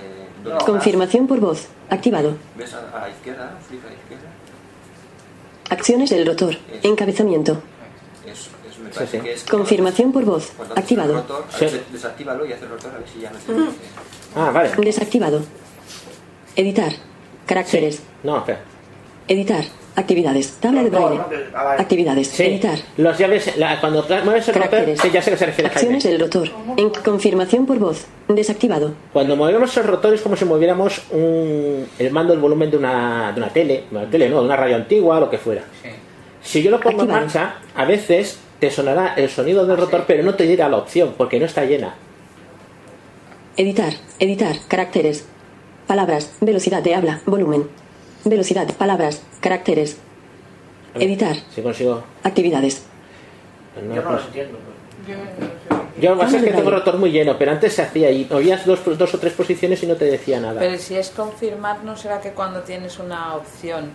S11: ¿dónde estás?
S17: Confirmación por voz. Activado.
S11: ¿Ves a, a la izquierda? Un clic a la izquierda.
S17: Acciones del rotor. Encabezamiento.
S11: Eso, eso me parece que es...
S17: Confirmación por voz.
S11: Cuando haces el
S17: Activado.
S11: rotor, a ver, des- desactívalo y haz el rotor a ver si ya no te...
S2: Ah, vale.
S17: Desactivado. Editar. Caracteres.
S2: No, espera.
S17: Editar. Actividades. Tabla de braille. Actividades. Editar.
S2: Los llaves, la- cuando tra- mueves el rotor,
S17: Caracteres.
S2: sí, ya sé a qué se refiere Jaime.
S17: Acciones del rotor. En confirmación por voz. Desactivado.
S2: Cuando movemos el rotor es como si moviéramos un- el mando, el volumen de una, de una tele, bueno, tele no, de una radio antigua, lo que fuera. Si yo lo pongo en marcha, a veces te sonará el sonido del rotor, pero no te llega la opción porque no está llena.
S17: Editar. Editar. Caracteres. Palabras. Velocidad de habla. Volumen. Velocidad. Palabras. Caracteres. Editar.
S2: Si consigo.
S17: Actividades.
S2: no
S5: Yo no lo
S2: cons-
S5: entiendo.
S2: Yo lo que pasa es que tengo el
S17: Braille.
S2: rotor muy lleno, pero antes se hacía y oías dos, dos o tres posiciones y no te decía nada.
S9: Pero si es confirmar, ¿no será que cuando tienes una opción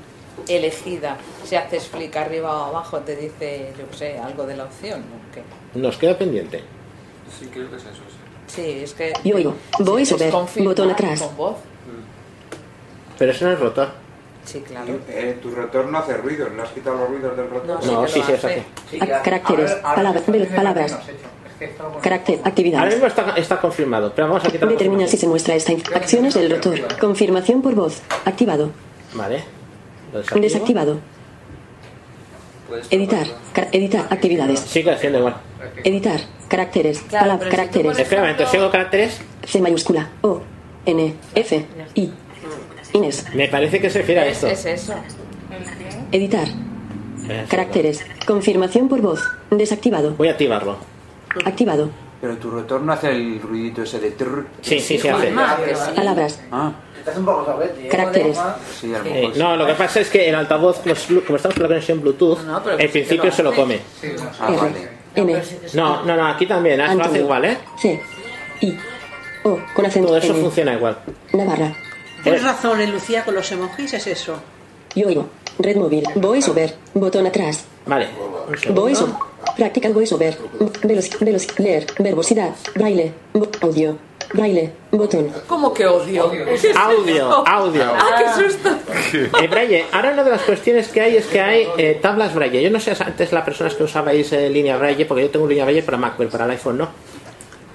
S9: elegida, si haces clic arriba o abajo, te dice, yo qué sé, algo de la opción? ¿o qué?
S2: Nos queda pendiente.
S11: Sí, creo que es eso. sí.
S9: Sí, es que...
S17: Yo oigo.
S9: si
S17: Voice
S9: haces
S17: over.
S9: confirmar
S17: Botón atrás.
S9: Con voz,
S2: Pero eso no es rotor.
S9: sí, claro.
S18: Eh, tu rotor no hace ruido, no has quitado los ruidos del rotor.
S9: No, sí No, que sí, lo sí, hace. hace.
S17: Ac- Caracteres. Palabras. velo- Palabras. Carácter.
S2: Ahora
S17: Actividades.
S2: mismo está, está confirmado, pero pues, vamos a quitar la
S17: Determina si se muestra esta inf- Acciones del rotor. Confirmación por voz. Activado.
S2: confirmación. Vale. Lo desactivo. Pues,
S17: Desactivado. Editar. Car- editar. Actividades.
S2: Sigue haciendo igual.
S17: Editar. Caracteres. Palab- caracteres.
S2: Espera un momento, sigo caracteres.
S17: C mayúscula. O. N. F. I. Inés.
S2: Me parece que se refiere a esto.
S9: eso.
S17: Editar.
S2: Eh,
S17: Caracteres. Confirmación por voz. Desactivado.
S2: Voy a activarlo.
S17: Activado.
S18: Pero tu rotor no hace el ruidito ese de trrr.
S2: Sí, sí, sí hace.
S17: Palabras.
S18: Ah.
S5: Estás un poco sobrete, ¿eh?
S17: Caracteres.
S18: Sí, a lo
S2: Eh,
S18: mejor sí.
S2: no, lo que pasa es que el altavoz, como es- como estamos con la conexión Bluetooth,
S17: pero
S2: en
S17: que
S2: principio se lo come.
S18: Ah, vale.
S17: N.
S2: No, no, no, aquí también, ah, lo hace
S17: Antonio.
S2: igual, ¿eh?
S17: C. I. O. Con acento.
S2: Todo eso
S17: N.
S2: funciona igual.
S17: Navarra.
S10: Tienes razón, eh, Lucía, con los emojis es eso.
S17: Yo oigo. Red móvil. Voice over. Botón atrás.
S2: Vale.
S17: Voice over. Practical voice over. Velocidad. leer. Verbosidad. Braille. Bo- audio. Braille. Botón.
S9: ¿Cómo que odio?
S2: Audio, audio.
S9: ¡Ah, qué susto!
S2: Eh, Braille, ahora una de las cuestiones que hay es que hay eh, tablas Braille. Yo no sé si antes las personas que usabais eh, línea Braille, porque yo tengo línea Braille para Mac, pero para el iPhone no.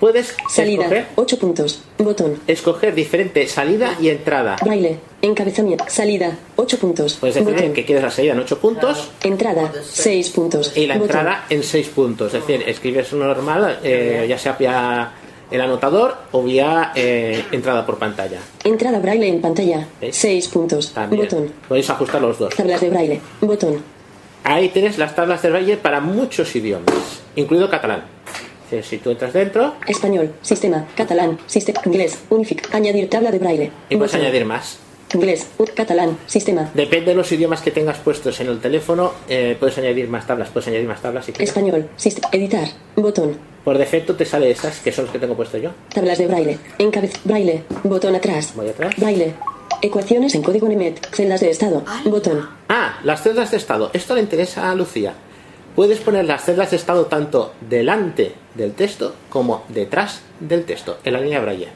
S2: Puedes
S17: Salida.
S2: escoger,
S17: 8 puntos. Botón.
S2: escoger diferente salida y entrada.
S17: Braille. Encabezamiento. Salida. 8 puntos.
S2: Puedes decidir
S17: Botón.
S2: que quieres la salida en 8 puntos
S17: Entrada. 6 puntos.
S2: y la
S17: Botón.
S2: entrada en 6 puntos. Es decir, escribes uno normal, eh, ya sea vía el anotador o vía eh, entrada por pantalla.
S17: Entrada braille en pantalla. 6 puntos. Botón.
S2: Podéis ajustar los dos.
S17: Tablas de braille. Botón.
S2: Ahí tienes las tablas de Braille para muchos idiomas, incluido catalán. Eh, Si tú entras dentro,
S17: Español. Sistema. Catalán. Sistema. Inglés. Unific. Añadir tabla de braille.
S2: y puedes
S17: Botón.
S2: añadir más.
S17: Inglés. U- Catalán. Sistema.
S2: Depende de los idiomas que tengas puestos en el teléfono, eh, puedes añadir más tablas, puedes añadir más tablas si quieres.
S17: Español. Sist- Editar. Botón.
S2: Por defecto te sale estas, que son las que tengo puesto yo.
S17: Tablas de braille. Encabez. Braille. Botón atrás.
S2: Voy atrás.
S17: Braille. Ecuaciones en código NEMET. Celdas de estado. Botón.
S2: Ah, las celdas de estado. Esto le interesa a Lucía. Puedes poner las celdas de estado tanto delante del texto como detrás del texto, en la línea Braille.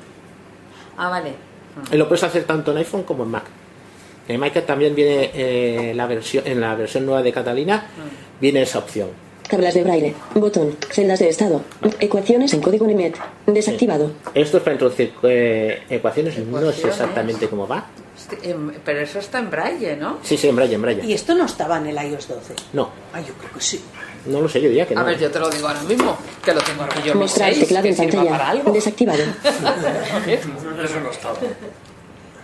S9: Ah, vale.
S2: Y Lo puedes hacer tanto en iPhone como en Mac. En Mac también viene eh, la versión, en la versión nueva de Catalina, viene esa opción.
S17: Tablas de braille. Botón. Celdas de estado. Ecuaciones en código NEMET. Desactivado.
S2: Esto es para introducir eh, ecuaciones, no sé exactamente cómo va.
S9: Este, em, Pero eso está en braille, ¿no?
S2: Sí, sí, en Braille, en Braille.
S10: Y esto no estaba en el iOS 12.
S2: No,
S10: Ah, yo creo que sí.
S2: no lo sé, yo diría que
S9: A
S2: no.
S9: ver, yo te lo digo ahora mismo, que lo tengo ahora yo. mi
S17: Mostrar
S9: seis,
S17: teclado
S9: que
S17: en
S9: sirva para
S17: pantalla.
S9: algo.
S17: Desactivado.
S8: Eso no estaba.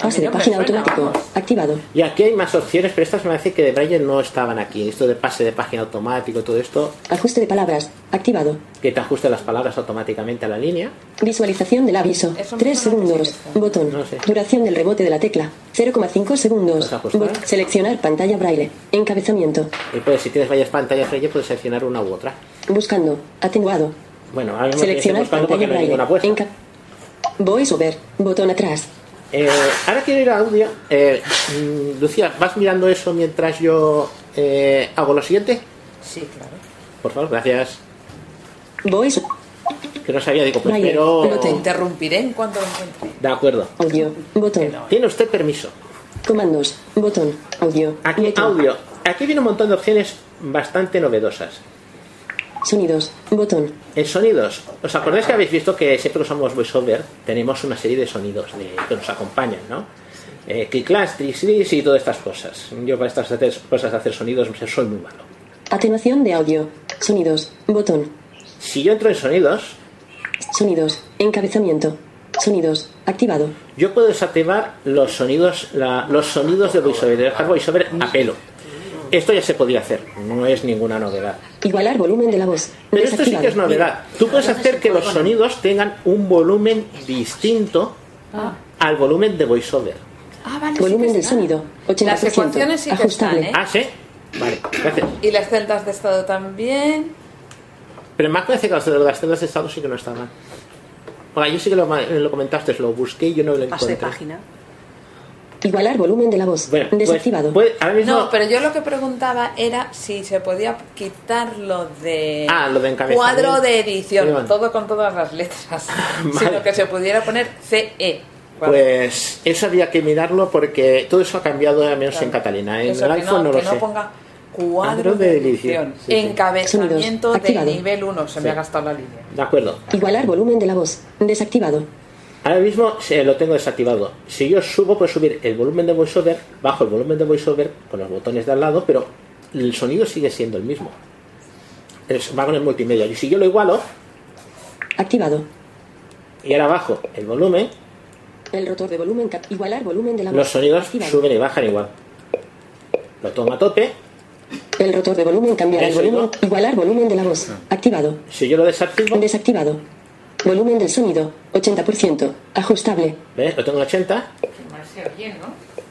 S17: Pase de página automático. Activado.
S2: Y aquí hay más opciones, pero estas me parece que de Braille no estaban aquí. Esto de pase de página automático, todo esto,
S17: Ajuste de palabras. Activado.
S2: que te ajuste las palabras automáticamente a la línea.
S17: Visualización del aviso. 3 segundos. Botón. Duración del rebote de la tecla. 0,5 segundos. Bot- Seleccionar pantalla braille. Encabezamiento.
S2: Y puedes, si tienes varias pantallas Braille, puedes seleccionar una u otra.
S17: Buscando. Atenuado.
S2: Bueno, ahora mismo tienes que ir
S17: Seleccionar
S2: buscando
S17: pantalla
S2: porque no hay
S17: braille.
S2: ninguna puesta.
S17: Enca- Voice over. Botón atrás.
S2: Eh, ahora quiero ir a audio. Eh, mm, Lucía, ¿vas mirando eso mientras yo eh, hago lo siguiente?
S9: Sí, claro.
S2: Por favor, gracias.
S17: Voice.
S2: Que no sabía, digo, pues,
S9: Braille.
S2: pero...
S9: Pero te interrumpiré en cuanto lo encuentre.
S2: De acuerdo.
S17: Audio. Botón.
S2: Tiene usted permiso.
S17: Comandos. Botón. Audio.
S2: Aquí, audio. Aquí viene un montón de opciones bastante novedosas.
S17: Sonidos. Botón.
S2: En sonidos, ¿os acordáis que habéis visto que siempre que usamos VoiceOver tenemos una serie de sonidos de- que nos acompañan, ¿no? eh, Kiklas, tris, tris y todas estas cosas. Yo para estas hacer- cosas de hacer sonidos soy muy malo.
S17: Atenuación de audio. Sonidos. Botón.
S2: Si yo entro en sonidos,
S17: Sonidos. Encabezamiento. Sonidos. Activado.
S2: yo puedo desactivar los sonidos, la- los sonidos de VoiceOver, de dejar VoiceOver a pelo. Esto ya se podía hacer, no es ninguna novedad.
S17: Igualar volumen de la voz.
S2: Pero esto sí
S17: Desactivado.
S2: que es novedad. Tú puedes hacer que los sonidos tengan un volumen distinto
S9: Ah.
S2: al volumen de VoiceOver.
S17: Volumen del sonido. 80%.
S9: Las ecuaciones sí que están,
S17: ajustable.
S9: ¿eh?
S2: Ah, sí. Vale, gracias.
S9: Y las celdas de estado también.
S2: Pero más parece que los de las celdas de estado sí que no estaban. Bueno, yo sí que lo, ma- lo comentaste, lo busqué y yo no lo encontré.
S17: Igualar volumen de la voz.
S2: Bueno, pues,
S17: Desactivado.
S2: puede- ahora mismo-
S9: No, pero yo lo que preguntaba era si se podía quitar lo de
S2: Ah, lo de encabezamiento.
S9: cuadro de edición,
S2: Perdón.
S9: todo con todas las letras, sino que se pudiera poner E. CE.
S2: Pues eso había que mirarlo porque todo eso ha cambiado, al menos en Catalina. En
S9: Eso,
S2: el
S9: que no,
S2: iPhone no,
S9: que
S2: lo
S9: no
S2: sé.
S9: ponga
S2: Cuadro
S9: cuadro
S2: de
S9: de
S2: edición.
S9: edición.
S2: Sí, sí.
S9: Encabezamiento
S17: Sonidos.
S9: de
S17: Activado.
S9: nivel 1, se me
S2: Sí.
S9: ha gastado la línea.
S2: De acuerdo.
S17: Igualar volumen de la voz. Desactivado.
S2: Ahora mismo eh, lo tengo desactivado. Si yo subo, puedo subir el volumen de VoiceOver, bajo el volumen de VoiceOver con los botones de al lado, pero el sonido sigue siendo el mismo. Es- va con el multimedia. Y si yo lo igualo
S17: Activado.
S2: y ahora bajo el volumen,
S17: El rotor de volumen. cap- Igualar volumen de la voz.
S2: los sonidos
S17: Activado.
S2: suben y bajan igual. Lo tomo a tope.
S17: El rotor de volumen cambiar el
S2: Eso, Ah.
S17: volumen. Igualar volumen de la voz. Activado.
S2: Si yo lo desactivo.
S17: Desactivado. Volumen del sonido. 80%. Ajustable.
S2: ¿Ves? Lo tengo en 80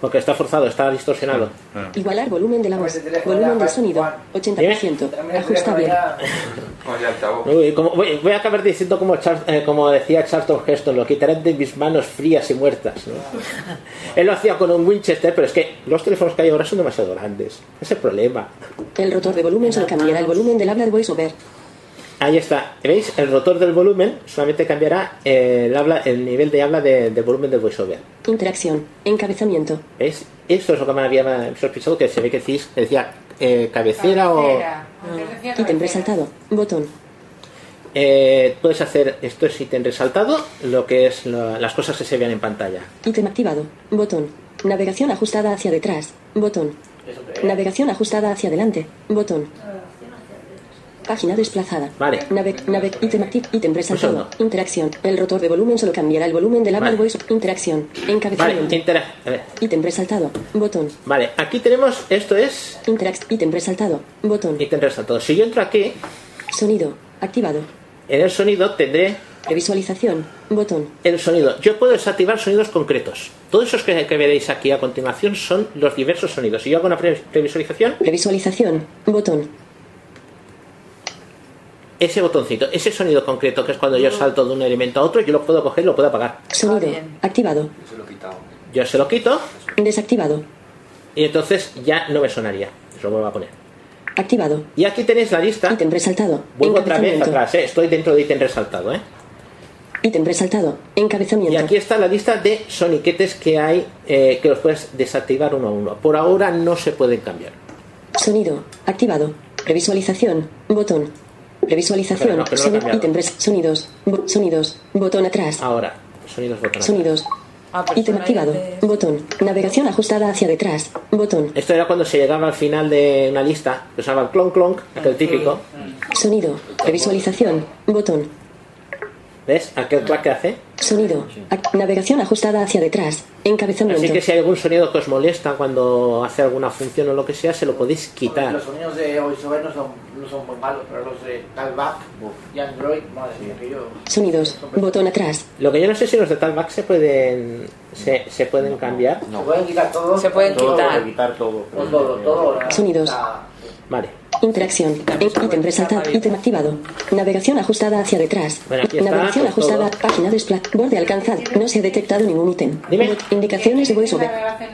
S2: porque está forzado, está distorsionado.
S17: Igualar volumen de la voz. Volumen del sonido. 80%. Ajustable.
S2: Uy, como- voy, voy a acabar diciendo como, Char- eh, como decía Charlton Heston, lo quitaré de mis manos frías y muertas. ¿no? Él lo hacía con un Winchester, pero es que los teléfonos que hay ahora son demasiado grandes. Es el problema.
S17: El rotor de volumen solo cambiará el volumen del habla de VoiceOver.
S2: Ahí está. ¿Veis? El rotor del volumen solamente cambiará eh, el, habla, el nivel de habla de, del volumen del voiceover.
S17: Interacción. Encabezamiento.
S2: ¿Veis? Esto es lo que me había sospechado, que se ve que decís- decía eh, cabecera o...
S17: Ítem resaltado. Botón.
S2: Eh, puedes hacer esto es ítem resaltado, lo que es la- las cosas que se vean en pantalla.
S17: Ítem activado. Botón. Navegación ajustada hacia detrás. Botón. Navegación ajustada hacia adelante. Botón. Página desplazada.
S2: Vale.
S17: Nave, nave, ítem activo, ítem resaltado. Interacción. El rotor de volumen solo cambiará el volumen del habla
S2: Vale.
S17: de voice. Interacción.
S2: Vale,
S17: Encabezamiento.
S2: intera- a ver.
S17: Ítem resaltado. Botón.
S2: Vale, aquí tenemos, esto es...
S17: Interact, ítem resaltado. Botón.
S2: Ítem resaltado. Si yo entro aquí,
S17: Sonido. Activado.
S2: en el sonido tendré
S17: Previsualización. Botón.
S2: el sonido. Yo puedo desactivar sonidos concretos. Todos esos que, que veréis aquí a continuación son los diversos sonidos. Si yo hago una pre- previsualización,
S17: Previsualización. Botón.
S2: ese botoncito, ese sonido concreto que es cuando yo salto de un elemento a otro, yo lo puedo coger y lo puedo apagar.
S17: Sonido. Activado.
S2: Yo se lo quito
S17: Desactivado.
S2: y entonces ya no me sonaría. Se lo vuelvo a poner.
S17: Activado.
S2: Y aquí tenéis la lista.
S17: Ítem resaltado.
S2: Vuelvo otra vez
S17: Encabezamiento.
S2: atrás, ¿eh? estoy dentro de ítem resaltado. ¿eh?
S17: Ítem resaltado. Encabezamiento.
S2: Y aquí está la lista de soniquetes que hay eh, que los puedes desactivar uno a uno. Por ahora no se pueden cambiar.
S17: Sonido. Activado. Previsualización. Botón.
S2: Pero
S17: Previsualización.
S2: no, pero no lo he
S17: sonido.
S2: cambiado.
S17: Ítem res- Sonidos. Bo- sonidos. Botón atrás.
S2: Ahora, sonidos botones.
S17: Sonidos. Ítem activado. Botón. Navegación ajustada hacia detrás. Botón.
S2: Esto era cuando se llegaba al final de una lista, que usaba el clonk clonk, aquel típico.
S17: Sonido. Previsualización. Botón.
S2: ¿Ves? Aquel clac que hace.
S17: Sonido. Ac- Navegación ajustada hacia detrás. Encabezamiento.
S2: Así que si hay algún sonido que os molesta cuando hace alguna función o lo que sea, se lo podéis quitar.
S5: Los sonidos de VoiceOver no son, no son muy malos, pero los de Talback y Android, madre mía, que yo...
S17: Sonidos. Botón atrás.
S2: Lo que yo no sé si los de Talback se pueden se, se pueden cambiar.
S5: Se pueden quitar todos. Se pueden
S2: todo.
S5: Todo, todo. la-
S17: Sonidos.
S2: Vale.
S17: Interacción. En- Ítem resaltado. Ítem activado. Navegación ajustada hacia detrás.
S2: Bueno, aquí está,
S17: Navegación
S2: pues,
S17: ajustada. Página desplaz. Borde alcanzado. No se ha detectado ningún ítem. Indicaciones de
S12: Es una
S17: VoiceOver.
S12: navegación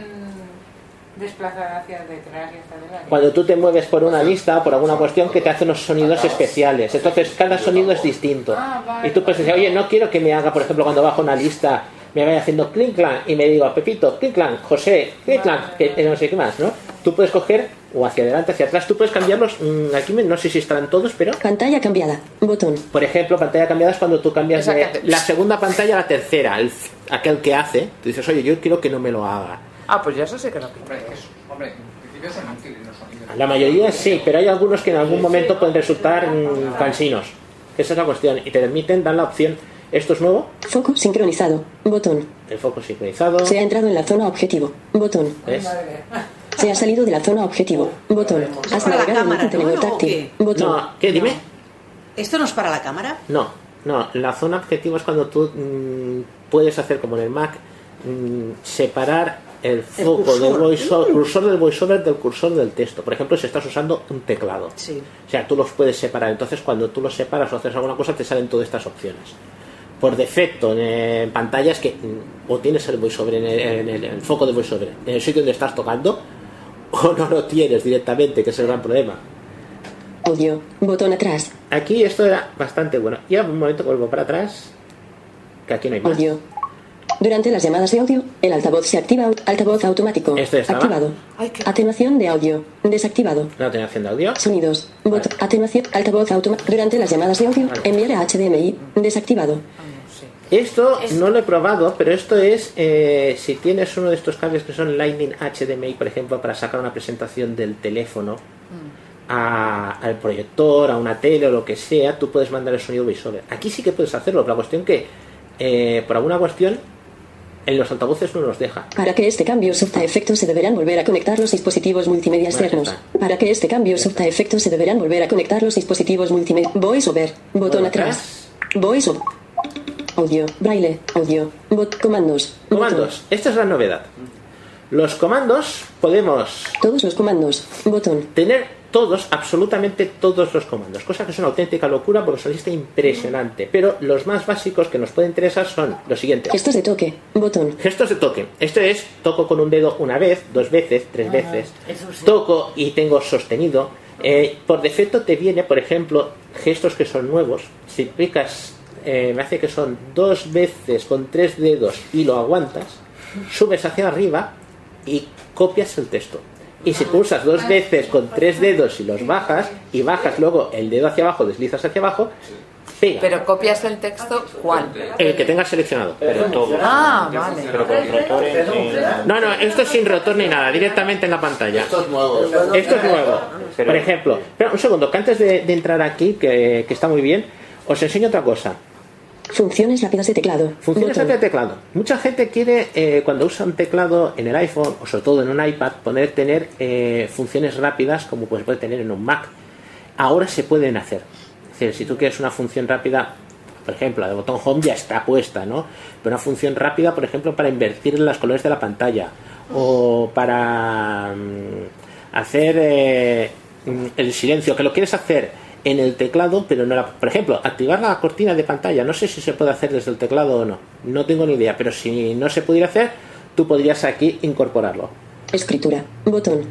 S12: desplazada hacia detrás y hacia adelante.
S2: Cuando tú te mueves por una lista, por alguna cuestión, que te hace unos sonidos especiales. Entonces, cada sonido es distinto.
S17: Ah,
S13: Ah,
S2: Ah, Y tú puedes decir, oye, no quiero que me haga, por ejemplo, cuando bajo una lista, me vaya haciendo clink clan y me digo, Pepito, clink clan, José, clink clan, que eh, no sé qué más, ¿no? Tú puedes coger o hacia adelante, hacia atrás. Tú puedes cambiarlos. mm, Aquí me- no sé si estarán todos, pero.
S17: Pantalla cambiada. Botón.
S2: Por ejemplo, pantalla cambiada es cuando tú cambias de
S17: Exactamente.
S2: la segunda pantalla a la tercera. el- aquel que hace, tú dices, oye, yo quiero que no me lo haga.
S9: Ah, pues ya eso sí que no pinta.
S16: Hombre, en principio son útiles, no son inútiles.
S2: La mayoría sí, pero hay algunos que en algún momento pueden resultar mm, cansinos. Esa es la cuestión. Y te permiten, dan la opción. Esto es nuevo,
S17: Foco sincronizado. Botón.
S2: el foco sincronizado.
S17: Se ha entrado en la zona objetivo. Botón.
S2: ¿Ves?
S17: Se ha salido de la zona objetivo. Botón. Has
S10: Para la
S17: navegado en un
S10: cámara,
S17: contenedor
S10: ¿no?
S17: táctil. Botón.
S2: No, ¿qué? Dime.
S10: ¿Esto no es para la cámara?
S2: No, no. La zona objetivo es cuando tú mm, puedes hacer como en el Mac, mm, separar el foco
S10: cursor. Mm.
S2: del voiceover, cursor del voiceover del cursor del texto. Por ejemplo, si estás usando un teclado.
S10: Sí.
S2: O sea, tú los puedes separar. Entonces, cuando tú los separas o haces alguna cosa, te salen todas estas opciones. Por defecto, en, eh, en pantallas que mm, o tienes el voiceover en el, en el- en el foco de voiceover, en el sitio donde estás tocando, o no lo tienes directamente, que es el gran problema.
S17: Audio. Botón atrás.
S2: Aquí esto era bastante bueno. Y ahora un momento vuelvo para atrás. Que aquí no hay más.
S17: Audio. Durante las llamadas de audio, el altavoz se activa. Altavoz automático.
S2: Este estaba.
S17: Activado. Atenuación de audio. Desactivado.
S2: No tenía opción de audio.
S17: Sonidos. Botón. Atenuación. Altavoz automático. Durante las llamadas de audio, enviar a HDMI. Desactivado.
S2: Esto no lo he probado, pero esto es eh, si tienes uno de estos cables que son Lightning HDMI, por ejemplo, para sacar una presentación del teléfono a- al proyector, a una tele o lo que sea, tú puedes mandar el sonido voiceover. Aquí sí que puedes hacerlo, pero la cuestión que, eh, por alguna cuestión, en los altavoces no nos deja.
S17: Para que este cambio sufra efecto se deberán volver a conectar los dispositivos multimedia externos. Para que este cambio sufra efecto se deberán volver a conectar los dispositivos multimedia. Voice over. Botón
S2: Bueno,
S17: atrás. Voice over. Audio. Braille. Audio. Bot. Comandos.
S2: Comandos, esta es la novedad. Los comandos podemos
S17: Todos los comandos. Botón.
S2: tener todos, absolutamente todos los comandos, cosa que es una auténtica locura porque es una lista impresionante. Pero los más básicos que nos pueden interesar son los siguientes.
S17: Gestos de toque. Botón.
S2: Gestos de toque. Esto es toco con un dedo una vez, dos veces, tres veces.
S6: Eso sí.
S2: Toco y tengo sostenido. Eh, por defecto te viene, por ejemplo, gestos que son nuevos. Si picas, eh, me hace que son dos veces con tres dedos y lo aguantas, subes hacia arriba y copias el texto. Y si pulsas dos veces con tres dedos y los bajas, y bajas luego el dedo hacia abajo, deslizas hacia abajo, pega.
S9: Pero copias el texto, ¿cuál?
S2: el que tengas seleccionado.
S9: Pero todo. Ah, vale. Pero con
S2: rotores. No, no, esto es sin rotor ni nada, directamente en la pantalla. Esto es nuevo. Esto es nuevo. Por ejemplo, espera un segundo, que antes de, de entrar aquí, que, que está muy bien, os enseño otra cosa.
S17: Funciones rápidas de teclado.
S2: Funciones
S17: Botón.
S2: rápidas de teclado. Mucha gente quiere, eh, cuando usa un teclado en el iPhone, o sobre todo en un iPad, poder tener eh, funciones rápidas como pues, puede tener en un Mac. Ahora se pueden hacer. Es decir, si tú quieres una función rápida, por ejemplo, la de botón Home ya está puesta, ¿no? Pero una función rápida, por ejemplo, para invertir en los colores de la pantalla. O para mm, hacer eh, mm, el silencio, que lo quieres hacer en el teclado, pero no la... Por ejemplo, activar la cortina de pantalla. No sé si se puede hacer desde el teclado o no. No tengo ni idea, pero si no se pudiera hacer, tú podrías aquí incorporarlo.
S17: Escritura. Botón.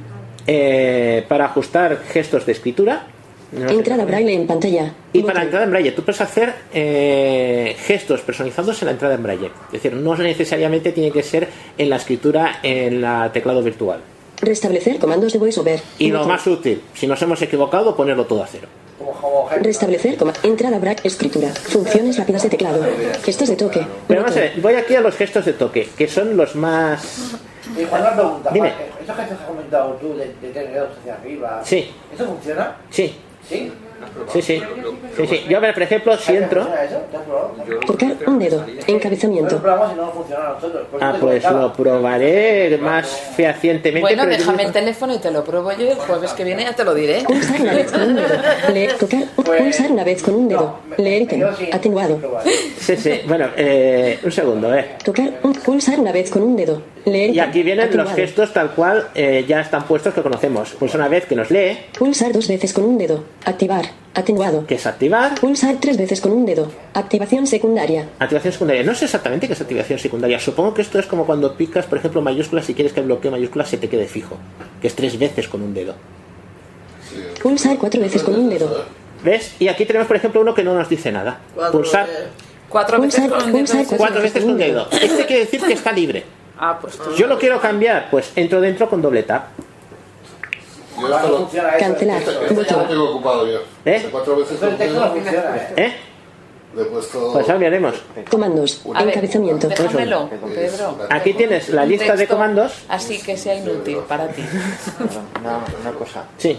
S2: Eh, para ajustar gestos de escritura. no sé.
S17: Entrada braille en pantalla.
S2: Y para la entrada en braille, tú puedes hacer eh, gestos personalizados en la entrada en braille. Es decir, no necesariamente tiene que ser en la escritura en la teclado virtual.
S17: Restablecer comandos de voiceover.
S2: Y lo
S17: Botón.
S2: más útil, si nos hemos equivocado, ponerlo todo a cero.
S17: Restablecer coma. Entrada braille. Escritura. Funciones rápidas de teclado. Gestos de toque.
S2: Pero vamos a ver, voy aquí a los gestos de toque, que son los más...
S5: Y Juan, una pregunta.
S2: Dime.
S5: Juan, Esos gestos que has comentado tú de, de tener dedos hacia arriba.
S2: Sí.
S5: ¿Eso funciona?
S2: Sí,
S5: ¿Sí?
S2: sí, sí. sí, sí. Yo, a ver, por ejemplo, si entro...
S5: ¿Funciona eso? ¿Te has probado?
S17: Tocar un dedo.
S5: No lo
S17: Encabezamiento.
S5: probamos y no funciona a nosotros. por eso
S2: Ah,
S5: te
S2: pues
S5: comentaba.
S2: lo probaré más fehacientemente.
S9: Bueno,
S2: pero yo-
S9: déjame el teléfono y te lo pruebo yo y el jueves que viene ya te lo diré.
S17: Pulsar una vez con un dedo. Leer. Tocar. Pulsar una vez con un dedo. Leer ítem. Atenuado.
S2: Sí, sí, bueno, eh, un segundo, eh.
S17: Tocar. un- Pulsar una vez con un dedo. Leer.
S2: Y
S17: ítem.
S2: aquí vienen los
S17: Atenuado.
S2: gestos tal cual eh, ya están puestos que conocemos. Pulsa una vez que nos lee,
S17: Pulsar dos veces con un dedo. Activar. Atenuado.
S2: que es activar.
S17: Pulsar tres veces con un dedo. Activación secundaria.
S2: Activación secundaria. No sé exactamente qué es activación secundaria. Supongo que esto es como cuando picas, por ejemplo, mayúsculas y quieres que el bloqueo mayúsculas se te quede fijo. Que es tres veces con un dedo.
S17: Pulsar cuatro veces con un dedo.
S2: ¿Ves? Y aquí tenemos, por ejemplo, uno que no nos dice nada. Pulsar
S9: Cuatro veces con un dedo.
S17: pulsar
S9: eso es
S2: cuatro
S9: un
S2: veces con un dedo. Este quiere decir que está libre.
S9: Ah, pues tú.
S2: Yo lo quiero cambiar, pues entro dentro con doble tap.
S7: Yo esto lo-
S17: Cancelar.
S7: Esto, esto ya lo
S17: Botón.
S7: tengo ocupado yo.
S2: ¿Eh?
S7: Hace cuatro veces
S5: Pero el
S7: que lo
S5: texto no
S7: tengo.
S5: funciona, ¿eh?
S2: ¿Eh?
S7: Le he puesto...
S2: Pues ahora miraremos.
S17: Comandos.
S2: A ver,
S17: Encabezamiento.
S9: déjamelo, Pedro.
S2: Aquí tienes la
S9: Un
S2: lista de
S9: texto
S2: comandos.
S9: Así que sea inútil para ti.
S15: Perdón, Nada más, una cosa. Sí.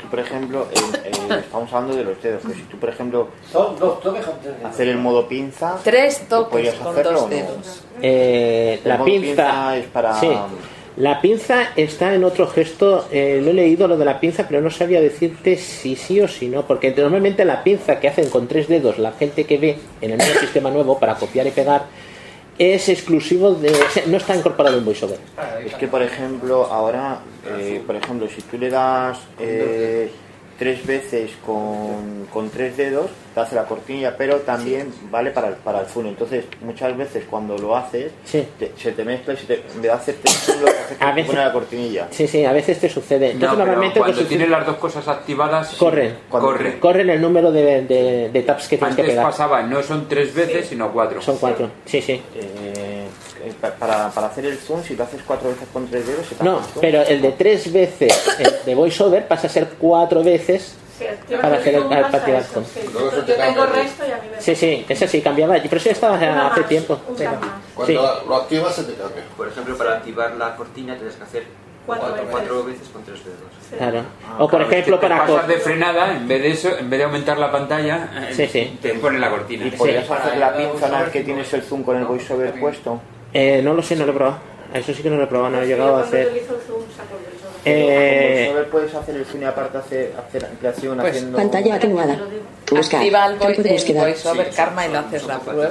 S15: tú, por ejemplo, eh, eh, estamos hablando de los dedos. pero si tú, por ejemplo,
S5: Son dos toques con tres dedos.
S15: hacer el modo pinza,
S9: Tres toques
S15: ¿podrías
S9: con
S15: hacerlo
S9: dos
S15: o no?
S9: dedos.
S2: Eh,
S15: El
S2: la
S15: modo
S2: pinza,
S15: pinza es para-
S2: sí. La pinza está en otro gesto. eh, lo he leído lo de la pinza, pero no sabía decirte si sí o si no, porque normalmente la pinza que hacen con tres dedos la gente que ve en el nuevo sistema nuevo para copiar y pegar es exclusivo de, o sea, no está incorporado en VoiceOver.
S15: Es que, por ejemplo, ahora, eh, por ejemplo, si tú le das eh, tres veces con, con tres dedos, te hace la cortinilla, pero también vale para el, para el funnel. Entonces, muchas veces cuando lo haces, te- se te mezcla y se te, en vez de hacerte el funnel, lo que hace es que te pone la cortinilla.
S2: Sí, sí, a veces te sucede.
S15: No,
S2: Entonces
S15: pero
S2: normalmente lo que
S15: cuando
S2: sucede-
S18: Tiene las dos cosas activadas. sí.
S2: corren,
S18: Corre.
S2: corren el número de, de- de taps que tienes que
S18: Antes
S2: pegar.
S18: pasaba, no son tres veces, sino cuatro.
S2: Son cuatro, sí, sí.
S15: Eh, eh, pa- para, para hacer el zoom, si lo haces cuatro veces con tres dedos, se te
S2: No,
S15: hace el zoom.
S2: pero el de tres veces el de voiceover pasa a ser cuatro veces para hacer el, el partido
S13: eso,
S2: alto.
S13: sí. Yo tengo resto y a mí me
S2: Sí, sí, esa sí cambiaba, pero eso ya estaba
S13: Una
S2: hace
S13: más,
S2: tiempo.
S13: usa
S2: Pero-
S13: más.
S2: sí.
S7: Cuando lo activas se te cambia.
S11: Por ejemplo, para activar la cortina tienes que hacer
S13: Cuatro
S11: cuatro,
S13: veces.
S11: cuatro veces con tres dedos. Ah,
S2: Claro. O por
S18: ah, Claro, es que
S2: ejemplo
S18: te
S2: para
S18: pasas
S2: cor-
S18: de frenada, en vez de eso, en vez de aumentar la pantalla, eh,
S2: Sí, sí.
S18: te ponen la cortina.
S15: Y podrías hacer la pinza una vez que tienes el zoom con el voiceover puesto.
S2: Eh, no lo sé, no lo he probado. A Eso sí que no lo he probado, no he llegado a hacer.
S15: Eh,
S2: Eh,
S15: puedes hacer el zoom y aparte hacer, hacer ampliación
S9: Pues,
S15: haciendo...
S17: Pantalla atenuada. Buscar.
S9: Activa el,
S17: Campo de
S9: voice, el
S17: búsqueda.
S9: voiceover Karma y lo haces la prueba.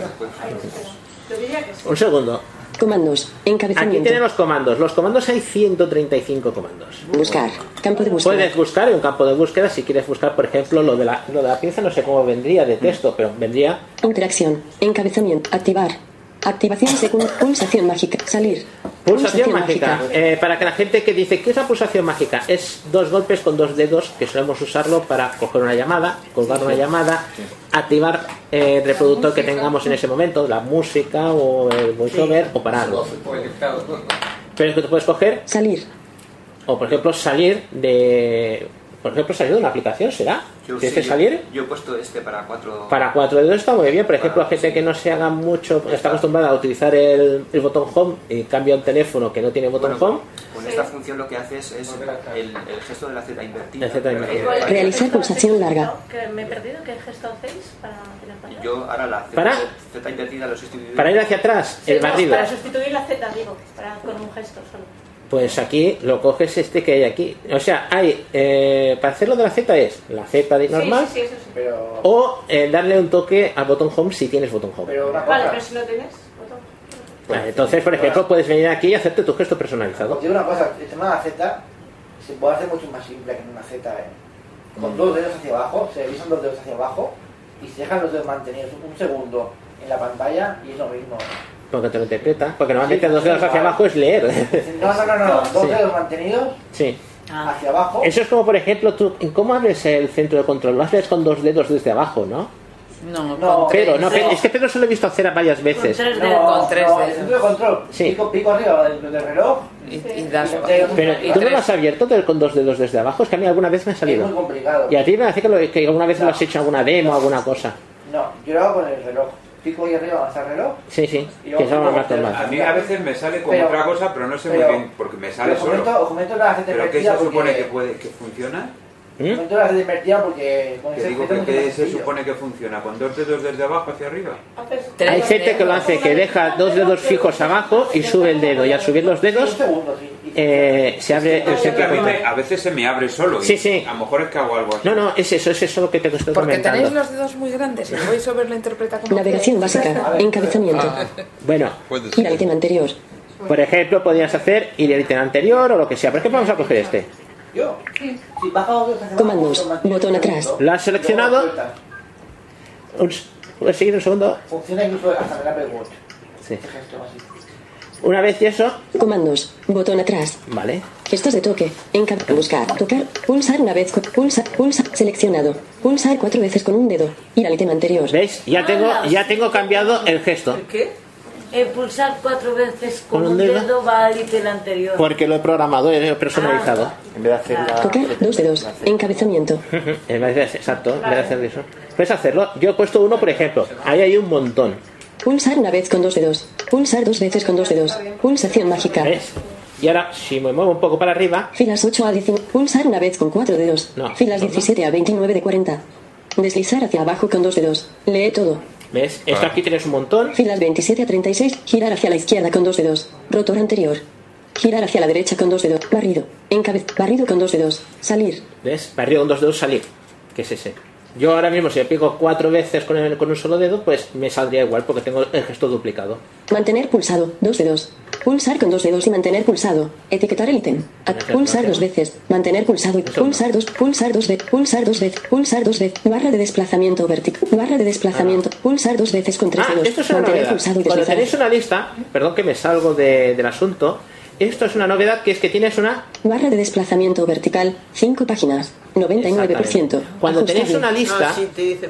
S13: Yo diría que sí.
S2: Un segundo.
S17: Comandos.
S2: Aquí
S17: Encabezamiento.
S2: tienen los comandos. Los comandos hay 135 comandos.
S17: Buscar. Campo de búsqueda.
S2: Puedes buscar en un campo de búsqueda si quieres buscar, por ejemplo, lo de la, lo de la pinza, no sé cómo vendría de texto, pero vendría
S17: Interacción. Encabezamiento. Activar. Activación según pulsación mágica. Salir.
S2: Pulsación mágica. Eh, para que la gente que dice, ¿qué es la pulsación mágica? Es dos golpes con dos dedos que solemos usarlo para coger una llamada, colgar una llamada, activar eh, el reproductor que tengamos en ese momento, la música o el voiceover Pues o para algo. Pero es que tú puedes coger.
S17: Salir.
S2: O por ejemplo, salir de. Por ejemplo, salir de una aplicación, ¿será?
S11: Yo,
S2: ¿Dices
S11: sí, yo-
S2: salir?
S11: Yo, he puesto este para cuatro.
S2: Para cuatro dedos está muy bien, por ejemplo, a gente que no se haga mucho, está acostumbrada a utilizar el, el botón home y cambia un teléfono que no tiene botón home.
S11: Con esta función lo que haces es el, el gesto de la Z invertida.
S2: La Z invertida.
S11: Pero que-
S17: Realizar pulsación larga.
S13: Que me he perdido, ¿qué gesto hacéis para tirar para atrás?
S11: Yo ahora la Z,
S2: Para.
S11: Z invertida lo sustituyo.
S2: Para ir hacia atrás, el
S13: No,
S2: barrido.
S13: Para sustituir la Z, digo, para, con un gesto solo.
S2: Pues aquí lo coges este que hay aquí. O sea, hay. eh, para hacerlo de la Z es la Z de normal.
S13: Sí, sí, sí, eso sí.
S5: Pero,
S2: O eh, darle un toque al botón home si tienes botón home.
S5: pero una
S13: Vale,
S5: cosa,
S13: pero si no tienes botón.
S2: Vale, Pues entonces, por ejemplo, puedes venir aquí y hacerte tu gesto personalizado.
S5: digo una cosa, el tema de la Z se puede hacer mucho más simple que en una Z. ¿eh? Con
S2: Mm.
S5: dos dedos hacia abajo, se revisan dos dedos hacia abajo y se dejan los dedos mantenidos un segundo en la pantalla y es lo mismo.
S2: Porque te lo interpreta. Porque normalmente
S5: Sí,
S2: dos dedos
S5: sí,
S2: hacia
S5: vale.
S2: abajo es leer.
S5: No, no, no, no, dos
S2: Sí.
S5: dedos mantenidos
S2: sí.
S5: hacia abajo.
S2: Eso es como, por ejemplo, tú. ¿Cómo abres el centro de control? Lo haces con dos dedos desde abajo, ¿no?
S9: No,
S5: No,
S2: Pedro, no,
S5: tres.
S2: Pedro- es que Pedro se lo he visto hacer varias veces.
S5: No, no, el centro de control. Pico, pico arriba del, del reloj. Y, das
S2: Pero tú no lo has abierto del- con dos dedos desde abajo, es que a mí alguna vez me ha
S5: Es muy
S2: salido.
S5: complicado.
S2: Y a ti me hace que, lo- que alguna vez lo has hecho alguna demo o alguna cosa.
S5: No, yo lo hago con el reloj. Pico ahí arriba avanza el reloj.
S2: Sí, sí,
S5: Y
S2: que
S5: luego
S2: eso
S5: tú
S2: lo
S5: lo
S2: más normal.
S18: A mí a veces me sale como
S5: Pero-
S18: otra cosa, pero no sé
S5: pero-
S18: muy bien, porque me sale
S5: Pero
S18: solo.
S5: comento, os comento la gente
S18: ¿Pero qué
S5: invertida
S18: se supone
S5: porque-
S18: que, puede, que funciona? ¿Mm?
S5: Comento la gente invertida porque con
S18: Que
S5: ese
S18: digo
S5: objeto
S18: que,
S5: es
S18: qué
S5: muy
S18: se
S5: sencillo.
S18: supone que funciona, con dos dedos desde abajo hacia arriba.
S2: Hay gente que lo hace, que deja dos dedos fijos abajo y sube el dedo. Y al subir los dedos, eh, se abre el
S18: Es que
S2: centro
S18: a,
S2: de
S18: mí me-
S2: control.
S18: a veces se me abre solo. y
S2: Sí, sí.
S18: A lo mejor es que hago algo así.
S2: No, no, es eso, es eso lo que te estoy
S9: Porque tenéis
S2: comentando.
S9: los dedos muy grandes. El voiceover lo interpreta como.
S17: Navegación
S9: que-
S17: básica. Encabezamiento.
S18: Ah,
S2: Bueno,
S17: Ir al tema anterior.
S2: por ejemplo, podrías hacer ir al ítem anterior o lo que sea. Por ejemplo, vamos a coger este.
S5: Yo, si baja dos dedos hacia abajo,
S17: Comandos. Botón atrás.
S2: Lo has seleccionado. Un, s- un seguido, un segundo.
S5: funciona incluso hasta el Apple Watch.
S2: Sí.
S5: Ese gesto así.
S2: Una vez y eso.
S17: Comandos. Botón atrás.
S2: Vale.
S17: Gestos de toque. Encab buscar. Tocar. Pulsar una vez. con- Pulsa. Pulsa. Seleccionado. Pulsar cuatro veces con un dedo. Ir al ítem anterior.
S2: ¿Veis? Ya tengo, ya tengo cambiado el gesto.
S17: ¿Qué?
S6: eh, pulsar cuatro veces con,
S2: ¿Con un
S6: un
S2: dedo?
S6: dedo, va al ítem anterior.
S2: Porque lo he programado, he personalizado. en vez de hacer la...
S17: Tocar dos dedos. Encabezamiento.
S2: En vez de hacer- exacto, en vez de hacer eso. Puedes hacerlo. Yo he puesto uno, por ejemplo. Ahí hay un montón.
S17: Pulsar una vez con dos dedos. Pulsar dos veces con dos dedos. Pulsación mágica.
S2: Y ahora, si me muevo un poco para arriba,
S17: Filas 8 a 19. Pulsar una vez con cuatro dedos.
S2: No.
S17: Filas 17 a 29 de 40. Deslizar hacia abajo con dos dedos. Lee todo.
S2: ¿ves? Esto aquí tienes un montón.
S17: Filas 27 a 36. Girar hacia la izquierda con dos dedos. Rotor anterior. Girar hacia la derecha con dos dedos. Barrido. Encabez. Barrido con dos dedos. Salir.
S2: ¿Ves? Para arriba con dos dedos salir. Que es ese. Yo ahora mismo, si pico cuatro veces con, el- con un solo dedo, pues me saldría igual porque tengo el gesto duplicado.
S17: Mantener pulsado. Dos dedos. Pulsar con dos dedos y mantener pulsado. Etiquetar el ítem. A- Pulsar dos veces. Mantener pulsado y pulsar dos. Pulsar dos veces. Pulsar dos veces. Pulsar dos veces. Barra de desplazamiento vertical. Barra de desplazamiento. Pulsar dos veces con tres
S2: Ah,
S17: dedos.
S2: esto es una
S17: mantener
S2: novedad.
S17: pulsado y
S2: Cuando
S17: deslizar.
S2: tenéis una lista, perdón que me salgo de- del asunto, esto es una novedad que es que tienes una...
S17: Barra de desplazamiento vertical. Cinco páginas. 99%.
S2: Cuando tenéis
S17: Ajustable.
S2: una lista,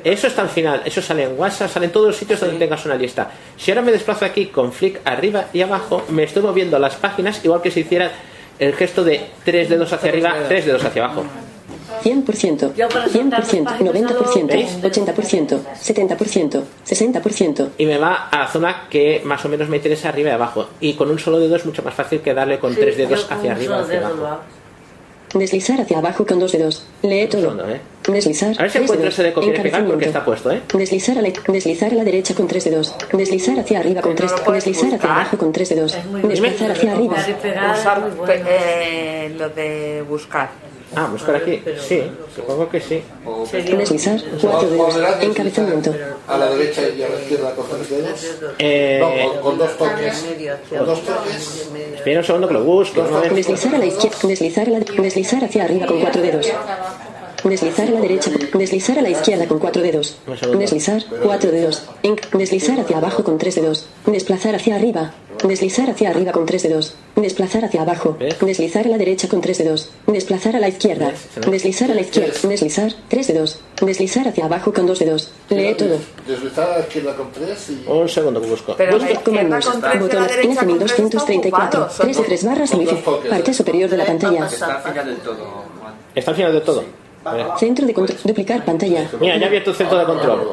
S2: eso está al final, eso sale en WhatsApp, sale en todos los sitios donde tengas una lista. Si ahora me desplazo aquí con flick arriba y abajo, me estoy moviendo las páginas igual que si hiciera el gesto de tres dedos hacia arriba, tres dedos hacia abajo.
S17: 100%, 100%, 90%, 80%, 70%, 60%.
S2: Y me va a la zona que más o menos me interesa arriba y abajo. Y con un solo dedo es mucho más fácil que darle con
S17: Sí,
S2: tres dedos
S17: yo con
S2: hacia
S17: un
S2: arriba o
S17: solo
S2: hacia
S17: dedo
S2: abajo.
S17: lo Deslizar hacia abajo con dos dedos. Lee todo.
S2: Fondo, ¿eh?
S17: Deslizar.
S2: A ver si
S17: tres
S2: encuentro
S17: dedos.
S2: ese de copiar y pegar porque
S17: Encabezamiento.
S2: está puesto, ¿eh?
S17: Deslizar a, la, deslizar a la derecha con tres dedos. Deslizar hacia arriba con tres Deslizar hacia abajo con tres dedos. Deslizar hacia arriba.
S12: Pulsar eh, lo de buscar.
S2: Ah, buscar aquí. Sí, supongo que sí.
S17: Deslizar. Cuatro dedos. Encabezamiento.
S7: A la derecha y a la izquierda con tres dedos.
S2: Eh,
S7: No, con, con dos toques. Con dos toques.
S2: Espera un segundo que lo busque. un momento.
S17: Deslizar a la izquierda. Deslizar, a la, deslizar hacia arriba con cuatro dedos. Deslizar a la derecha. Deslizar a la izquierda con cuatro dedos.
S2: Un segundo.
S17: Deslizar. Cuatro dedos. En- deslizar hacia abajo con tres dedos. Desplazar hacia arriba. Deslizar hacia arriba con tres dedos. Desplazar hacia abajo. Deslizar a la derecha con tres dedos. Desplazar a la izquierda. Deslizar a la izquierda. Deslizar. Tres dedos. Deslizar hacia abajo con dos dedos. Lee todo.
S7: Deslizar a la izquierda con tres y.
S2: Oh, Un segundo que busco.
S17: Pero Busca comandos. Botón N 1234. 3 de 3 barras inicio. Parte superior de la pantalla.
S11: Está al final del todo, Juan.
S2: Está al final de todo. Vale.
S17: Centro de control. Duplicar pantalla.
S2: Mira, ya he abierto el centro de control.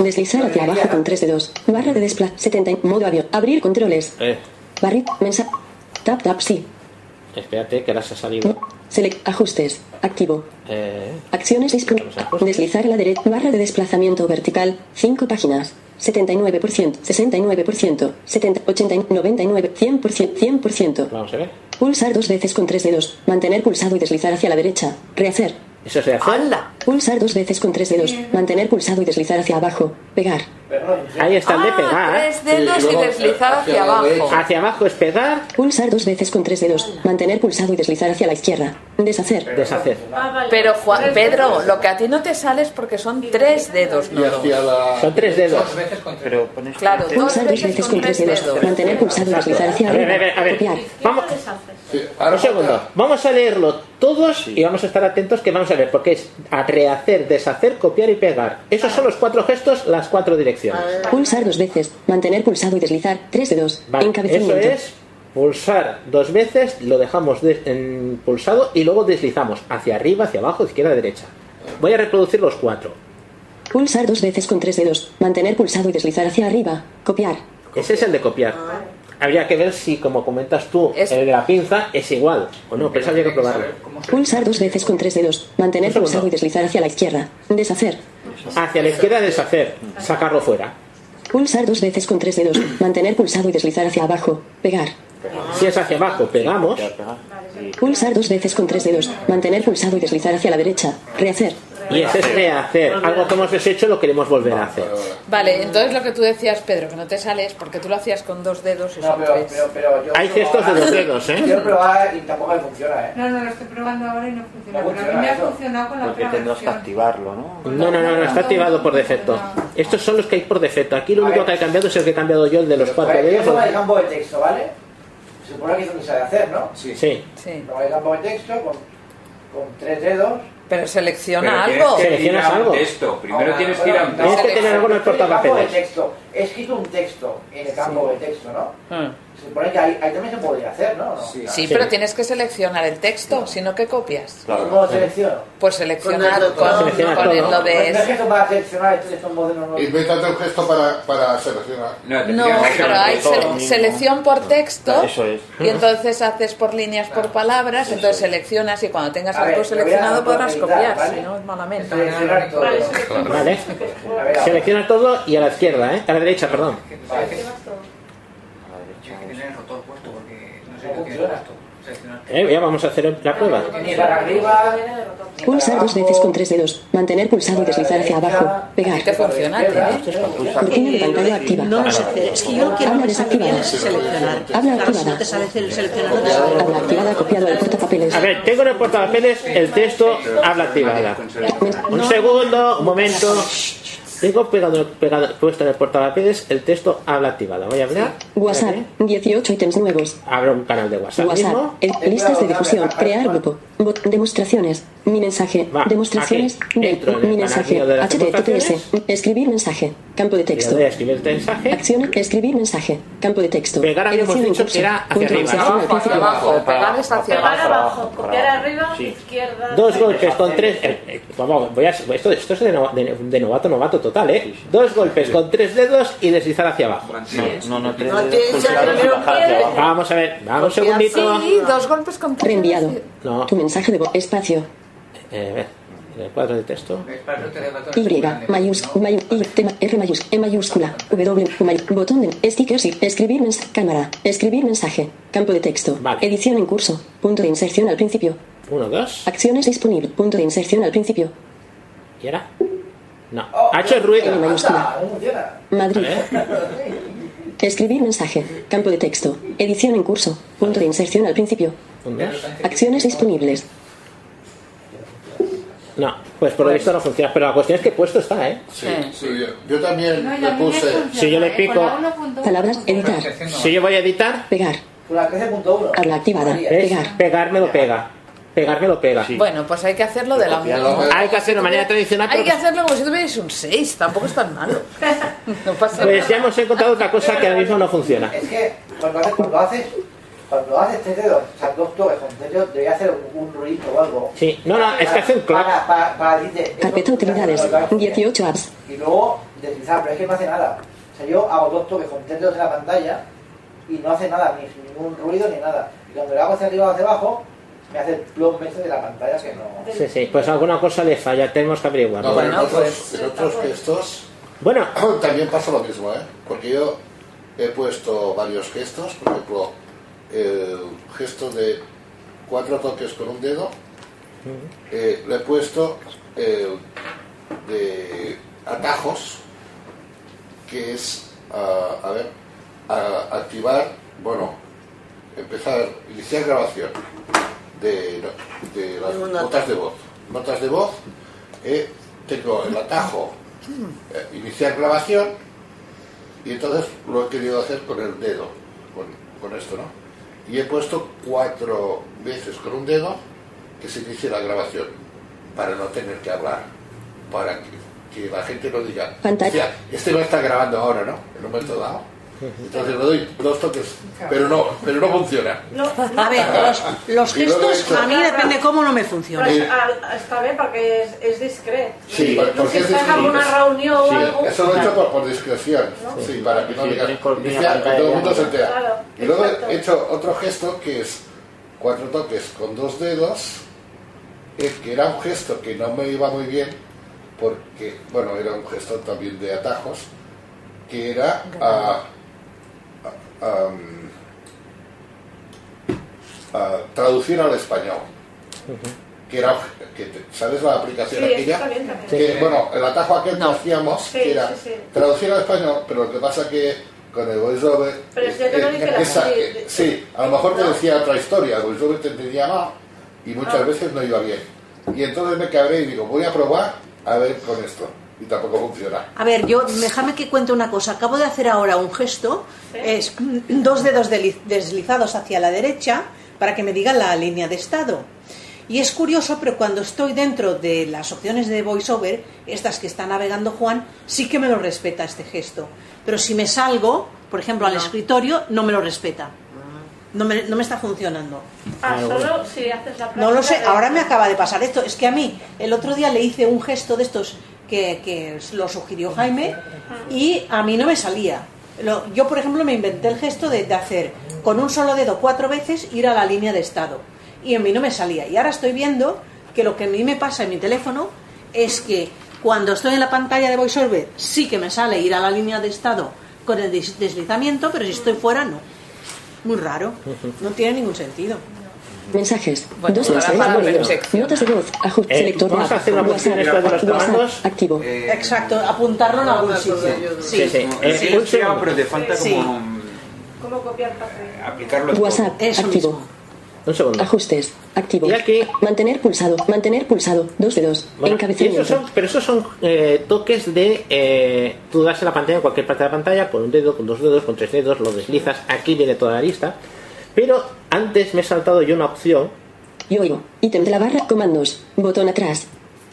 S17: Deslizar hacia abajo con tres dedos. Barra de desplaz. 70. Modo avión. Abrir controles.
S2: Eh,
S17: Barrit. Mensaje. Tap tap sí.
S2: espérate, que ahora se ha salido.
S17: Select. Ajustes. Activo.
S2: Eh,
S17: Acciones disponibles. Deslizar a la derecha. Barra de desplazamiento vertical. 5 páginas. 79%, 69%, 70, 80, 99, 100%, 100%.
S2: Vamos a ver.
S17: Pulsar dos veces con tres dedos. Mantener pulsado y deslizar hacia la derecha. Rehacer.
S2: eso se hace.
S17: Pulsar dos veces con tres dedos. Mantener pulsado y deslizar hacia abajo. Pegar.
S2: Ahí está el de
S17: Ah,
S2: pegar.
S17: tres dedos Sí, y luego deslizar hacia hacia la abajo. derecha.
S2: Hacia abajo es pegar,
S17: Pulsar dos veces con tres dedos. Mantener pulsado y deslizar hacia la izquierda. Deshacer.
S2: deshacer.
S12: Ah,
S9: Pero Juan, Pedro, lo que a ti no te sale es porque son tres dedos, no dos.
S2: Son tres dedos.
S15: Pero pones
S9: Claro, dos
S17: Pulsar dos
S9: veces
S17: veces con tres dedos. Mantener pulsado y deslizar hacia
S2: A ver, a ver,
S17: arriba.
S2: a ver.
S17: Copiar.
S2: Vamos. Un segundo. Vamos a leerlo todos y vamos a estar atentos que vamos a ver, porque es a rehacer, deshacer, copiar y pegar. Esos son los cuatro gestos, las cuatro direcciones.
S17: Pulsar dos veces. Mantener pulsado y deslizar tres dedos.
S2: Vale, eso
S17: Encabezamiento.
S2: es pulsar dos veces, lo dejamos des- en pulsado y luego deslizamos hacia arriba, hacia abajo, izquierda, derecha. Voy a reproducir los cuatro.
S17: Pulsar dos veces con tres dedos. Mantener pulsado y deslizar hacia arriba. Copiar.
S2: Ese es el de copiar. Habría que ver si, como comentas tú, el de la pinza es igual o no, pero eso habría que probarlo.
S17: Pulsar dos veces con tres dedos. Mantener
S2: Un segundo.
S17: pulsado y deslizar hacia la izquierda. Deshacer.
S2: Hacia la izquierda deshacer, sacarlo fuera.
S17: Pulsar dos veces con tres dedos. Mantener pulsado y deslizar hacia abajo. Pegar.
S2: Si es hacia abajo, pegamos.
S17: Pulsar dos veces con tres dedos. Mantener pulsado y deslizar hacia la derecha. Rehacer.
S2: Y ese es rehacer. Algo que hemos deshecho lo queremos volver a hacer.
S9: Vale, entonces lo que tú decías, Pedro, que no te sale es porque tú lo hacías con dos dedos y son tres.
S2: Hay gestos de los dedos, ¿eh?
S5: Quiero probar y tampoco me funciona, ¿eh?
S12: No, no, lo estoy probando ahora y no funciona.
S5: No
S12: pero a mí
S5: funciona
S12: me ha
S5: eso.
S12: funcionado con la
S15: Porque
S12: otra
S15: tendrás que
S12: versión.
S15: activarlo, ¿no?
S2: No, no, no, no, está activado por defecto. Estos son los que hay por defecto. Aquí lo único que he cambiado es el que he cambiado yo, el de los
S5: Vale,
S2: cuatro
S5: eso va el
S2: dedos.
S5: campo de texto, ¿vale? Se supone que eso no sabe hacer, ¿no?
S2: Sí.
S9: Sí.
S5: Lo va el campo de texto con, con tres dedos.
S9: Pero selecciona
S5: Pero
S9: algo.
S5: tienes que ir a un
S2: Seleccionas algo.
S18: Texto. Primero
S5: Ah,
S18: tienes que ir
S5: bueno,
S18: a un
S5: no,
S2: Tienes que
S5: selecciona-
S2: tener algo en el
S5: campo de
S2: portapapeles.
S5: texto. he escrito un texto en el campo
S9: Sí.
S5: de texto, ¿no? Se supone que ahí, ahí también se podría hacer, ¿no? ¿O no?
S9: Sí, pero tienes que seleccionar el texto, si no, ¿qué copias?
S5: Claro. ¿Cómo lo selecciono?
S9: Pues seleccionar
S5: Con el
S9: con,
S5: botón. Seleccionas
S9: con el
S5: todo.
S9: lo de...
S5: No es que esto para seleccionar, esto es un modelo nuevo.
S7: Invéntate un gesto para, para seleccionar.
S9: No, pero hay sele- selección por
S5: Ah,
S9: texto
S7: Eso es.
S9: y entonces haces por líneas, por palabras, entonces seleccionas y cuando tengas
S5: A ver,
S9: algo
S5: lo voy a
S9: seleccionado podrás
S5: autorizar,
S9: copiar,
S5: ¿vale?
S9: si no es malamente.
S5: Seleccionar todo. Vale,
S2: Vale. Selecciona todo y a la izquierda, ¿eh? A la derecha, perdón.
S16: que tener el rotor puesto porque no sé por qué es esto.
S2: Eh, ya vamos a hacer la prueba.
S5: Ni para arriba,
S17: Pulsa dos veces con tres dedos. Mantener pulsado y deslizar hacia abajo. Pegar.
S9: Te funciona,
S17: Cortina de pantalla activa.
S14: Eh, No lo sé hacer. Es que yo lo que no
S17: Habla
S14: me sabe bien
S17: desactivada.
S14: es seleccionar.
S17: Habla
S14: Claro, si no
S17: activada.
S14: te sabe hacer el seleccionar, no te sabe-
S17: Habla activada, copiado al portapapeles.
S2: A ver, tengo en el portapapeles el texto habla activada. Un segundo, un momento. Tengo pegado, pegado- puesto en el portapapeles el texto habla activada. Voy a hablar.
S17: WhatsApp. 18 ítems nuevos.
S2: Abro un canal de WhatsApp.
S17: WhatsApp.
S2: mismo.
S17: El- listas de difusión. Crear grupo. Bot- demostraciones. Mi mensaje. demostraciones.
S2: aquí.
S17: del-
S2: Entro en el
S17: mi mensaje.
S2: panel de las
S17: HTTPS. Escribir mensaje. Campo de texto.
S2: Le doy a escribir el mensaje.
S17: Acción. Escribir mensaje. Campo de texto.
S2: Pegar habíamos
S17: Elección en
S2: dicho
S17: curso.
S2: que era hacia
S17: Punto de
S2: arriba.
S17: inserción al principio.
S9: pegar es hacia
S17: Pegar
S9: abajo.
S17: abajo,
S2: copiar
S13: arriba,
S2: Sí.
S13: izquierda.
S2: Dos golpes con tres. eh, eh, vamos, voy a- esto, esto es de, no- de- de novato, novato total, ¿eh? Dos golpes con tres dedos y deslizar hacia abajo.
S15: No, no, tres
S2: No,
S15: dedos pulsados y bajar hacia abajo.
S2: Vamos a ver, vamos un segundito.
S9: Sí, dos golpes con tres.
S17: Reenviado.
S2: No.
S17: Tu mensaje de voz. Espacio.
S2: Eh, a ver, en el cuadro de texto.
S17: Y, mayús, mayu, y, tema, R mayús, E mayúscula, W, may, botón de stickers y escribir mensaje, cámara, escribir mensaje, campo de texto, edición en curso, punto de inserción al principio,
S2: Uno, dos.
S17: acciones disponible, punto de inserción al principio,
S2: ¿Y ahora? No. Ha hecho ruido.
S17: N mayúscula, Madrid, escribir mensaje, campo de texto, edición en curso, punto de inserción al principio,
S2: Un, dos.
S17: acciones disponibles,
S2: No, pues por lo visto no funciona. Pero la cuestión es que puesto está, ¿eh?
S7: Sí, sí, yo, yo también le puse.
S2: Si yo le pico.
S17: palabras, editar,
S2: Si yo voy a editar.
S17: Pegar.
S9: Habla activada,
S2: Pegar. Pegarme lo pega. Pegarme lo pega.
S9: Bueno, pues hay que hacerlo de la
S2: Hay que hacerlo de manera tradicional.
S9: Hay
S2: pero
S9: que hacerlo como si tuvierais un 6, tampoco es tan malo. No pasa
S2: Pues ya
S9: nada.
S2: hemos encontrado otra cosa que ahora mismo no funciona.
S5: Es que cuando haces, cuando haces, cuando haces tres dedos, o sea, dos toques con tres dedos, debería hacer un ruido o algo.
S2: Sí, no, no, es que hace un
S5: Para,
S2: clap.
S5: para, para decirte,
S17: carpeta utilidades, 18 apps,
S5: y luego deslizar, pero es que no hace nada. O sea, yo hago dos toques con tres dedos en la pantalla y no hace nada, ni ningún ruido ni nada. Y cuando lo hago hacia arriba o hacia abajo, me hace el plom ese de la pantalla que no.
S2: Sí, sí, pues alguna cosa le falla, tenemos que averiguarlo.
S7: No, pero en otros, en otros gestos
S2: Bueno,
S7: también pasa lo mismo, ¿eh? Porque yo he puesto varios gestos, por ejemplo, el gesto de cuatro toques con un dedo, eh, le he puesto el de atajos, que es, ah, a ver, a- activar, bueno, empezar, iniciar grabación de, de las
S14: Un
S7: notas de voz. Notas de voz, eh, tengo el atajo, eh, iniciar grabación, y entonces lo he querido hacer con el dedo, con, con esto, ¿no? Y he puesto cuatro veces con un dedo que se inicie la grabación, para no tener que hablar, para que, que la gente no diga,
S17: Pantalla.
S7: "Hostia, este lo está grabando ahora, ¿no? En un momento dado. Entonces le doy dos toques, pero no, pero no funciona.
S10: A ver, los, los
S7: Y luego
S10: gestos
S7: esto.
S10: a mí depende cómo no me funciona.
S7: Pero
S13: Pues, Está bien porque es, es discreto.
S7: Sí, porque es
S13: si estás en
S7: discreto.
S13: una reunión o
S7: Sí,
S13: algo.
S7: Eso lo he hecho por, por discreción, sí, para que no
S15: Sí,
S7: digas,
S15: tienes cortina,
S7: iniciar,
S15: pantalla,
S7: todo el mundo se
S15: ya.
S7: entera.
S13: Claro,
S7: y luego
S13: exacto.
S7: he hecho otro gesto que es cuatro toques con dos dedos, eh, que era un gesto que no me iba muy bien, porque, bueno, era un gesto también de atajos, que era... ah, ah, am, ah, traducir al español que era que te- sabes la aplicación
S13: Sí, eso
S7: aquella
S13: está bien también.
S7: que
S13: Sí.
S7: bueno el atajo aquel que hacíamos
S13: Sí,
S7: que era
S13: sí, sí.
S7: traducir al español pero lo que pasa que con el voiceover
S13: Pero si yo te lo dije la-
S7: esa-
S13: sí,
S7: eh, sí a lo mejor te decía otra historia pues el voiceover te entendía mal y muchas
S13: Ah.
S7: veces no iba bien y entonces me cabré y digo voy a probar a ver con esto y tampoco funciona
S10: A ver, yo déjame que cuente una cosa. Acabo de hacer ahora un gesto, es mm, dos dedos deli- deslizados hacia la derecha para que me diga la línea de estado. Y es curioso, pero cuando estoy dentro de las opciones de voiceover, estas que está navegando Juan, sí que me lo respeta este gesto. Pero si me salgo, por ejemplo, al escritorio, no me lo respeta. No me, no me está funcionando.
S13: Ah,
S2: eh.
S13: solo si haces la práctica
S10: No lo sé,
S13: de-
S10: ahora me acaba de pasar esto. Es que a mí, el otro día le hice un gesto de estos que, que lo sugirió Jaime y a mí no me salía. Lo- yo, por ejemplo, me inventé el gesto de, de hacer con un solo dedo cuatro veces ir a la línea de estado y a mí no me salía. Y ahora estoy viendo que lo que a mí me pasa en mi teléfono es que cuando estoy en la pantalla de VoiceOver sí que me sale ir a la línea de estado con el des- deslizamiento, pero si estoy fuera no. Muy raro, no tiene ningún sentido.
S17: Mensajes.
S10: Bueno,
S17: dos
S10: ahora
S17: mensajes.
S10: para la
S17: Molido.
S10: sección.
S17: Notas de voz. Ajuste
S10: Eh,
S17: selector.
S10: vamos a hacer una
S17: WhatsApp.
S10: posibilidad para los
S17: WhatsApp.
S10: comandos.
S17: Activo.
S10: Exacto, apuntarlo en algún sitio. Sí,
S18: Es
S10: Sí.
S18: ilustrado, pero te falta
S10: Sí.
S18: como
S13: ¿Cómo copiar papel?
S18: aplicarlo todo.
S17: WhatsApp. activo.
S2: Un segundo.
S17: Ajustes. Activo. Mantener pulsado. Mantener pulsado. Dos dedos.
S2: Bueno, y
S17: Encabezamiento.
S2: esos son- pero esos son eh, toques de eh, tú das en la pantalla en cualquier parte de la pantalla con un dedo, con dos dedos, con tres dedos, lo deslizas. Aquí viene toda la lista. Pero antes me he saltado yo una opción.
S17: Yo oigo. Ítem de la barra. Comandos. Botón atrás.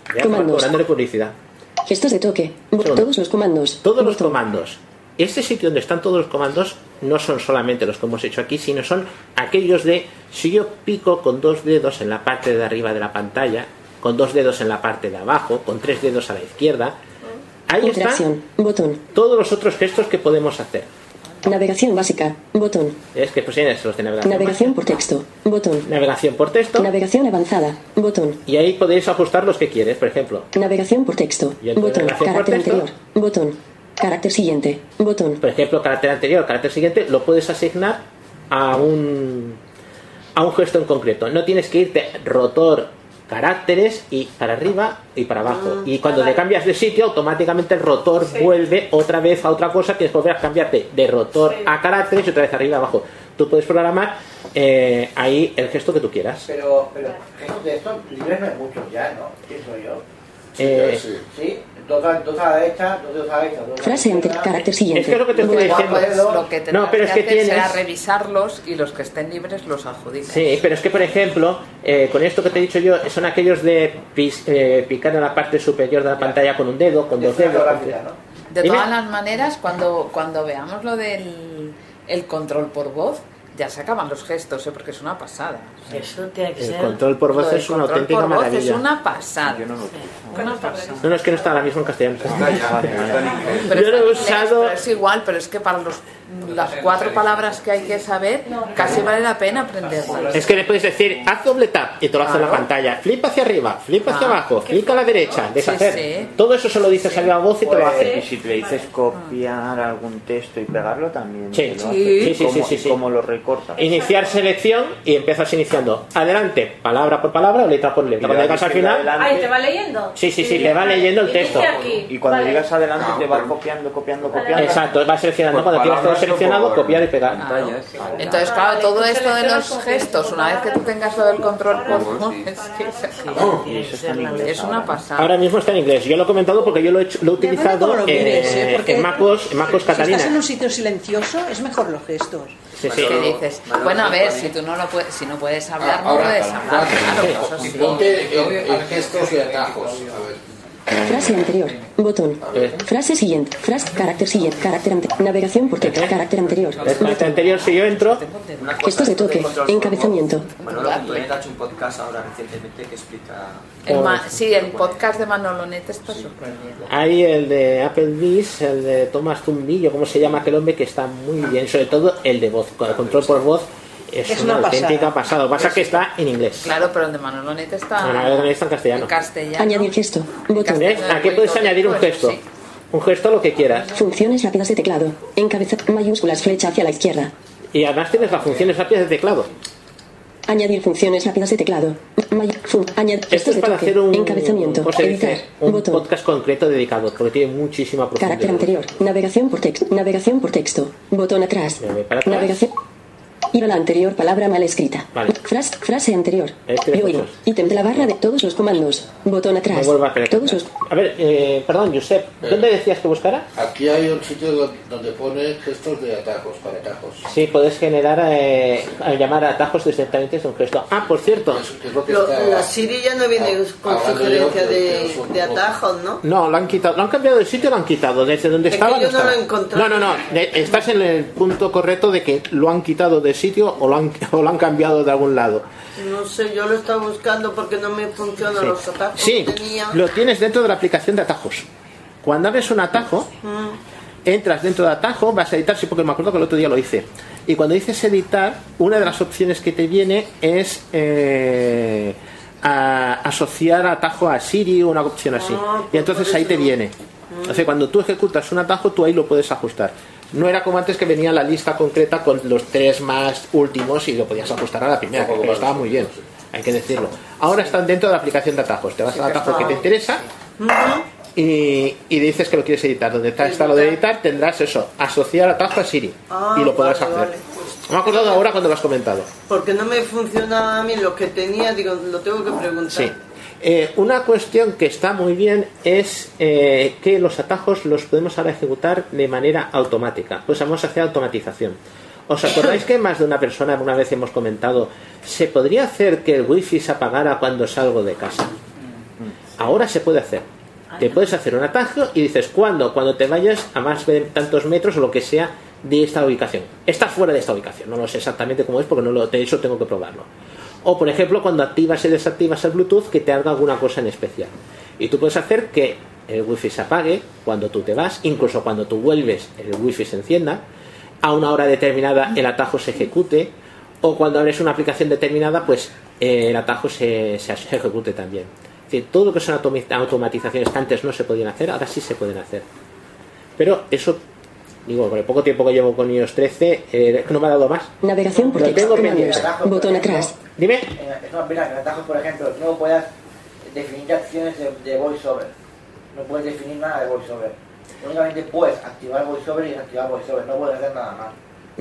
S2: Ya estamos
S17: Comandos.
S2: cobrándole publicidad.
S17: Gestos de toque. Bo-
S2: Segundo.
S17: Todos los comandos.
S2: Todos los comandos. Este sitio donde están todos los comandos no son solamente los que hemos hecho aquí, sino son aquellos de si yo pico con dos dedos en la parte de arriba de la pantalla, con dos dedos en la parte de abajo, con tres dedos a la izquierda. Ahí
S17: Interacción.
S2: están
S17: Botón.
S2: todos los otros gestos que podemos hacer.
S17: Navegación básica. Botón.
S2: Es que pues tienes los de navegación.
S17: Navegación por texto. Botón.
S2: Navegación por texto.
S17: Navegación avanzada. Botón.
S2: Y ahí podéis ajustar los que quieres, por ejemplo.
S17: Navegación por texto.
S2: Y entre
S17: Botón.
S2: navegación por
S17: Carácter
S2: texto.
S17: anterior. Botón. Carácter siguiente. Botón.
S2: Por ejemplo, carácter anterior, carácter siguiente, lo puedes asignar a un, a un gesto en concreto. No tienes que irte rotor, caracteres y para arriba y para abajo. Y cuando le cambias de sitio, automáticamente el rotor vuelve otra vez a otra cosa. Tienes que volver a cambiarte de rotor a caracteres y otra vez arriba abajo. Tú puedes programar eh, ahí el gesto que tú quieras.
S5: Pero, pero, gestos de estos libres no hay muchos ya, ¿no? Pienso yo.
S2: Eh,
S5: Sí, dos a, dos a la derecha, dos dedos a la derecha, dos dedos a la
S17: Frase ante
S5: izquierda.
S17: carácter siguiente.
S2: Es que es lo que te estoy
S17: Botón.
S2: diciendo.
S9: Pues lo que tendrás
S2: No, pero es
S9: que,
S2: que
S9: hacer será
S2: tienes-
S9: revisarlos y los que estén libres los adjudicas.
S2: Sí, pero es que, por ejemplo, eh, con esto que te he dicho yo, son aquellos de pis- eh, picar en la parte superior de la pantalla con un dedo, con dos dedos. con tres.
S9: De
S2: Dime.
S9: todas las maneras, cuando, cuando veamos lo del el control por voz, ya se acaban los gestos, ¿eh? porque es una pasada.
S6: Eso tiene
S2: que El ser- control por voz
S9: Lo del
S2: es una
S9: control
S2: auténtica
S9: por voz
S2: maravilla.
S9: Es una pasada. Una pasada.
S2: No, no, es que no está ahora mismo en castellano. Vale, vale. Yo lo
S9: Pero está
S2: he
S9: en inglés,
S2: usado.
S9: pero es igual, pero es que para los, las cuatro palabras que hay que saber, casi vale la pena aprenderlas.
S2: Es que le puedes decir, haz doble tap y te lo hace en la
S9: Claro.
S2: pantalla. Flip hacia arriba, flip hacia
S9: Ah,
S2: abajo, clic a la derecha, deshacer.
S9: sí.
S2: Todo eso se lo dices a la voz y te lo
S9: pues,
S2: hace.
S15: Y si le dices copiar algún texto y pegarlo también.
S2: Sí.
S15: te lo
S2: Sí.
S15: hace.
S2: Sí, sí,
S15: ¿Cómo-
S2: sí, sí, sí.
S15: ¿Cómo lo recortas?
S2: Iniciar selección y empiezas iniciando. Adelante, palabra por palabra o letra por letra.
S15: Y
S2: Cuando
S15: la
S2: llegas al
S15: izquierda
S2: final,
S15: adelante.
S13: Ay, ¿te va leyendo?
S2: Sí, sí, sí, te va leyendo el texto.
S13: Inicia aquí.
S15: Y cuando
S13: Vale.
S15: llegas adelante te vas copiando, copiando, copiando.
S2: Exacto, vas seleccionando.
S15: Por
S2: Cuando tienes todo
S15: palabras o
S2: seleccionado,
S15: por Ah,
S2: copiar y pegar.
S9: Entonces, claro, todo esto de los gestos, una vez que tú tengas lo del control por voz, es que es así. Es una pasada.
S2: Ahora mismo está en inglés. Yo lo he comentado porque yo lo he, hecho- lo he
S10: Depende cómo
S2: utilizado
S10: lo
S2: eh,
S10: mires, ¿eh? Porque
S2: en MacOS, en MacOS
S10: Si estás en
S2: Catalina.
S10: un sitio silencioso, es mejor los gestos.
S2: Sí, sí.
S9: ¿Qué dices? Bueno, a ver, si tú no lo puedes, si no puedes hablar, no puedes hablar. Claro, pues cosas así.
S7: Ponte en, en gestos y atajos. A ver.
S17: Frase anterior. Botón. Frase siguiente. Frase. Carácter siguiente. Carácter anterior. Navegación por texto. Carácter anterior.
S2: En el Este anterior, si yo entro,
S11: Una cosa
S17: Gestos de
S11: es que
S17: toque.
S11: encontramos-
S17: Encabezamiento.
S11: Manolo.net ha hecho un podcast ahora recientemente que explica...
S9: El ma- sí, el podcast de Manolonet está súper bien.
S2: hay el de Applebee's, el de Thomas Zumbillo, ¿cómo se llama aquel hombre? Que está muy bien, sobre todo el de voz, con el control por voz. Es,
S9: Es
S2: una,
S9: una pasada.
S2: auténtica pasada. Lo que pasa es que está en inglés.
S9: Claro, pero el de Manolonet
S2: No, no,
S9: está
S2: también está en
S9: en
S2: castellano.
S9: castellano.
S17: Añadir gesto. Botón.
S2: ¿Ves? Aquí ¿Eh? puedes añadir un
S10: Pues,
S2: gesto. Un gesto lo que quieras.
S17: Funciones rápidas de teclado. Encabeza. Mayúsculas. Flecha hacia la izquierda.
S2: Y además tienes las funciones rápidas de teclado.
S17: Añadir funciones rápidas de teclado. May- fun- añadir
S2: Esto
S17: gestos
S2: es
S17: de
S2: para
S17: toque.
S2: hacer un,
S17: Encabezamiento.
S2: ¿cómo se dice?
S17: Editar.
S2: un
S17: Botón.
S2: podcast concreto dedicado, porque tiene muchísima profundidad.
S17: Carácter anterior. Navegación por texto. Navegación por texto. Botón atrás.
S2: Para atrás.
S17: Navegación. Iba la anterior palabra mal escrita. Frase, frase anterior.
S2: Este de
S17: Yoigo.
S2: muchos.
S17: Ítem de la barra de todos los comandos. Botón
S2: No
S17: atrás.
S2: vuelva a hacer-
S17: Todos los.
S2: A ver, eh, perdón, Josep,
S14: Eh.
S2: ¿dónde decías que buscara?
S7: Aquí hay un sitio do- donde pone gestos de atajos, para atajos.
S2: Sí, podés generar, eh, al llamar a atajos directamente es un gesto. Ah, por cierto.
S14: Lo- la Siri ya no viene con sugerencia de, de atajos, ¿no?
S2: No, lo han quitado, lo han cambiado de sitio, lo han quitado desde donde
S14: Es que
S2: estaba.
S14: yo no
S2: estaba.
S14: lo he encontrado.
S2: No, no, no, de- estás en el punto correcto de que lo han quitado de sitio o lo han, o lo han cambiado de algún lado.
S14: No sé, yo lo estaba buscando porque no me funcionan los atajos.
S2: Sí,
S14: que tenía.
S2: lo tienes dentro de la aplicación de atajos. Cuando abres un atajo,
S14: Mm.
S2: entras dentro de atajo, vas a editar, sí, porque me acuerdo que el otro día lo hice. Y cuando dices editar, una de las opciones que te viene es eh, a- asociar atajo a Siri o una opción así. y entonces ahí te viene. O sea, cuando tú ejecutas un atajo, tú ahí lo puedes ajustar. No era como antes que venía la lista concreta con los tres más últimos y lo podías ajustar a la primera,
S15: Tampoco
S2: pero
S15: vale.
S2: estaba muy bien, hay que decirlo. Ahora están dentro de la aplicación de atajos. Te vas al atajo que te interesa y, y dices que lo quieres editar. Donde está, está lo de editar, tendrás eso, asociar atajo a Siri.
S14: Ah,
S2: y lo podrás
S14: vale,
S2: hacer.
S14: vale.
S2: Me he acordado ahora cuando lo has comentado.
S14: Porque no me funcionaba a mí lo que tenía, digo, lo tengo que preguntar.
S2: Sí. Eh, una cuestión que está muy bien es eh, que los atajos los podemos ahora ejecutar de manera automática. Pues vamos a hacer automatización. ¿Os acordáis que más de una persona alguna vez hemos comentado, se podría hacer que el wifi se apagara cuando salgo de casa? Ahora se puede hacer. Te puedes hacer un atajo y dices, ¿cuándo? Cuando te vayas a más de tantos metros o lo que sea de esta ubicación. Está fuera de esta ubicación, no lo sé exactamente cómo es porque no lo de hecho tengo que probarlo. O por ejemplo, cuando activas y desactivas el Bluetooth, que te haga alguna cosa en especial. Y tú puedes hacer que el wifi se apague cuando tú te vas, incluso cuando tú vuelves, el wifi se encienda. A una hora determinada el atajo se ejecute. O cuando abres una aplicación determinada, pues eh, el atajo se, se ejecute también. Es decir, todo lo que son automi- automatizaciones que antes no se podían hacer, ahora sí se pueden hacer. Pero eso, digo, con el poco tiempo que llevo con iOS 13, eh, no me ha dado más.
S17: Navegación por
S2: Lo
S17: texto.
S2: tengo
S17: Comandos.
S2: pendiente.
S17: Botón atrás.
S2: Dime.
S5: Eh, Es una pena que en atajos, por ejemplo, no puedas definir acciones de, de voiceover. No puedes definir nada de voiceover. Únicamente puedes activar voiceover y desactivar voiceover. No puedes hacer nada más.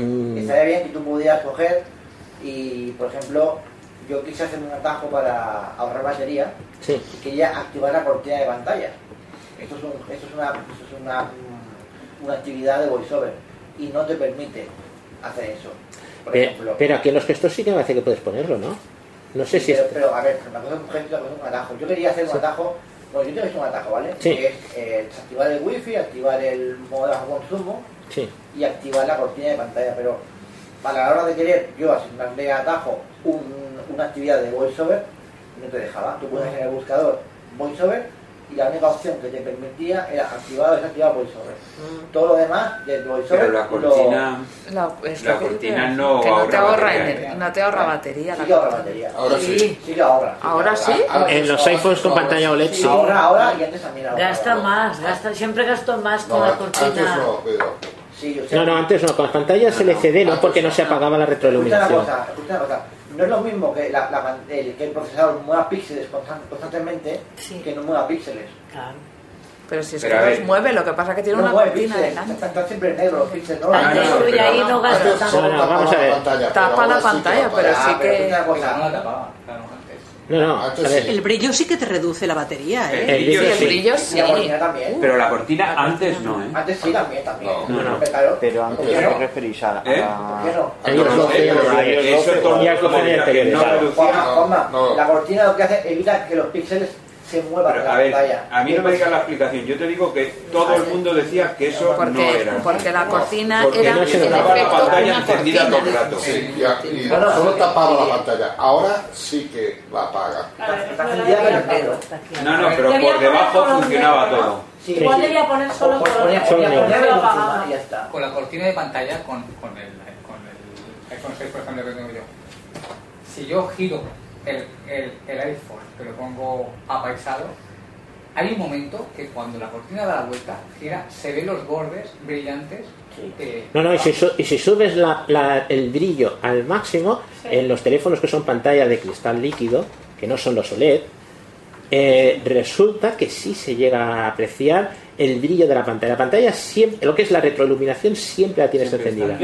S2: Mm.
S5: Estaría bien que tú pudieras coger y, por ejemplo, yo quise hacer un atajo para ahorrar batería
S2: Sí.
S5: y quería activar la cortina de pantalla. Esto es, un- esto es una, esto es una, una actividad de voiceover y no te permite hacer eso. Por
S2: Pe-
S5: ejemplo.
S2: Eh, Pero aquí en los gestos sí que me parece que puedes ponerlo, ¿no? No sé si es...
S5: pero, pero, a ver, una cosa es un gesto y otra cosa es un atajo. Yo quería hacer un atajo, bueno, yo tengo que hacer un atajo, ¿vale?
S2: Sí.
S5: Que es eh, desactivar el wifi, activar el modo de bajo consumo
S2: Sí.
S5: y activar la cortina de pantalla. Pero para la hora de querer yo asignarle a atajo un- una actividad de voiceover, no te dejaba. Tú pones en el buscador voiceover y la única opción que te permitía era activar o desactivar voiceover. Todo lo demás del voiceover
S18: Pero la
S5: lo-
S18: cortina-
S9: La, es
S18: La
S9: lo que yo
S18: cortina
S9: te-
S18: no
S9: que no te
S18: ahorra
S9: ahorra
S18: batería.
S9: ener- no te ahorra batería.
S5: Sí
S9: la
S5: que ahorra
S9: cortina.
S5: batería.
S2: Ahora sí.
S5: Sí que ahorra.
S9: Ahora sí.
S5: Ah, pues
S2: En los iPhones con pantalla OLED sí.
S5: Ahora, ahora y antes también ahora.
S6: Gasta más, gasta, siempre gasto más con la cortina.
S5: Sí, yo sé.
S2: No, no, antes no, con las pantallas LCD no, porque no se apagaba la
S5: Escucha una
S2: retroiluminación.
S5: cosa, escucha una cosa. No es lo mismo que, la- la man- el, que el procesador mueva píxeles constan- constantemente que no mueva píxeles.
S9: Pero si es
S5: Pero
S9: que
S5: a
S9: los
S5: ver.
S9: mueve, lo que pasa es que tiene
S5: No
S9: una
S5: mueve
S9: cortina
S5: píxeles,
S9: delante.
S5: Está, está siempre negro los píxeles. No,
S9: Ah, no,
S5: no,
S9: pero-
S5: ahí
S9: no gasta tanto.
S2: No, no, vamos a ver.
S9: Tapa la pantalla, pero
S5: Ah,
S9: sí que...
S2: No, no, a ver.
S10: El brillo sí que te reduce la batería, ¿eh?
S18: El El brillo brillo sí. sí.
S5: Y la cortina también.
S18: Pero la cortina antes no, ¿eh?
S5: Antes sí, también, también.
S18: No, no.
S15: Mm. Pero antes
S18: ¿Por qué
S15: te
S18: no?
S15: referís a...
S18: ¿Eh?
S15: a-
S5: ¿Por qué no?
S15: a los doce, pero a los
S18: Eso
S15: doce,
S18: todo
S15: a los
S18: como
S15: doce
S18: diría que
S15: anteriores,
S18: no
S15: claro.
S18: reducía.
S5: Juanma, Juanma, la cortina lo que hace evita que los píxeles se muevan en
S18: Pero,
S5: la
S18: a ver,
S5: pantalla.
S18: a mí no me digas la explicación. Yo te digo que todo el mundo decía que eso no
S9: Porque,
S18: era.
S9: porque la cortina
S18: Porque
S9: Ah, era
S18: no se
S9: el
S18: notaba la
S9: efecto de
S18: pantalla
S9: una
S18: encendida
S9: cortina.
S18: todo el rato.
S7: Sí, y, a- y
S18: No, no,
S7: solo
S18: sí.
S7: tapaba la pantalla. Ahora sí que la apaga.
S18: No, no, pero por debajo funcionaba todo.
S12: Igual debía poner solo
S16: Pon-
S12: color.
S16: ponía- ponía
S12: Pero
S16: negro
S12: lo
S16: encima
S12: apagaba.
S5: y ya está.
S16: Con la cortina de pantalla, con, con el, con el iPhone 6, por ejemplo, que tengo yo. Si yo giro el, el, el iPhone, que lo pongo apaisado, hay un momento que cuando la cortina da la vuelta, gira, se ven los bordes brillantes. eh,
S2: No, no, y si, su- y si subes la- la- el brillo al máximo, en los teléfonos que son pantalla de cristal líquido, que no son los OLED, eh, resulta que sí se llega a apreciar el brillo de la pantalla. La pantalla siempre, lo que es la retroiluminación siempre la tienes encendida.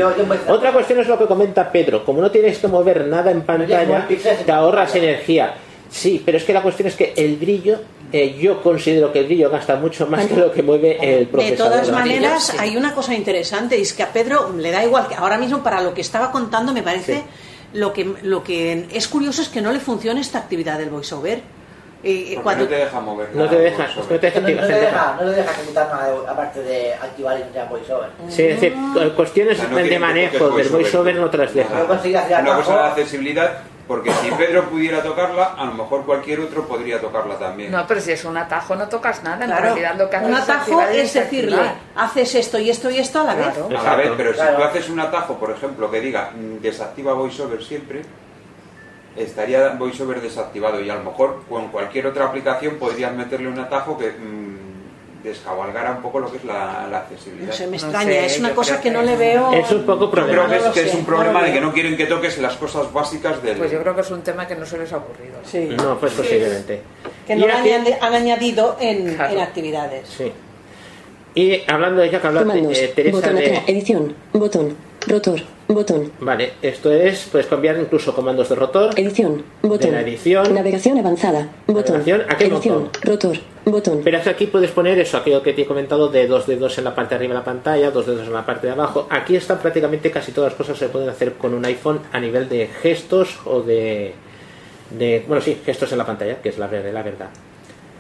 S2: Otra cuestión es lo que comenta Pedro, como no tienes que mover nada en pantalla, te ahorras energía. Sí, pero es que la cuestión es que el brillo, eh, yo considero que el brillo gasta mucho más que lo que mueve el
S10: De
S2: procesador.
S10: todas maneras, hay una cosa interesante, es que a Pedro le da igual, que ahora mismo para lo que estaba contando me parece lo que lo que es curioso es que no le funciona esta actividad del voiceover. Eh, eh,
S18: Porque
S10: cuando
S18: no te deja mover
S2: No
S18: nada,
S2: te deja,
S18: por
S2: no te
S5: No,
S2: deja
S5: no le
S2: activar.
S5: deja, no le deja ejecutar nada de- aparte de activar el ya voiceover.
S2: Sí, es decir, cuestiones
S18: O sea, Ah, no
S2: de
S18: tiene que tocar
S2: manejo del
S18: voiceover.
S2: voiceover no te las deja.
S5: No conseguí hacer
S18: Una cosa es la
S5: abajo.
S18: accesibilidad, porque si Pedro pudiera tocarla, a lo mejor cualquier otro podría tocarla también.
S10: No,
S9: pero si es un atajo no tocas nada,
S10: Claro,
S9: en realidad lo que haces
S10: un
S9: es
S10: atajo
S9: activar y
S10: es decirle,
S9: desactivar.
S10: haces esto y esto y esto a la vez.
S18: A la vez, pero si tú haces un atajo, por ejemplo, que diga mm, desactiva VoiceOver siempre, estaría VoiceOver desactivado y a lo mejor con cualquier otra aplicación podrías meterle un atajo que mm, descabalgara un poco lo que es la, la accesibilidad.
S10: No sé, me extraña, es una cosa que no le veo.
S2: poco
S18: Yo creo que
S9: No
S18: es,
S9: lo
S18: que es
S9: sé,
S18: un
S9: no
S18: problema
S9: lo
S18: de que
S9: veo.
S18: no quieren que toques las cosas básicas del...
S9: Pues yo creo que es un tema que no se les ha ocurrido. ¿no?
S2: No, pues posiblemente.
S10: que no
S2: Y
S10: lo
S2: aquí-
S10: añade- han añadido en, en actividades.
S2: Sí. Y hablando de ya que
S17: Comandos.
S2: hablaste, eh, Teresa,
S17: botón atrás.
S2: de,
S17: Edición. Botón. Rotor. Botón.
S2: Vale, esto es, puedes cambiar incluso comandos de rotor.
S17: Edición, botón.
S2: De la edición.
S17: Navegación avanzada. Botón.
S2: Navegación, ¿a qué
S17: Edición.
S2: botón?
S17: Rotor. Botón.
S2: Pero es que aquí puedes poner eso, aquello que te he comentado de dos dedos en la parte de arriba de la pantalla, dos dedos en la parte de abajo. Aquí están prácticamente casi todas las cosas que se pueden hacer con un iPhone a nivel de gestos o de. de bueno, sí, gestos en la pantalla, que es la, ver- la verdad.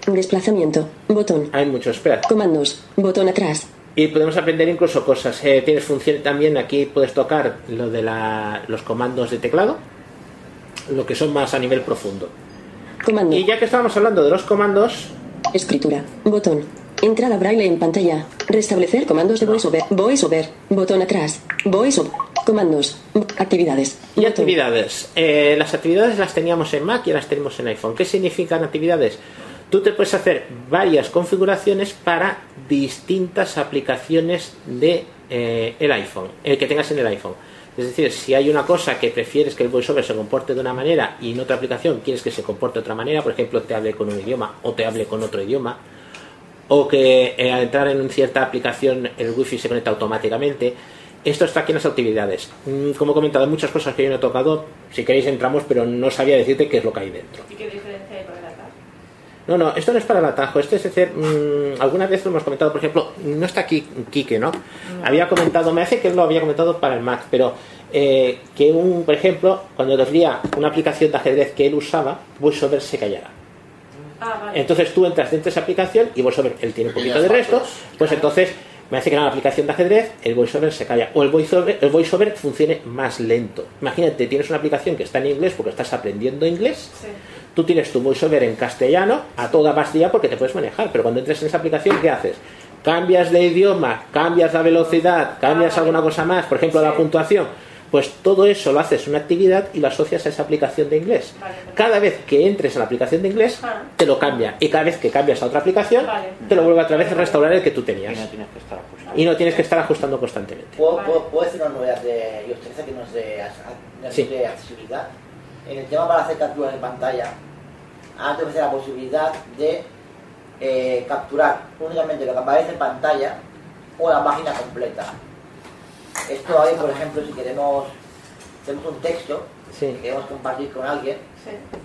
S17: Desplazamiento. Botón.
S2: Hay muchos, espera.
S17: Comandos. Botón atrás.
S2: Y podemos aprender incluso cosas. Eh, tienes función también, aquí puedes tocar lo de la- los comandos de teclado, lo que son más a nivel profundo.
S17: Comando.
S2: Y ya que estábamos hablando de los comandos,
S17: Escritura. Botón. Entrada braille en pantalla. Restablecer comandos de voiceover. Voiceover. Botón atrás. Voiceover. Comandos. Actividades.
S2: Y actividades. Eh, las actividades las teníamos en Mac y las tenemos en iPhone. ¿Qué significan actividades? Tú te puedes hacer varias configuraciones para distintas aplicaciones de eh, el iPhone, el que tengas en el iPhone. Es decir, si hay una cosa que prefieres que el voiceover se comporte de una manera y en otra aplicación quieres que se comporte de otra manera, por ejemplo, te hable con un idioma o te hable con otro idioma, o que eh, al entrar en cierta aplicación el wifi se conecta automáticamente. Esto está aquí en las actividades. Mm, Como he comentado, hay muchas cosas que yo no he tocado. Si queréis entramos, pero no sabía decirte qué es lo que hay dentro.
S13: ¿Y qué diferencia hay con el atajo?
S2: No, no, esto no es para el atajo. Esto es decir, mm, alguna vez lo hemos comentado, por ejemplo, no está aquí Quique, ¿no? Había comentado, me hace que lo había comentado para el Mac, pero eh, que un, por ejemplo, cuando te abría una aplicación de ajedrez que él usaba, VoiceOver se callara.
S13: Ah, vale.
S2: Entonces tú entras dentro de esa aplicación y VoiceOver, él tiene un poquito de resto, pues entonces me hace que la aplicación de ajedrez, el VoiceOver se calla. O el VoiceOver, el VoiceOver funcione más lento. Imagínate, tienes una aplicación que está en inglés porque estás aprendiendo inglés, tú tienes tu VoiceOver en castellano a toda pastilla porque te puedes manejar, pero cuando entres en esa aplicación, ¿qué haces? Cambias de idioma, cambias la velocidad, cambias alguna cosa más, por ejemplo la puntuación. Pues todo eso lo haces una actividad y lo asocias a esa aplicación de inglés. Cada vez que entres en la aplicación de inglés, te lo cambia. Y cada vez que cambias a otra aplicación, te lo vuelve otra vez a restaurar el que tú tenías. Y no tienes que estar ajustando constantemente.
S5: ¿Puedo, puedo, puedo decir una novedad de iOS 13 que no es de, as- no es
S2: Sí.
S5: de accesibilidad? En el tema para hacer capturas de pantalla, ahora te ofrece la posibilidad de eh, capturar únicamente lo que aparece en pantalla o la página completa. Esto hay, por ejemplo, si queremos, tenemos un texto
S2: Sí.
S5: que queremos compartir con alguien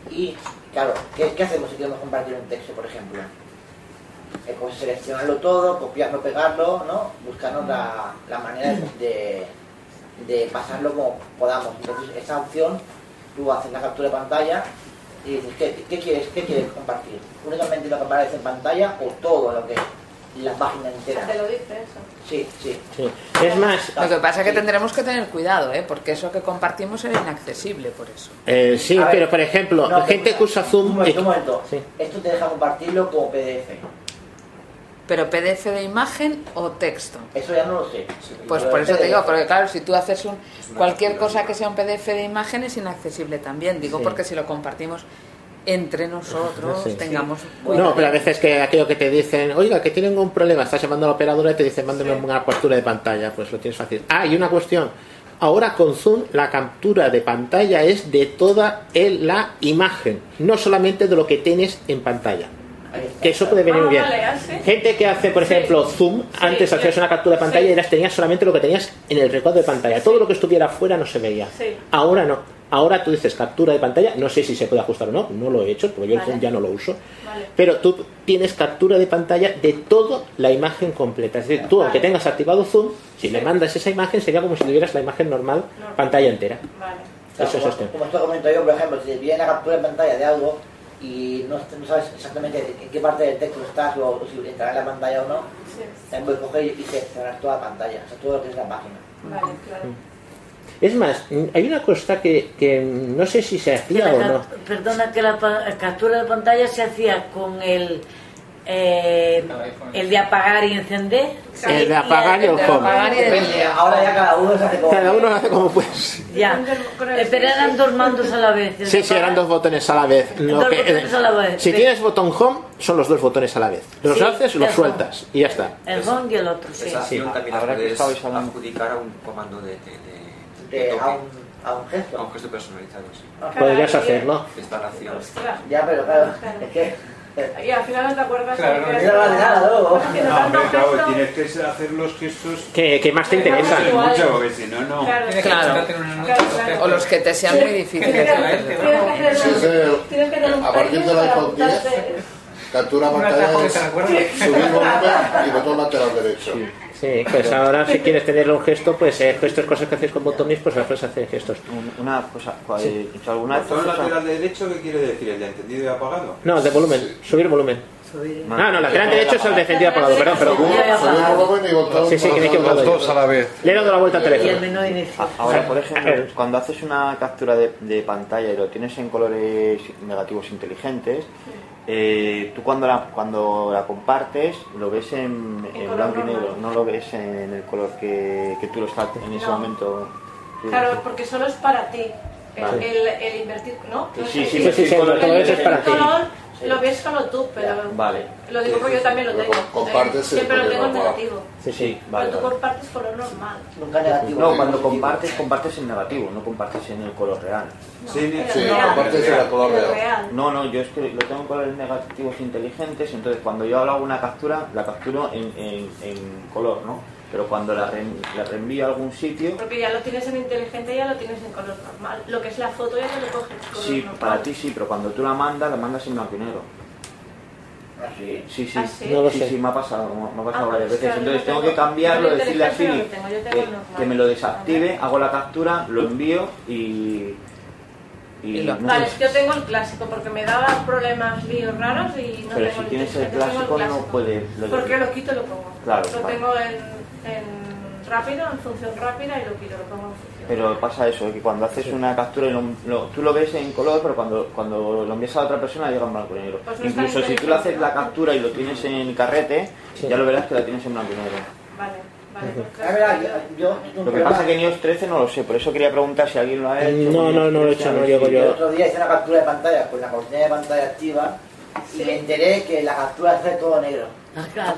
S5: y, claro, ¿qué, qué hacemos si queremos compartir un texto, por ejemplo? Eh, pues seleccionarlo todo, copiarlo, pegarlo, ¿no? Buscarnos la, la manera de, de pasarlo como podamos. Entonces, esa opción, tú haces la captura de pantalla y dices, ¿qué, qué quieres, ¿qué quieres compartir? ¿Únicamente lo que aparece en pantalla o todo lo que la página entera?
S13: Te lo dice eso.
S5: Sí, sí.
S2: Es más,
S9: Lo que pasa es que tendremos que tener cuidado, ¿eh? porque eso que compartimos era inaccesible por eso.
S2: eh, sí,
S5: A ver,
S2: pero por ejemplo,
S5: no,
S2: gente que usa Zoom...
S5: Un momento, un momento.
S2: Sí.
S5: Esto te deja compartirlo como PDF.
S9: Pero PDF de imagen o texto.
S5: Eso ya no lo sé.
S9: Pues
S5: Pero
S9: por eso te
S5: PDF.
S9: digo, porque claro, si tú haces un
S5: una
S9: cualquier cosa que sea un PDF de imagen es inaccesible también, digo
S2: Sí.
S9: porque si lo compartimos entre nosotros
S2: Sí.
S9: tengamos
S2: No,
S5: eh.
S2: pero a veces que aquello que te dicen, oiga, que tienen un problema, estás llamando a la operadora y te dicen, mándame una captura de pantalla, pues lo tienes fácil. Ah, y una cuestión. Ahora con Zoom la captura de pantalla es de toda el- la imagen, no solamente de lo que tienes en pantalla.
S5: Ahí está.
S2: que eso puede venir
S13: Ah,
S2: muy bien.
S13: vale, ah, sí.
S2: Gente que hace, por ejemplo, zoom, antes hacías una captura de pantalla y eras, tenías solamente lo que tenías en el recuadro de pantalla. Todo lo que estuviera afuera no se veía.
S13: Sí.
S2: Ahora no. Ahora tú dices captura de pantalla, no sé si se puede ajustar o no, no lo he hecho, porque yo el
S13: Vale.
S2: zoom ya no lo uso.
S13: Vale.
S2: Pero tú tienes captura de pantalla de toda la imagen completa. Es decir, tú, aunque tengas activado zoom, si le mandas esa imagen, sería como si tuvieras la imagen normal, pantalla entera.
S5: Vale.
S2: Eso es este. esto.
S5: Como esto comento yo, por ejemplo, si te piden la captura de pantalla de algo y no, no sabes exactamente en qué parte del texto estás o, o si entrará en la pantalla o no, también puedes coger y te cerrar toda la pantalla, o sea, todo lo que es la página.
S13: Vale, claro.
S2: Es más, hay una cosa que, que no sé si se hacía o
S6: La
S2: no.
S6: ca- Perdona, que la pa- captura de pantalla se hacía con el. eh, el de apagar y encender.
S2: El de apagar y el home.
S5: Depende, ahora ya cada uno se hace como...
S2: Cada uno lo hace como puede.
S6: Ya. Eh, Pero eran dos mandos a la vez. el
S2: Sí, sí, eran dos botones a la vez. Lo
S6: Dos
S2: que-
S6: botones a la vez.
S2: Si
S6: Sí.
S2: tienes botón home, son los dos botones a la vez. Los
S6: Sí,
S2: haces, los
S6: eso.
S2: sueltas y ya está.
S6: El home y el otro, sí.
S11: Esa acción también la
S2: ahora que
S11: puedes
S2: estabais
S11: adjudicar a un comando de... de,
S5: De- a
S11: un,
S5: gesto.
S11: A un gesto personalizado, sí.
S2: Podrías hacerlo.
S11: Esta acción.
S5: Ya, pero claro, es que...
S13: Y al final no te acuerdas
S9: Pues
S5: Claro,
S13: porque-
S5: no, no vale nada, luego.
S13: Porque no tanto gesto-
S18: tienes que hacer los gestos
S2: Que, que más te
S18: que
S2: interesan.
S18: te mucho, porque si no, no.
S13: Claro.
S9: Claro. O los que te sean muy difíciles.
S7: Sí, sí.
S13: Tienes que tener un
S7: A partir del
S13: premio para
S7: iPhone 10,
S13: apuntarte.
S7: captura pantalla es subir volumen y botón lateral derecho.
S2: Sí, pues ahora si quieres tenerle un gesto, pues eh, gestos, cosas que haces con botones, pues las puedes hacer en gestos.
S15: Una cosa, ¿cuál-
S2: Sí.
S15: ¿he hecho alguna vez
S18: ¿Botón
S15: eso?
S18: lateral derecho qué quiere decir? ¿El de entendido y apagado?
S2: No, de volumen, subir volumen. Ah, no, lateral
S18: Sí,
S2: derecho es el defendido apagado, perdón, pero... Sí, sí, que me he equivocado
S18: Los
S2: yo.
S18: dos a la vez.
S2: Le he dado la vuelta al teléfono.
S15: Ah, Ahora, por ejemplo, cuando haces una captura de, de pantalla y lo tienes en colores negativos inteligentes, eh, tú cuando la, cuando la compartes lo ves en, en
S13: color
S15: blanco y
S13: normal.
S15: negro, no lo ves en el color que, que tú lo estás en ese
S13: No.
S15: momento.
S13: Claro, porque solo es para ti. El,
S15: Vale.
S13: el, el invertir, ¿no?
S15: Sí,
S13: No es
S15: sí,
S13: el-
S15: sí, Sí, sí, sí, sí, el color
S13: el
S15: es para ti.
S13: color Lo ves solo tú, pero
S15: Vale.
S13: lo digo porque yo también lo tengo.
S15: compartes
S13: Sí,
S15: el
S13: pero lo
S15: color
S13: tengo en
S15: normal.
S13: negativo.
S15: Sí, sí, vale.
S13: Pero tú
S15: vale.
S13: compartes color normal.
S15: No, cuando compartes, compartes en negativo, no compartes en el color real.
S13: Sí, en el sí, real. compartes en el color En el real. real.
S15: No, no, yo es que lo tengo en colores negativos inteligentes, entonces cuando yo hago una captura, la capturo en, en- en color, ¿no? Pero cuando la, re- la reenvío a algún sitio,
S13: Porque ya lo tienes en inteligente, ya lo tienes en color normal. Lo que es la foto ya te lo coges. color
S15: sí,
S13: normal.
S15: para ti sí, pero cuando tú la mandas, la mandas en blanco y negro.
S5: Sí,
S15: sí,
S13: ¿Ah,
S15: sí,
S13: sí? No lo
S15: sí,
S13: sé.
S15: sí, me ha pasado, me ha pasado
S13: Ah,
S15: varias
S13: pues
S15: veces.
S13: claro, yo
S15: Entonces
S13: lo
S15: tengo
S13: tengo.
S15: que cambiarlo,
S13: Yo lo
S15: decirle a
S13: inteligente no
S15: Siri
S13: lo tengo, yo tengo
S15: que,
S13: el normal.
S15: que me lo desactive, hago la captura, lo envío y... Y, no sé.
S13: Vale, es que yo tengo el clásico porque me daba problemas líos raros y no
S15: Pero
S13: tengo
S15: si
S13: el
S15: tienes el
S13: inteligente, tengo
S15: clásico, no puedes... lo-
S13: Porque lo quito y lo pongo.
S15: Claro,
S13: lo
S15: vale.
S13: tengo en, en rápido, en función rápida y lo quito, lo pongo en función.
S15: Pero pasa eso, que cuando haces una captura, y lo- lo- tú lo ves en color, pero cuando, cuando lo envías a otra persona llega en blanco y negro.
S13: Pues no está
S15: Incluso si tú le haces la captura y lo tienes en carrete, ya lo verás que la tienes en blanco y negro.
S13: Vale, vale.
S15: Ujú.
S13: pues
S5: claro. Yo, yo
S15: Lo que pasa es que en iOS 13 no lo sé, por eso quería preguntar si alguien lo ha hecho.
S2: No, no, no lo he hecho, no llego
S5: El
S2: yo.
S5: otro día hice una captura de pantalla con la cortina de pantalla activa y me enteré que la captura hace todo negro.
S6: Claro.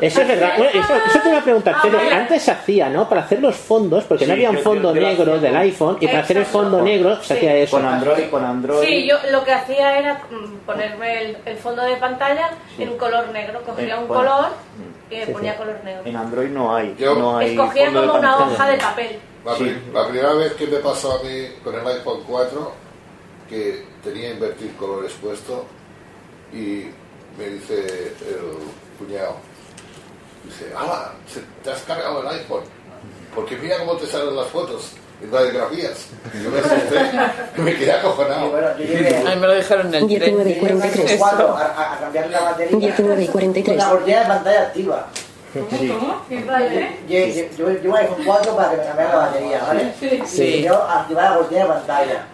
S2: Eso es verdad. Bueno, eso, eso te iba a preguntar,
S13: Ah,
S2: Tere, Antes se hacía, ¿no? Para hacer los fondos, porque no
S15: Sí,
S2: había un
S15: yo-
S2: fondo
S15: yo- yo lo
S2: negro del iPhone, y para hacer el
S13: Exacto.
S2: fondo negro se
S13: Sí.
S2: hacía eso.
S15: Con Android, con Android.
S13: Sí, yo lo que hacía era mm, ponerme el, el fondo de pantalla en color negro. Cogía
S15: Eh,
S13: un
S15: bueno.
S13: color
S2: Mm.
S13: y me
S15: Sí,
S13: ponía
S15: sí.
S13: color negro.
S15: En Android no hay. no hay
S13: Escogía
S15: fondo de
S13: como una
S15: pantalla.
S13: hoja de papel.
S7: La, pri- la primera vez que me pasó a mí con el iPhone 4, que tenía invertir colores puesto, y me dice el cuñado, dice, ¡Hala! se- Te has cargado el iPhone, porque mira cómo te salen las fotos, y las grafías. Yo me asusté, me quedé acojonado.
S9: A mí me lo dijeron en el
S17: 19 y 43.
S5: Cuatro, a, a- a cambiar la batería.
S17: 19 y 43.
S5: Con la cortina de pantalla activa.
S15: Sí.
S5: Yo, yo, yo, yo iba con 4 para que me cambiara la batería, ¿vale?
S15: Sí. Sí.
S5: Y yo activaba la cortina de pantalla.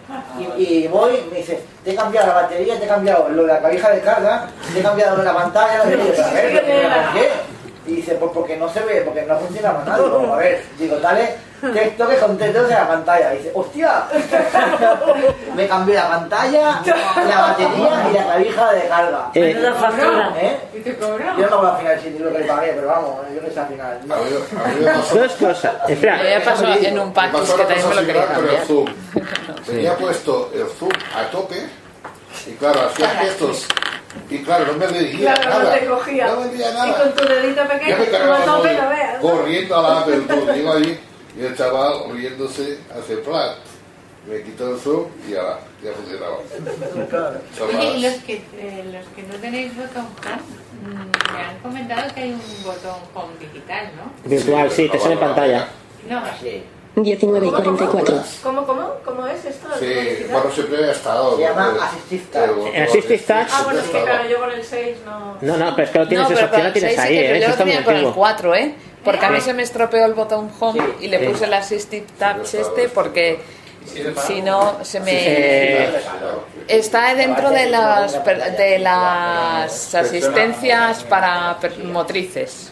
S5: Y, y voy y me dice, te he cambiado la batería, te he cambiado lo de la cabija de carga, te he cambiado la pantalla, no sé qué. Digo, a ver, pero ¿por qué? Y dice, pues porque no se ve, porque no funciona más nada. Digo, a ver, digo, dale tres toques con tres dedos en la pantalla. Y dice, ¡hostia! me cambié la pantalla, la batería y la cabija de carga.
S2: Eh, Menuda
S12: factura.
S5: ¿Eh?
S12: ¿Y te cobró?
S5: Yo no me voy a final si lo que le pagué, pero vamos, yo no sé al final. No.
S2: Dos cosas. Espera.
S9: Ya pasó en un pack,
S7: Pasó
S9: que
S7: una
S9: también me
S7: cosa
S9: lo quería
S7: similar con
S9: cambiar.
S7: el zoom. Tenía puesto el zoom a tope y claro, hacía gestos Y claro, no me veía
S13: Claro,
S7: nada.
S13: no te cogía.
S7: No me veía
S13: y
S7: nada.
S13: con tu dedito
S7: Ya
S13: pequeño,
S7: me
S13: como
S7: cargaba
S13: a
S7: todo,
S13: tope lo veas. ¿no?
S7: corriendo ah, a la apertura. Llego allí y el chaval riéndose hace plat. Me quitó el zoom y ya va, ya funcionaba. Son
S12: Oye, y los
S7: más.
S12: que, eh, los que no tenéis botón home, mm, me han comentado que hay un botón home digital, ¿no?
S2: Virtual, sí, te sale en pantalla.
S12: No,
S5: Ah,
S17: 19 y 44.
S13: ¿Cómo, cómo? ¿Cómo es esto?
S7: Sí, Pues, bueno, siempre ha estado.
S13: Se llama
S7: el-
S13: Assistive
S7: el
S13: Touch.
S7: botón
S2: En Assistive Touch-
S13: Ah, bueno, es que
S2: Estaba.
S13: claro, yo con el 6 no...
S2: No, no, pero es que lo tienes,
S9: No,
S2: esa
S9: pero
S2: opción
S9: para
S2: la
S9: el
S2: tienes
S9: 6
S2: ahí,
S9: que
S2: ¿eh?
S9: yo
S2: Eso
S9: lo
S2: está muy
S9: tenía con el
S2: antiguo.
S9: 4, ¿eh? Porque a mí se me estropeó el botón home y le
S2: Sí.
S9: puse el assistive touch este porque si no se me...
S2: Eh,
S9: Está dentro de las, per- de las asistencias para per- motrices.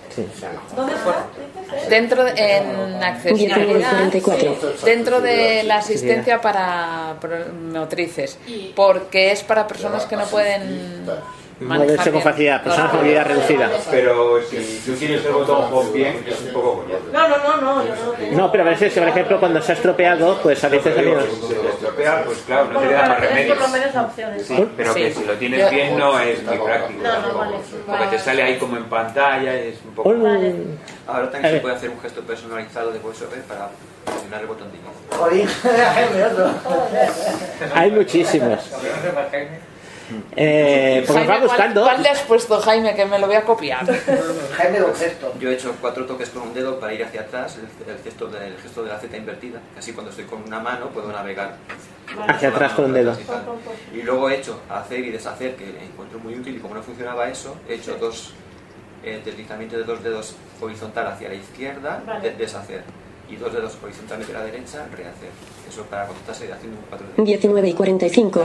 S13: ¿Dónde está?
S9: Dentro de- en accesibilidad,
S17: 44.
S9: dentro de la asistencia para pro- motrices, porque es para personas que no pueden
S2: Moverse con facilidad, personas con movilidad reducida.
S18: Pero si tú tienes el botón home bien, es un poco coñazo.
S13: No, no, no, no, yo no lo tengo.
S2: No, pero a veces, por ejemplo, cuando se ha estropeado, pues a veces
S18: Pero
S2: también...
S18: digo, si se te estropea, pues claro, no te queda más
S13: Bueno, tienes
S18: remedio.
S13: por lo menos opciones.
S18: Sí, pero que si lo tienes bien no es muy práctico.
S13: No, no, vale.
S18: Porque te sale ahí como en pantalla, es un poco...
S2: Un-
S11: Ahora
S2: A
S11: también se
S2: ver.
S11: puede hacer un gesto personalizado de VoiceOver para presionar el botón de imagen.
S2: Hay muchísimos. Eh, pues nos va
S9: Jaime, ¿cuál-
S2: gustando.
S9: ¿Cuál le has puesto, Jaime? Que me lo voy a copiar.
S11: Yo he hecho cuatro toques con un dedo para ir hacia atrás, el, el gesto, de, el gesto de la Z invertida. Así cuando estoy con una mano puedo navegar.
S2: Hacia
S11: la
S2: atrás
S11: mano
S2: con un dedo.
S11: y tal. Y luego he hecho hacer y deshacer, que encuentro muy útil, y como no funcionaba eso, he hecho dos eh, deslizamientos de dos dedos horizontal hacia la izquierda,
S13: Vale.
S11: de- deshacer. Y dos dedos horizontalmente a la derecha, rehacer. Eso para contarse haciendo un cuadro de
S17: 19 y 45.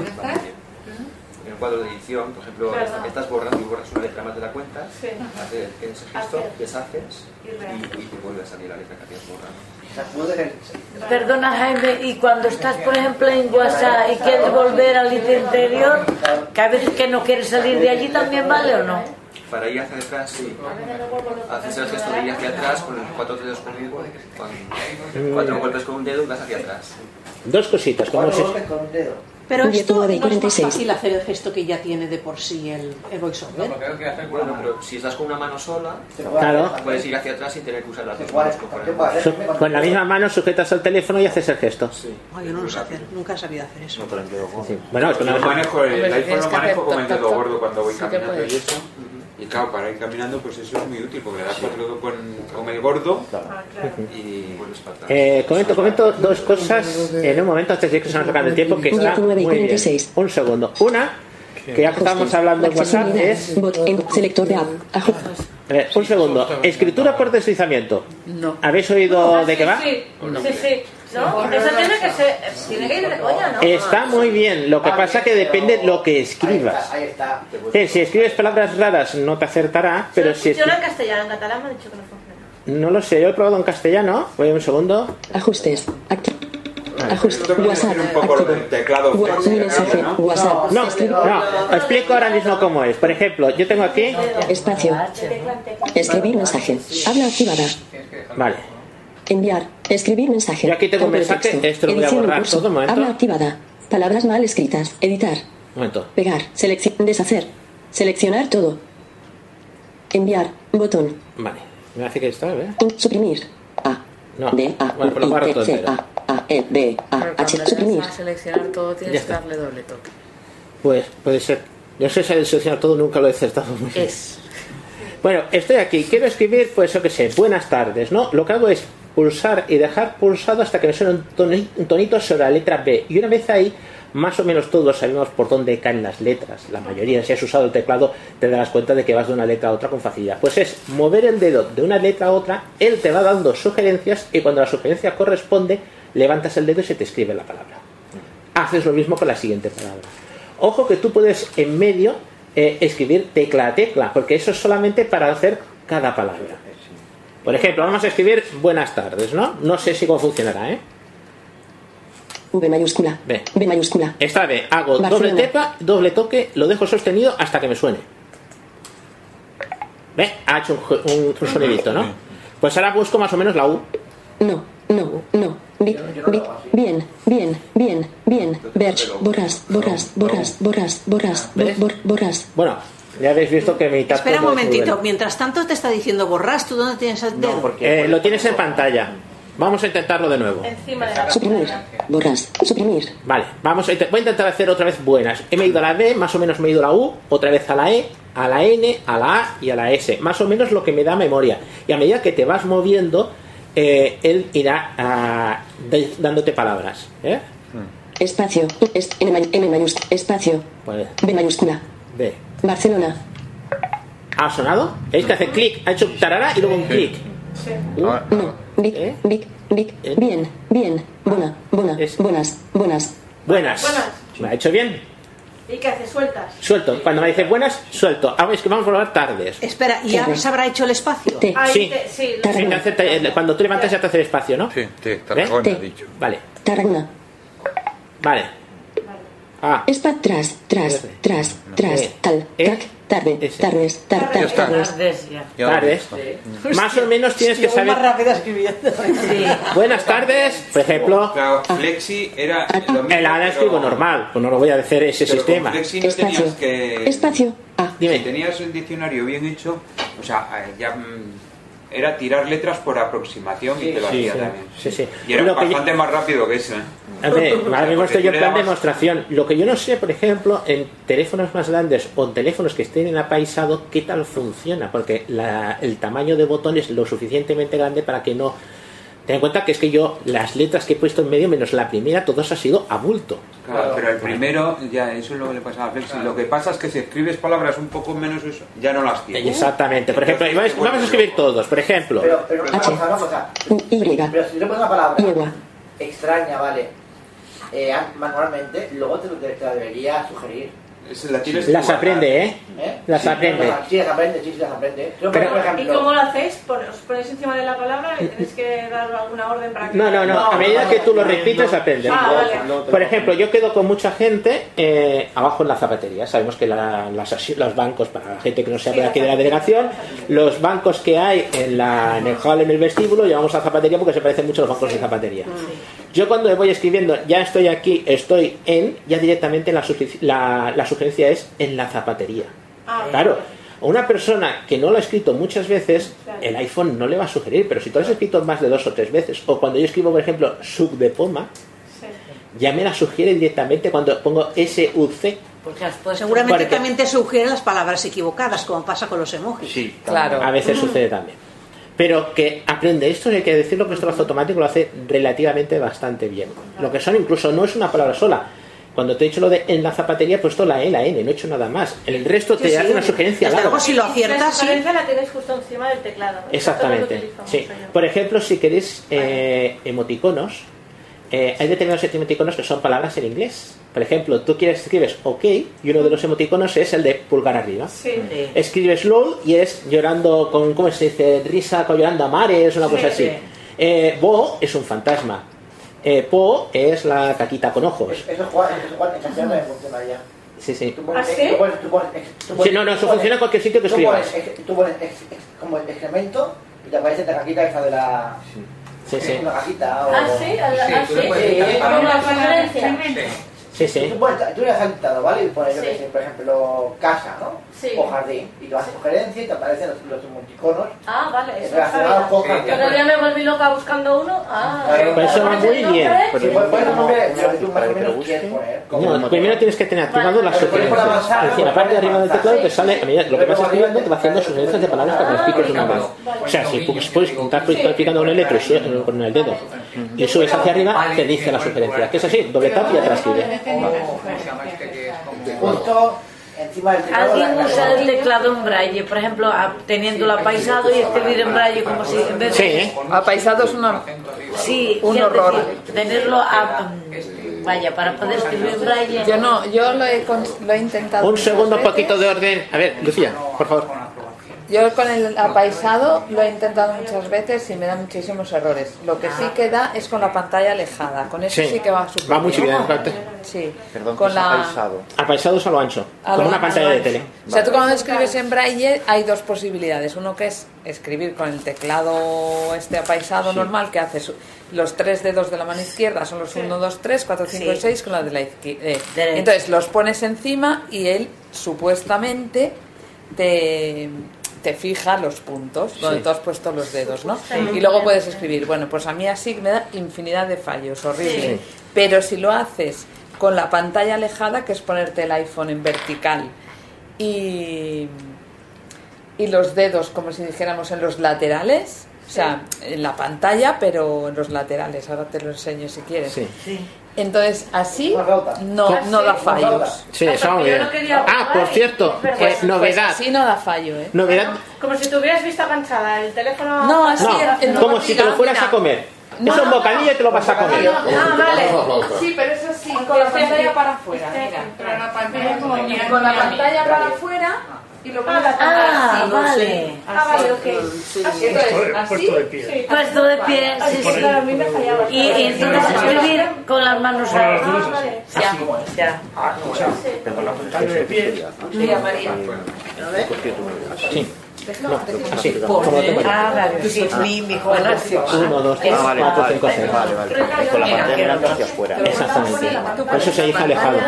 S11: En un cuadro de edición, por ejemplo,
S17: Claro.
S11: estás borrando y borras una letra más de la cuenta,
S13: Sí.
S11: haces ese gesto,
S13: Hacer.
S11: deshaces
S13: Y
S11: y,
S13: rehaces.
S11: y te vuelve a salir la letra que habías borrado.
S5: Sacudes el-
S6: Perdona Jaime, y cuando estás por ejemplo en WhatsApp y quieres volver al interior, que a veces que no quieres salir de allí también vale o no?
S11: Para ir hacia atrás, sí. Haces el gesto de ir hacia atrás con los cuatro dedos con un- con cuatro golpes con un dedo y vas hacia atrás.
S2: Dos cositas. ¿cómo se-
S5: con un dedo.
S10: Pero esto no
S2: 19 y
S10: es más
S2: 46.
S10: fácil hacer el gesto que ya tiene de por sí el, el voiceover.
S11: Bueno, pero si estás con una mano sola,
S2: Claro.
S11: puedes ir hacia atrás y tener que usar las dos manos. con- con-
S2: su- Con la misma mano sujetas al teléfono y haces el gesto.
S10: Ay, yo no lo sé hacer, nunca he sabido hacer eso.
S2: Sí. Bueno, es que
S18: Yo
S2: una
S18: manejo el,
S10: Hombre,
S18: iPhone
S10: tienes
S18: lo
S10: que hacer
S18: manejo como el
S10: toc,
S18: dedo
S10: toc,
S18: gordo cuando voy
S10: sí que
S18: caminando
S10: puedes.
S18: y eso. Y claro, para ir caminando, pues eso es muy útil, porque le das cuatro dedos con, con el gordo
S13: Ah,
S18: y vuelves para atrás.
S2: Eh, comento, comento dos cosas en un momento antes de que se nos acabe el tiempo que está
S17: 19
S2: muy
S17: y
S2: bien.
S17: 46.
S2: Un segundo. Una, que ya que estábamos
S17: Hosting.
S2: hablando en WhatsApp,
S17: Accesibilidad.
S2: es...
S17: Bot en selector de app. Ajo.
S2: A ver, un segundo. Escritura por deslizamiento. ¿Habéis oído de qué va?
S13: Sí, sí, sí. ¿No? Eso tiene que ser... Tiene que ir de coña, ¿no?
S2: Está muy bien,
S5: Ah,
S2: lo que pasa que depende lo que escribas.
S5: Ahí está.
S2: Eh, si escribes palabras raras no te acertará, pero si
S13: Funciona en
S2: escri-
S13: castellano, en catalán me han dicho que no funciona.
S2: no lo sé, yo he probado en castellano. Voy un segundo.
S17: Ajustes. Acti- Ajuste. WhatsApp.
S18: Teclado
S17: Gua- mensaje. WhatsApp.
S2: No, no, explico ahora mismo cómo es. Por ejemplo, yo tengo aquí,
S17: Espacio. Escribir mensaje. Habla activada.
S2: vale,
S17: Enviar. Escribir mensaje.
S2: Yo aquí tengo un
S17: Campo de
S2: mensaje,
S17: texto.
S2: esto lo voy a
S17: Edición en
S2: borrar,
S17: curso.
S2: todo, un momento.
S17: Habla activada. Palabras mal escritas. Editar.
S2: un momento.
S17: Pegar. Selecci- deshacer. Seleccionar todo. Enviar. Botón.
S2: Vale, me hace que está, a ver.
S17: In- suprimir. A.
S2: No,
S17: D. A.
S2: bueno, pero lo
S17: U.
S2: barro
S17: I.
S2: todo
S17: T. C.
S2: entero.
S17: A. A. E. D. A. H. Suprimir.
S9: seleccionar todo,
S2: tienes que
S9: darle doble toque.
S2: Pues puede ser. No sé si el seleccionar todo nunca lo he acertado muy bien.
S9: Es.
S2: Bueno, estoy aquí. Quiero escribir, pues yo qué sé, buenas tardes, ¿no? Lo que hago es pulsar y dejar pulsado hasta que me suene un toni- un tonito sobre la letra B. Y una vez ahí, más o menos todos sabemos por dónde caen las letras. La mayoría, si has usado el teclado, te darás cuenta de que vas de una letra a otra con facilidad. Pues es mover el dedo de una letra a otra, él te va dando sugerencias y cuando la sugerencia corresponde, levantas el dedo y se te escribe la palabra haces lo mismo con la siguiente palabra. Ojo que tú puedes en medio eh, escribir tecla a tecla, porque eso es solamente para hacer cada palabra. Por ejemplo, vamos a escribir buenas tardes, ¿no? No sé si cómo funcionará, ¿eh?
S17: V mayúscula.
S2: Ve.
S17: B mayúscula.
S2: Esta vez hago doble
S17: Barcelona.
S2: tepa, doble toque, lo dejo sostenido hasta que me suene. ¿Ve? Ha hecho un, ju- un- un sonidito, ¿no? Pues ahora busco más o menos la U.
S17: No, no, no, Bi- bi- bien, bien, bien, bien. Verge, borras, borras, borras, borras, borras, bo- bor- borras.
S2: Bueno, ya habéis visto que mi tacto
S10: Espera un
S2: no es muy
S10: momentito,
S2: bueno.
S10: mientras tanto te está diciendo borras, ¿tú dónde tienes el dedo?
S2: Eh, lo tienes en pantalla. Vamos a intentarlo de nuevo.
S13: Encima de la
S17: Suprimir, borras, suprimir.
S2: Vale, vamos a int- voy a intentar hacer otra vez buenas. He medido la B, más o menos me he ido a la U, otra vez a la E, a la N, a la A y a la S. Más o menos lo que me da memoria. Y a medida que te vas moviendo, eh, él irá ah, de- dándote palabras. ¿eh?
S17: Espacio, es- N, may- M mayúscula, espacio,
S2: Vale,
S17: B mayúscula,
S2: Pues, B.
S17: Barcelona.
S2: ¿Ha sonado? ¿Veis que hace clic? Ha hecho tarara y luego un clic. Uh,
S17: No, big,
S2: ¿Eh?
S17: big, big, bien, bien, bona, bona, buenas, buenas.
S2: Buenas.
S13: Buenas.
S2: ¿Me ha hecho bien?
S13: ¿Y qué haces? Sueltas.
S2: Suelto. Cuando me dice buenas, suelto. Ah, es que vamos a probar tardes.
S10: Espera, ¿y ya se habrá hecho el espacio?
S13: Ahí
S2: Sí.
S13: te- sí, lo-
S2: Sí, te hace- te- eh, cuando tú levantas ya te hace el espacio, ¿no?
S3: Sí, sí,
S2: Tarragona,
S17: Sí.
S2: dicho. Vale,
S17: Tarragona.
S2: vale. Ah,
S17: Espa tras, tras, tras,
S2: Eh,
S17: tras, tal, tac, tarde, tardes, tar, tar, tardes.
S2: tardes.
S18: Mm.
S2: Más o menos tienes que
S10: Yo voy
S2: saber.
S10: más rápido escribiendo.
S2: Buenas tardes, por ejemplo.
S18: Claro, Flexi era lo mismo.
S2: El ahora escribo normal, pues no lo voy a hacer ese
S18: pero con
S2: sistema.
S18: Flexi no tenías que.
S17: Espacio,
S9: Ah.
S18: Si tenías el diccionario bien hecho, o sea, eh, ya mm, era tirar letras por aproximación y te lo
S2: sí,
S18: hacía
S2: sí,
S18: también.
S2: sí, sí.
S18: Y era
S2: Lo que yo-
S18: bastante más rápido que ese. ¿eh?
S2: Hombre, ahora mismo
S18: Porque
S2: estoy
S18: tú
S2: yo
S18: le
S2: en plan
S18: dabas-
S2: demostración. Lo que yo no sé, por ejemplo, en teléfonos más grandes o en teléfonos que estén en apaisado, qué tal funciona, porque la- el tamaño de botón es lo suficientemente grande para que no. Ten en cuenta que es que yo las letras que he puesto en medio, menos la primera, todos ha sido a bulto.
S18: Claro, pero el primero, ya, eso es lo que le pasaba a Flexi. Lo que pasa es que si escribes palabras un poco menos, eso, ya no las tienes.
S2: Exactamente. Por ejemplo, vamos, vamos a escribir todos. Por ejemplo,
S5: Pero, pero una cosa, una cosa. Pero si yo pongo una palabra extraña, vale, eh, an- manualmente, luego te, te- te la debería sugerir.
S18: La tienes que
S2: las
S18: guardar.
S2: aprende, ¿eh?
S5: ¿eh?
S2: Las aprende.
S5: Sí, las aprende, sí, sí, las aprende. Yo,
S2: Pero-
S5: por ejemplo,
S13: ¿Y cómo lo hacéis? Pon- ¿Os ponéis encima de la palabra y tenéis que dar alguna orden para que.?
S2: No, no, no. A medida que tú lo repites, aprendes.
S13: Ah, vale.
S2: Por ejemplo, yo quedo con mucha gente eh, abajo en la zapatería. Sabemos que la- las asi- los bancos, para la gente que no sea de aquí de la delegación, los bancos que hay en, la, en el hall, en el vestíbulo, llamamos a zapatería porque se parecen mucho a los bancos de zapatería. Yo cuando voy escribiendo, ya estoy aquí, estoy en, ya directamente la, sugi- la- la sugerencia es en la zapatería.
S13: Ah,
S5: eh,
S2: Claro, a una persona que no lo ha escrito muchas veces, el iPhone no le va a sugerir, pero si tú lo has escrito más de dos o tres veces, o cuando yo escribo, por ejemplo, sub de poma, ya me la sugiere directamente cuando pongo SUC.
S10: Seguramente
S2: Porque-
S10: también te sugieren las palabras equivocadas, como pasa con los emojis.
S2: Sí,
S10: Claro.
S2: A veces sucede también. Pero que aprende esto, hay que decirlo que esto lo hace automático, lo hace relativamente bastante bien. Lo que son incluso no es una palabra sola. Cuando te he dicho lo de en la zapatería, he puesto la E, la N, no he hecho nada más. El resto te
S10: Sí,
S2: hace
S10: sí.
S2: una sugerencia.
S10: Desde
S2: larga.
S10: luego, si lo
S13: La
S10: aciertas, sí.
S13: sugerencia la tenéis justo encima del teclado.
S2: Exactamente. Sí. Por ejemplo, si queréis eh, emoticonos, eh, hay determinados emoticonos que son palabras en inglés. Por ejemplo, tú quieres escribes OK y uno de los emoticonos es el de pulgar arriba. Escribes LOL y es llorando con, ¿cómo se dice? Risa, con llorando a mares, una
S15: Sí,
S2: cosa así.
S15: sí.
S2: Eh, Bo es un fantasma. Eh, po es la caquita con ojos.
S5: eso Juan, eso Juan, en castellano no funciona
S13: ¿Ah,
S5: ya.
S2: Sí, sí.
S5: Tú pones- tú pones- tú pones- eh, tú pones-
S2: Sí, no, no, eso
S5: tú pones-
S2: funciona en cualquier sitio que
S5: tú pones
S2: escribas.
S5: ex- Tú pones ex- ex- como el excremento y te aparece la cajita esa de la...
S2: Sí, sí.
S5: Una cajita o...
S13: Ah, sí, al-
S5: Sí,
S13: ah,
S5: tú le
S13: sí.
S5: puedes
S13: Sí,
S5: quitar
S13: como la
S5: la palabra
S13: sugerencia.
S2: Sí, sí.
S5: Tú, pones- tú le has saltado, ¿vale? Y pones, yo
S13: Sí.
S5: qué sé, por ejemplo, casa, ¿no?
S13: Sí.
S5: O jardín. Y tú haces sugerencia y te aparecen los, los emoticonos.
S13: Ah, vale, eso lo
S5: Relacionado
S13: sabía.
S5: con Javier.
S13: El otro día me volví loca buscando uno. Ah,
S2: Pero eso va
S13: ¿pones
S2: muy
S13: el nombre?
S2: bien.
S5: Sí,
S2: Pero-
S5: puedes poner un nombre, pero tú más o menos quieres poner.
S2: No, primero tienes que tener activado las
S5: Pero por ejemplo,
S2: sugerencias.
S5: avanzar,
S2: Es decir, la parte de arriba del teclado te sale, a medida lo que vas escribiendo, te va haciendo sugerencias de palabras para que expliques una vez. O sea, si pu- puedes intentar picando con el dedo y sube- con el dedo y subes hacia arriba, te dice la sugerencia. Que es así, doble tap y atrás escribe.
S5: Oh, Justo encima
S9: Ah,
S5: del teclado. la-
S6: Alguien
S5: la-
S6: usa el teclado en braille, por ejemplo, a- teniéndolo apaisado y escribir en braille como si en vez de...
S9: Apaisado es una...
S6: Sí,
S9: Un
S6: quiero
S9: horror.
S6: decir, tenerlo a... Vaya, para poder escribir en braille...
S9: Yo no, yo lo he, cons- lo he intentado.
S2: Un
S9: muchas
S2: segundo
S9: veces.
S2: poquito de orden. A ver, Lucía, por favor.
S9: Yo con el apaisado lo he intentado muchas veces y me da muchísimos errores. Lo que sí
S13: Ah.
S9: que da es con la pantalla alejada. Con eso sí,
S2: Sí.
S9: que va súper
S2: Va muy bien, exacto.
S9: Sí.
S2: Perdón,
S9: Con que es la- apaisado.
S2: Apaisado a lo ancho.
S9: A
S2: como
S9: lo
S2: una
S9: ancho.
S2: pantalla de tele.
S9: O sea, tú cuando escribes en braille hay dos posibilidades. Uno que es escribir con el teclado este apaisado
S2: Sí.
S9: normal que haces los tres dedos de la mano izquierda, son los 1, 2, 3, 4, 5 y
S6: Sí.
S9: 6 con la de la izquierda. Entonces los pones encima y él supuestamente te, te fija los puntos donde
S6: Sí.
S9: tú has puesto los dedos, ¿no?
S6: Supuestamente.
S9: Y luego puedes escribir. Bueno, pues a mí así me da infinidad de fallos, horrible.
S6: Sí.
S9: Pero si lo haces con la pantalla alejada, que es ponerte el iPhone en vertical y, y los dedos como si dijéramos en los laterales, o sea, en la pantalla, pero en los laterales. Ahora te lo enseño si quieres.
S2: Sí.
S9: Entonces, así no, no da fallos.
S2: Sí, está muy bien. Ah, por cierto, eh,
S9: Pues-
S2: novedad.
S9: Pues así no da fallo, ¿eh?
S2: Novedad.
S13: Como si te hubieras visto enganchada el teléfono.
S9: No, así
S10: eh,
S9: en-
S2: No,
S9: en
S2: como si te lo fueras a comer.
S9: No,
S2: es un
S9: no,
S2: bocadillo y te lo vas a comer.
S9: Ah, vale.
S12: Sí,
S9: pero eso sí.
S12: con la pantalla
S9: para afuera. Mira.
S12: Pero la pantalla como mira,
S9: Con la
S12: mira,
S9: pantalla
S12: mira.
S9: para afuera y lo
S12: Ah,
S9: pones
S6: ah,
S9: así.
S6: vale.
S9: Ah, vale, ok. Así, entonces, así.
S6: Sí. Puesto de pie,
S9: Así,
S6: sí,
S9: por
S6: sí.
S9: ahí.
S6: Y, y entonces escribir con las manos
S9: Con las
S6: arriba.
S9: manos
S6: Ya, ya.
S15: Perdón, la pantalla
S8: de pie.
S6: Sí, a María.
S2: Sí. No, sí,
S6: Por-
S2: como lo tengo yo.
S6: Ah, vale,
S2: Sí,
S6: sí.
S2: sí.
S6: Mi- mi joven nació.
S2: Uno, dos, tres,
S6: Es-
S2: cuatro, cinco, seis.
S15: Ah, Vale, vale. Es con la pantalla mirando hacia afuera.
S2: Exactamente. Por eso se dice alejado.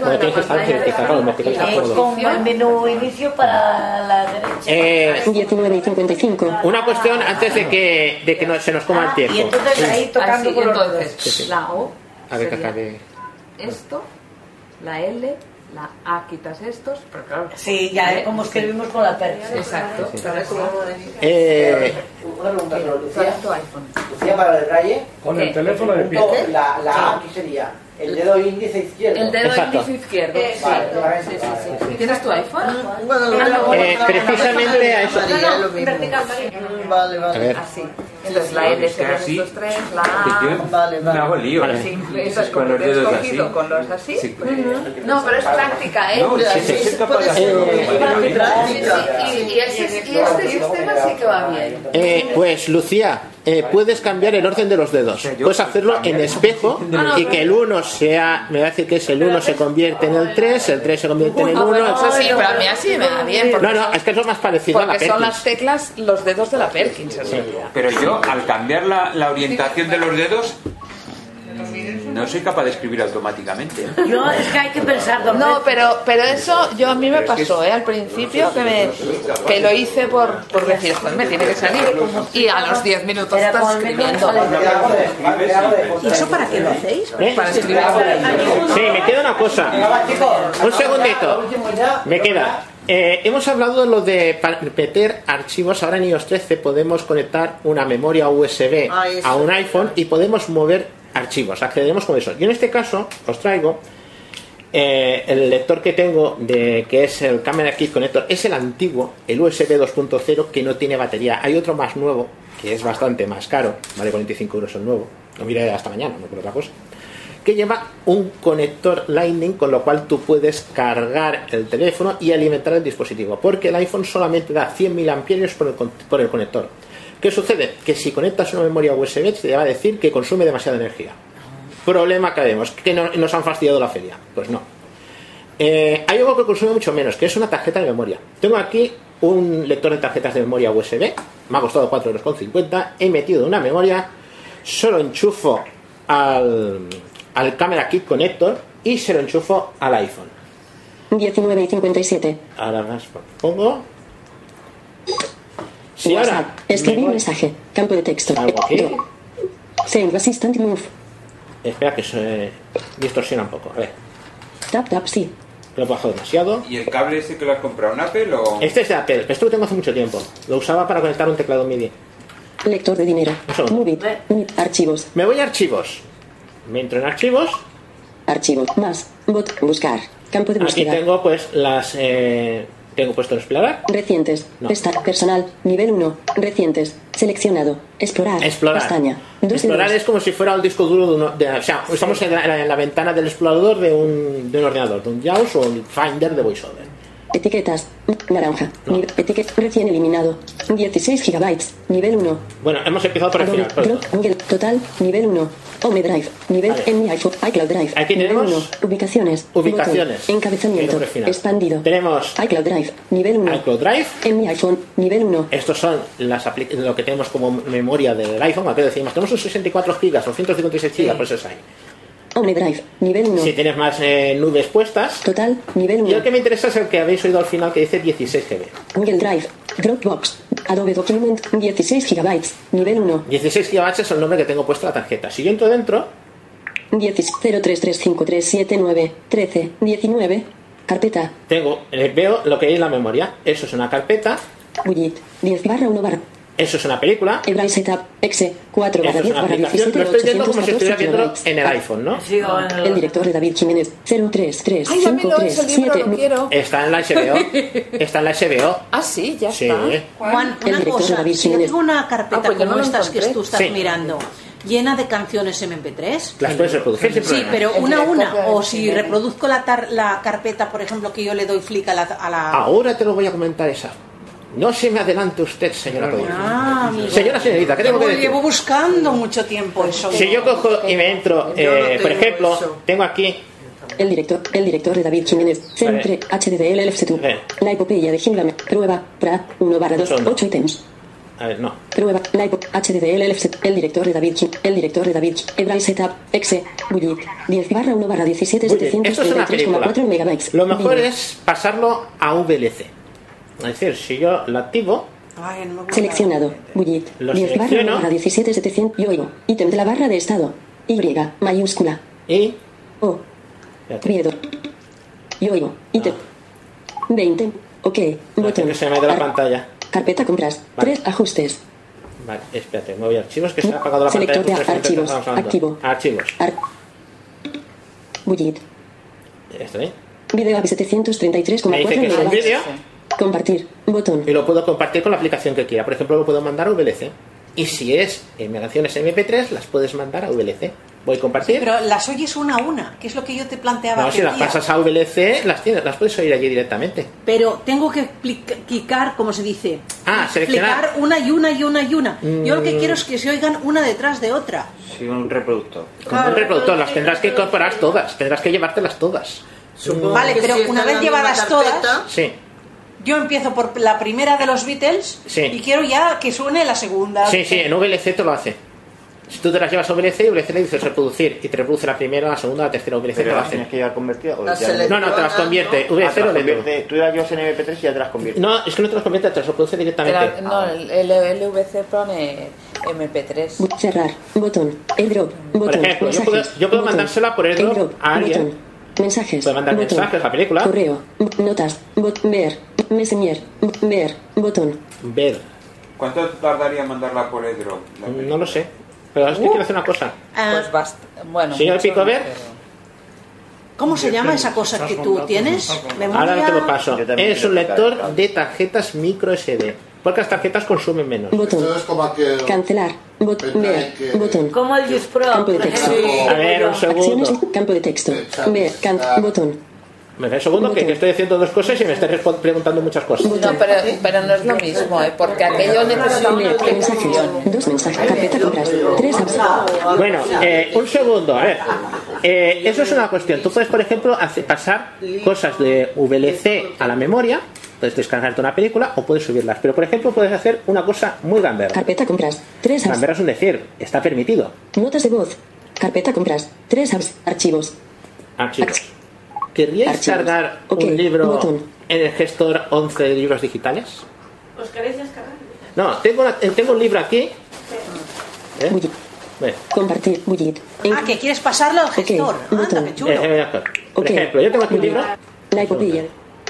S2: Porque tienes que estar vertical, claro, vertical está
S6: Eh,
S2: cómodo.
S6: con el menú inicio para la derecha.
S2: Eh,
S17: 19 y 55.
S2: Una cuestión antes de que, de que no- se nos coma el tiempo.
S6: Y entonces
S2: Sí.
S6: ahí tocando
S9: Así,
S6: con los
S9: entonces,
S2: Sí, sí.
S9: la O,
S2: A ver que
S9: sería
S2: acabe.
S9: esto, la L, la A quitas estos, pero claro.
S6: Sí, ya
S9: ¿vale?
S6: eh, como escribimos con la perra.
S9: Exacto.
S6: Sí.
S9: Pero eso-
S2: Eh,
S5: Una pregunta, pero Lucía,
S9: Tanto iPhone.
S5: Lucía para el braille.
S9: Con el ¿Qué? teléfono de
S5: punto,
S9: pie.
S5: La, la A aquí sería el dedo índice izquierdo.
S9: El dedo índice izquierdo.
S5: Vale, vale,
S9: Sí, sí,
S5: vale.
S9: sí, sí. ¿Tienes tu iPhone?
S5: no, no, no,
S2: Eh, precisamente a eso.
S9: Vertical,
S14: Vale,
S2: A ver.
S9: Así. Entonces la L
S18: Es que
S9: se ve
S18: así-
S9: estos tres, la
S18: Que tiene-
S9: A.
S18: Me hago lío.
S9: Vale. Sí, eso es como te he escogido con los así.
S18: Sí.
S9: Ujú. No, pero es práctica, ¿eh?
S18: No, sí, sí, sí, capaz de hacerlo,
S9: Sí,
S18: vale.
S9: sí, y, y ese- y este sistema sí que va bien.
S2: Eh, pues Lucía, eh, puedes cambiar el orden de los dedos. Puedes hacerlo en espejo y que el 1 sea, me parece que es el 1 se convierte en el 3, el 3 se convierte en el
S9: Ah,
S2: 1.
S9: bueno, eso sí, pero a mí así me da bien. Porque,
S2: No, no, es que es lo más parecido a la
S9: porque son
S2: Perkins.
S9: las teclas, los dedos de la Perkins, en realidad.
S18: Pero yo, al cambiar la, la orientación de los dedos, no soy capaz de escribir automáticamente. ¿eh?
S6: Yo es que hay que pensar dos
S9: No, pero, pero eso yo a mí me
S18: Pero es que
S9: pasó,
S18: es-
S9: ¿eh? Al principio que me que lo hice por, por decir, "Joder, me tiene que salir. Y a los 10 minutos estás escribiendo.
S14: ¿Y eso para qué lo hacéis?
S9: ¿Eh? Para escribir.
S2: Sí, me queda una cosa. Un segundito. Me queda. Eh, hemos hablado de lo de pa- meter archivos. Ahora en iOS 13 podemos conectar una memoria USB
S14: Ah, eso.
S2: a un iPhone y podemos mover archivos. Accederemos con eso. Y en este caso os traigo eh, el lector que tengo, de, que es el Camera Kit Connector. Es el antiguo, el USB 2.0, que no tiene batería. Hay otro más nuevo, que es bastante más caro. Vale 45 euros el nuevo. Lo miré hasta mañana, no por otra cosa que lleva un conector Lightning con lo cual tú puedes cargar el teléfono y alimentar el dispositivo, porque el iPhone solamente da 100.000 amperios por el, con- por el conector. ¿Qué sucede? Que si conectas una memoria USB te va a decir que consume demasiada energía. Problema que vemos, que no- nos han fastidiado la feria. Pues no. Eh, hay algo que consume mucho menos, que es una tarjeta de memoria. Tengo aquí un lector de tarjetas de memoria USB, me ha costado 4,50 euros, he metido una memoria, solo enchufo al, al Camera Kit Connector y se lo enchufo al iPhone.
S17: 19 y 57.
S2: Ahora más pongo. Sí,
S17: WhatsApp.
S2: ahora.
S17: Escribir
S2: me voy-
S17: mensaje. Campo de texto.
S2: Hago aquí.
S17: Send assistant move.
S2: Espera que se distorsiona un poco. A ver,
S17: Tap tap sí.
S2: lo bajo demasiado.
S18: ¿Y el cable ese que lo has comprado, un Apple o...?
S2: Este es de Apple, esto lo tengo hace mucho tiempo. Lo usaba para conectar un teclado MIDI.
S17: Lector de dinero. Move it. Nit. Archivos.
S2: Me voy a archivos. Me entro en archivos.
S17: Archivo. Más. Bot. Buscar. Campo de
S2: Aquí
S17: búsqueda.
S2: tengo pues las... eh, tengo puesto en explorar.
S17: Recientes.
S2: No.
S17: Estar personal. Nivel 1. Recientes. Seleccionado. Explorar.
S2: Explorar.
S17: Ah, Pestaña. Dos de
S2: Explorar
S17: dos.
S2: es como si fuera el disco duro de uno... de- o sea, estamos en la, en la ventana del explorador de un, de un ordenador, de un JAWS o un Finder de VoiceOver.
S17: Etiquetas. Naranja. Nivel- Etiquet recién eliminado. 16 GB. Nivel 1.
S2: Bueno, hemos empezado por el final. perdón.
S17: Dropbox, Google Total. Nivel 1. Home Drive. Nivel
S2: Vale.
S17: en mi iPhone. iCloud Drive.
S2: Aquí
S17: nivel
S2: tenemos
S17: 1. Ubicaciones.
S2: ubicaciones.
S17: Botón. Encabezamiento.
S2: Mira por el final.
S17: Expandido.
S2: Tenemos
S17: iCloud Drive. Nivel 1.
S2: iCloud Drive.
S17: En mi iPhone. Nivel 1.
S2: Estos son las apli- lo que tenemos como memoria del iPhone. Aquí decimos, tenemos un 64 gigas o 156 gigas, por eso es ahí.
S17: Home Drive. Nivel 1.
S2: Si tienes más eh, nubes puestas.
S17: Total, nivel 1.
S2: Y el que me interesa es el que habéis oído al final que dice 16 GB.
S17: Google Drive. Dropbox. Adobe Document. 16 GB. Nivel 1.
S2: 16 GB es el nombre que tengo puesto a la tarjeta. Si yo entro dentro,
S17: 10 0335379319 13 19 Carpeta.
S2: tengo, eh, veo lo que hay en la memoria. Eso es una carpeta,
S17: Widget. 10 barra 1 barra.
S2: eso es una película,
S17: Ebray Setup. Exe. 4
S2: eso
S17: barra
S2: es
S17: 10
S2: una
S17: barra
S2: aplicación.
S17: 17
S2: Lo estoy viendo como si estuviera
S17: 814
S2: viéndolo
S17: kilobytes.
S2: en el iPhone, ¿no?
S17: El director de David Jiménez. 033
S19: Ay, dámelo, ese libro lo quiero.
S2: Está en la HBO. Está en la HBO.
S19: Ah, sí, ya
S2: Sí. eh.
S19: está.
S10: Juan,
S19: El
S10: una
S19: director de
S10: cosa,
S19: David
S10: si yo
S19: Jiménez.
S10: tengo una carpeta
S19: Ah, pues yo
S10: como
S19: no lo
S10: estas que
S19: encontré.
S10: tú estás
S19: Sí.
S10: mirando, llena de canciones MP3,
S2: Las puedes reproducir sin
S10: sí,
S2: problema.
S10: pero
S2: El
S10: una a
S2: director de
S10: una, o
S2: David
S10: si
S2: Jiménez.
S10: reproduzco la, tar- la carpeta, por ejemplo, que yo le doy flick a la... a la-
S2: Ahora te lo voy a comentar esa. No se me adelante usted, señora Codina.
S10: Ah, mira.
S2: Señora señorita, ¿qué tengo que
S10: Llevo-
S2: decir?
S10: Llevo buscando mucho tiempo eso.
S2: Si yo cojo y me entro, eh, por ejemplo, tengo aquí
S17: El director, el director de David Jiménez. 03 HDDL LFC2. La epopeya de Gimlame. Prueba. Pra. 1 barra 2. 8 ítems.
S2: A ver, no.
S17: Prueba, Laipo, HDDL, LFC, el director de David Kim, el director de David Kim, Ebray Setup, Exe, Bullet, 10 barra 1 barra 17,
S2: Muy bien, Esto es una
S17: 733,4
S2: película.
S17: megabytes.
S2: Lo mejor
S17: Video.
S2: es pasarlo a VLC. Es decir, si yo lo activo,
S10: Ay, no me gusta.
S17: Seleccionado, Bullet,
S2: Lo
S17: 10 barra 1
S2: selecciono.
S17: barra 17, 700, yo oigo, ítem de la barra de estado, Y, mayúscula,
S2: Y,
S17: O,
S2: Espérate. Ah.
S17: Prieto, yo oigo, ítem, 20, ok, botón,
S2: que se me da la pantalla.
S17: carpeta compras,
S2: Vale.
S17: 3 ajustes,
S2: Vale, espérate, me voy a archivos que se me ha apagado la pantalla.
S17: Selector de
S2: justo mientras
S17: archivos,
S2: estamos hablando.
S17: activo.
S2: Archivos.
S17: Bullet,
S2: Esto, ¿eh?
S17: video a
S2: Me
S17: 733,4
S2: dice que es un
S17: megabytes.
S2: vídeo.
S17: Compartir, botón.
S2: Y lo puedo compartir con la aplicación que quiera. Por ejemplo, lo puedo mandar a VLC. Y si es en canciones MP3, las puedes mandar a VLC. Voy a compartir.
S10: Pero las oyes una a una, que es lo que yo te planteaba.
S2: no, si
S10: aquel
S2: las
S10: día.
S2: pasas a VLC, las, tienes, las puedes oír allí directamente.
S10: Pero tengo que plic- clicar, como se dice,
S2: Ah, seleccionar.
S10: clicar una y una y una y una. Yo lo que
S2: Mm.
S10: quiero es que se oigan una detrás de otra.
S2: Sí, un reproductor. Como
S10: Claro.
S2: un reproductor, las tendrás que incorporar todas. Tendrás que llevártelas todas.
S10: Vale,
S2: Mm.
S10: pero una vez llevadas todas,
S2: Sí.
S10: yo empiezo por la primera de los Beatles
S2: Sí.
S10: y quiero ya que suene la segunda.
S2: Sí, sí, en VLC te lo hace. Si tú te las llevas a VLC y VLC le dices reproducir y te reproduce la primera, la segunda, la tercera, VLC te
S15: Pero
S2: lo
S15: las
S2: hace.
S15: tienes que llevar convertidas. o
S2: Las
S15: ya-
S2: seleccionas, No, no, te las convierte, ¿no?
S15: Ah, te las
S2: VLC lo
S15: convierte. Tú las llevas en MP3 y ya te las convierte.
S2: No, es que no te las convierte, te las reproduce
S9: Pero,
S2: directamente. Ah,
S9: no, el el LVC pone MP3.
S17: Cerrar. Botón. Airdrop. Botón.
S2: Por ejemplo, yo puedo, yo puedo mandársela por airdrop a alguien.
S17: Mensajes.
S2: Puedo mandar
S17: Botón.
S2: mensajes, la película.
S17: Correo. Notas. Bot. Ver. Messenger. Ver. Botón.
S2: Ver.
S18: ¿Cuánto tardaría en mandarla por Edro?
S2: No lo sé. Pero es que quiero hacer una cosa.
S10: Ah.
S9: Pues basta. Bueno,
S2: Señor
S9: mucho
S2: Picover.
S9: no, pero-
S10: ¿Cómo se llama esa cosa que tú tienes?
S2: Ahora te lo paso.
S15: Yo también
S2: Es un
S15: quiero
S2: lector de tarjetas micro SD. Porque las tarjetas consumen menos.
S17: Botón. Cancelar. Bot. Ver. Botón. Como el Pro. Campo de texto.
S2: A ver, un segundo.
S17: Acciones. Campo de texto. Ver. Can. Botón.
S2: Me da un segundo que, que estoy haciendo dos cosas y me estáis respon- preguntando muchas cosas.
S9: No, pero, pero no es lo mismo, ¿eh? porque aquello necesita una explicación.
S17: Dos mensajes. Carpeta compras. Tres apps.
S2: Bueno, eh, un segundo, a ver. Eh, eso es una cuestión. Tú puedes, por ejemplo, hace- pasar cosas de VLC a la memoria, puedes descargarte una película o puedes subirlas. Pero, por ejemplo, puedes hacer una cosa muy gamberra.
S17: Carpeta compras. Tres apps.
S2: Gamberra es un decir, está permitido.
S17: Notas de voz. Carpeta compras. Tres apps. Archivos.
S2: Archivos. Ah, ¿Querríais
S17: Archivos.
S2: cargar
S17: Ok,
S2: un libro
S17: botón.
S2: en el gestor 11 de libros digitales?
S13: ¿Os queréis descargar?
S2: No, tengo, una- eh, tengo un libro aquí. ¿Eh? Ven.
S17: Compartir. Bullet.
S10: Ah, que quieres pasarlo al gestor. Anda, qué chulo.
S2: Eh, eh, mira, Por
S17: Ok.
S2: ejemplo, yo tengo aquí un libro.
S17: La epopeya.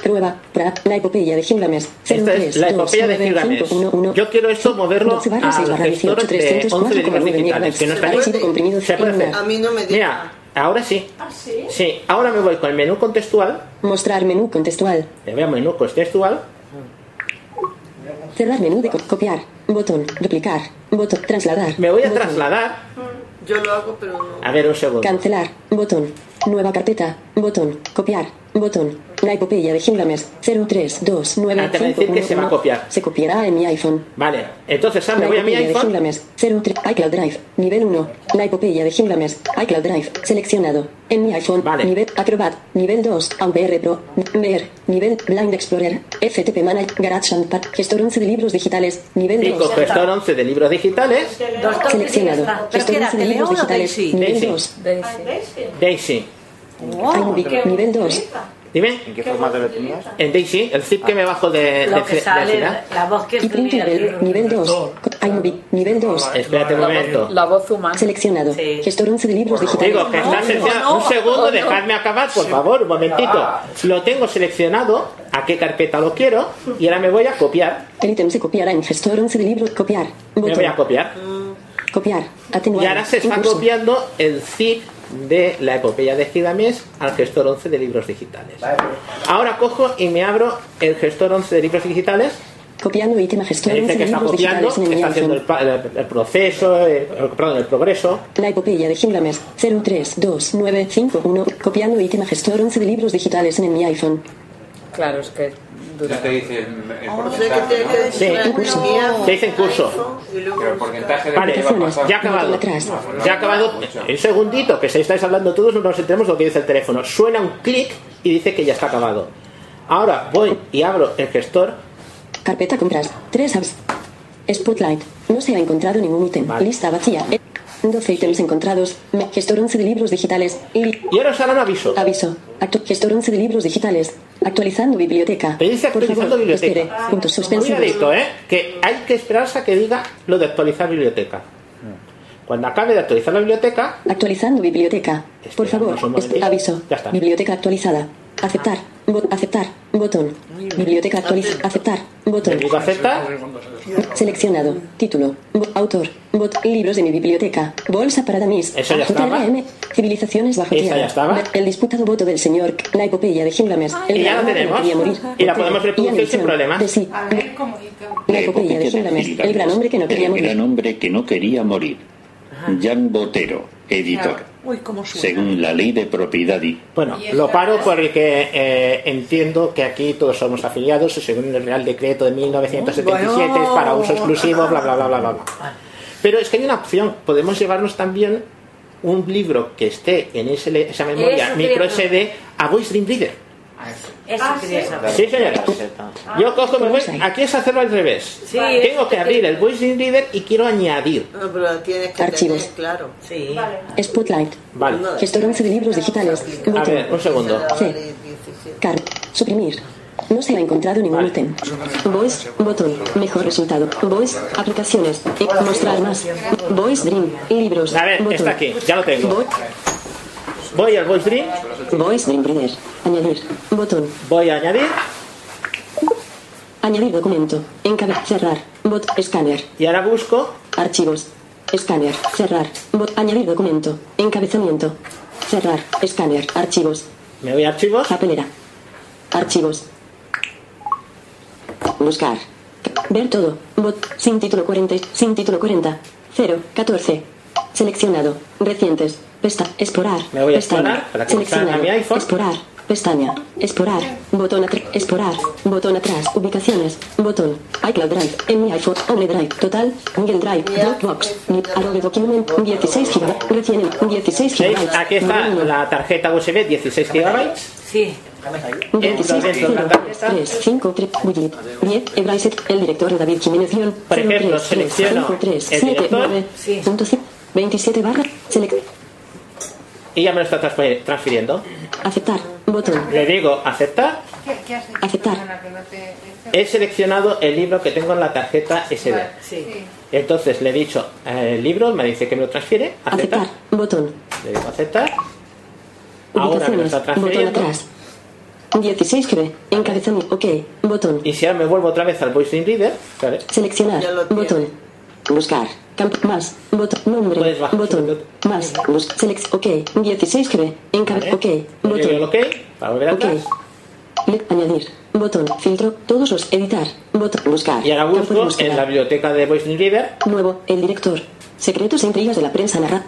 S17: Prueba. Pra. La epopeya de Gilgamesh.
S2: Esta es la epopeya de Gilgamesh. Yo quiero esto moverlo
S17: barra seis
S2: al
S17: barra 18,
S2: gestor de 11 libros
S17: 304,9
S2: digitales, que no está
S17: Ha sido comprimido
S2: Se puede hacer.
S17: en una-
S2: Mira, ahora sí.
S9: Ah,
S2: Sí, ahora me voy con el menú contextual.
S17: Mostrar menú contextual.
S2: Le voy a menú contextual.
S17: Cerrar menú de co- copiar. Botón. Replicar. Botón. Trasladar.
S2: Me voy a
S17: Botón.
S2: trasladar.
S14: Yo lo hago, pero no.
S2: A ver, un segundo.
S17: Cancelar. Botón. Nueva carpeta. Botón. Copiar. Botón. La epopeya de Gil Lames, 0329511.
S2: Ah, te va a decir que se va a copiar.
S17: pues, Se copiará en mi iPhone.
S2: Vale, entonces Sam, me
S17: la
S2: voy a mi
S17: epopeya de Gil
S2: iPhone.
S17: Lames, 03 iCloud Drive, nivel 1. La epopeya de Gil Lames, iCloud Drive, seleccionado. En mi iPhone, nivel Acrobat, nivel 2, AVR Pro, VR, nivel Blind Explorer, FTP Manager, GarageBand, Par- gestor 11 de libros digitales, nivel 2.
S2: Pico, gestor 11 de libros digitales.
S17: Seleccionado. Gestor 11 de libros digitales, nivel
S2: Daisy.
S17: 2.
S2: Daisy.
S6: Oh,
S17: iMovie, nivel 2.
S2: Dime. ¿En qué formato lo tenías? En Daisy, el zip que me bajo de,
S6: Lo
S2: de-
S6: que
S2: de-
S6: sale,
S2: de-
S6: la, la voz que
S17: Y print
S6: tenía el libro.
S17: nivel, nivel 2. iMovie, nivel 2.
S2: Espérate un momento.
S9: La voz humana.
S17: Seleccionado. Gestor 11 de libros digitales.
S2: Digo, que está seleccionado. un segundo, dejadme acabar, por favor, un momentito. Lo tengo seleccionado, a qué carpeta lo quiero, y ahora me voy a copiar.
S17: El ítem se copiará en gestor 11 de libros. Copiar.
S2: Me voy a
S17: Botón.
S2: copiar.
S17: Copiar. Atenuar.
S2: Y ahora se está
S17: Incluso.
S2: copiando el zip de la epopeya de Gidames al gestor 11 de libros digitales. Ahora cojo y me abro el gestor 11 de libros digitales.
S17: Copiando ítem a gestor
S2: Me
S17: 11
S2: dice
S17: de
S2: que está
S17: libros
S2: copiando,
S17: digitales en
S2: que
S17: mi
S2: está haciendo el,
S17: iPhone.
S2: pa- el- el proceso, eh, perdón, el progreso.
S17: La epopeya de Gimlames 032951. Copiando ítem a gestor 11 de libros digitales en mi iPhone.
S9: Claro, es que
S18: Ya te dice el, el
S12: Ah,
S17: que
S18: porcentaje,
S17: te-
S18: ¿no?
S17: Sí. Incluso.
S2: Te dicen curso.
S18: Pero el porcentaje de
S2: Vale,
S18: que va a pasar.
S2: ya ha acabado. Ya ha acabado. Un segundito, que si estáis hablando todos, no nos enteremos lo que dice el teléfono. Suena un clic y dice que ya está acabado. Ahora voy y abro el gestor.
S17: Carpeta compras. 3 apps. Spotlight. No se ha encontrado ningún ítem. Lista vacía. Eh, 12 ítems encontrados. Me- Gestor 11 de libros digitales. Y,
S2: y ahora sale un aviso.
S17: Aviso. Actu- gestor 11 de libros digitales. Actualizando biblioteca. Te
S2: dice actualizando biblioteca.
S17: Espere. Puntos suspensivos.
S2: Cuidadito, ¿eh? Que hay que esperarse a que diga lo de actualizar biblioteca. Cuando acabe de actualizar la biblioteca,
S17: Actualizando biblioteca. Por favor,
S2: un
S17: esp-
S2: momentito.
S17: aviso.
S2: Ya está.
S17: Biblioteca actualizada. Aceptar. Bo- aceptar. Botón. Biblioteca actualizada. Aceptar. Botón.
S2: ¿le digo aceptar?
S17: Seleccionado. Título. Bo- autor. Bot. Libros de mi biblioteca. Bolsa para Damis.
S2: Eso ya estaba.
S17: JRM. Civilizaciones bajo
S2: Esa
S17: tierra.
S2: ya estaba.
S17: El disputado voto del señor. La epopeya de Gimlames.
S2: Y ya la tenemos. Ah, Y la podemos reproducir sin problemas.
S17: La epopeya de Gimlames. El gran hombre que no quería morir.
S20: El gran hombre que no quería morir. Jan Botero, editor.
S10: Uy, cómo suena.
S20: Según la ley de propiedad y...
S2: Bueno, lo paro porque eh, entiendo que aquí todos somos afiliados y según el Real Decreto de 1977
S5: Bueno.
S2: es para uso exclusivo, bla, bla, bla, bla, bla. bla. Pero es que hay una opción, podemos llevarnos también un libro que esté en ese le- esa memoria
S6: Eso
S2: micro
S6: creo.
S2: SD a Voice Dream Reader.
S6: Eso
S17: Ah,
S6: quería saber.
S2: Sí, señores. Yo cojo, me voy, aquí es hacerlo al revés.
S14: Sí,
S2: Tengo que abrir el Voice Dream Reader y quiero añadir.
S14: No, pero tienes que
S2: Archivos.
S14: tener, claro. Sí.
S17: Spotlight.
S2: Vale.
S17: Gestor 11 de libros digitales.
S2: A
S17: Botón.
S2: ver, un segundo.
S17: C. Car. Suprimir. No se ha encontrado ningún ítem. Voice. Botón. Mejor resultado. Voice. Aplicaciones. Eh, Mostrar más. Voice Dream. Libros.
S2: A ver,
S17: Botón.
S2: está aquí, ya lo tengo. Voy al Voice Dream.
S17: Voice Dream Reader. Añadir. Botón.
S2: Voy a añadir.
S17: Añadir documento. Encabezar. Cerrar. Bot. Escáner.
S2: Y ahora busco.
S17: Archivos. Escáner. Cerrar. Bot. Añadir documento. Encabezamiento. Cerrar. Escáner. Archivos.
S2: Me voy a archivos.
S17: Papelera. Archivos. Buscar. Ver todo. Bot. Sin título 40. Sin título 40. 0. 14. Seleccionado. Recientes. Pesta. Explorar.
S2: Me voy a
S17: Pestaña.
S2: explorar para que me salga
S17: Seleccionado.
S2: mi iPhone.
S17: Explorar. Pestaña. Explorar. Botón atrás. Explorar. Botón atrás. Ubicaciones. Botón. iCloud Drive. En mi iPhone. Only Drive. Total. Google Drive. Dropbox. Adobe Document. 16 GB. Recién. 16
S2: ¿Veis?
S17: GB.
S2: Aquí está la tarjeta USB 16 GB.
S6: Sí.
S17: 10 Ebraiset, el director de David Jiménez guión,
S2: Por ejemplo,
S17: 03, 3,
S2: selecciono
S17: 5, 3,
S2: el
S17: 7,
S2: director.
S17: 9, punto cinco, 27 barra, select,
S2: Y ya me lo está transfer- transfiriendo.
S17: aceptar, botón,
S2: Le digo aceptar.
S12: ¿Qué, qué haces?
S17: Aceptar.
S12: Perdona, que no te-
S2: He seleccionado el libro que tengo en la tarjeta SD.
S12: Vale, sí.
S2: Entonces le he dicho eh, el libro, me dice que me lo transfiere. Aceptar.
S17: botón,
S2: Le digo aceptar. Ahora me lo
S17: ubicaciones,
S2: está
S17: botón
S2: transfiriendo.
S17: atrás, 16 GB, encabezamiento, ok, botón,
S2: Y si ahora me vuelvo otra vez al Voice Dream Reader, ¿sabes?
S17: seleccionar, botón, buscar, campo, más, botón,
S2: Pues
S17: nombre, botón, más, bus, select, ok, 16 GB, encabezamiento, ok,
S2: Le digo
S17: botón,
S2: el OK para volver atrás.
S17: Le- añadir. Botón. Filtro. Todos los. Editar. Botón. Buscar.
S2: Y ahora
S17: Campo de
S2: busco
S17: búsqueda.
S2: en la biblioteca de Voice Dream Reader
S17: Nuevo. El director. Secretos e intrigas de la prensa narra.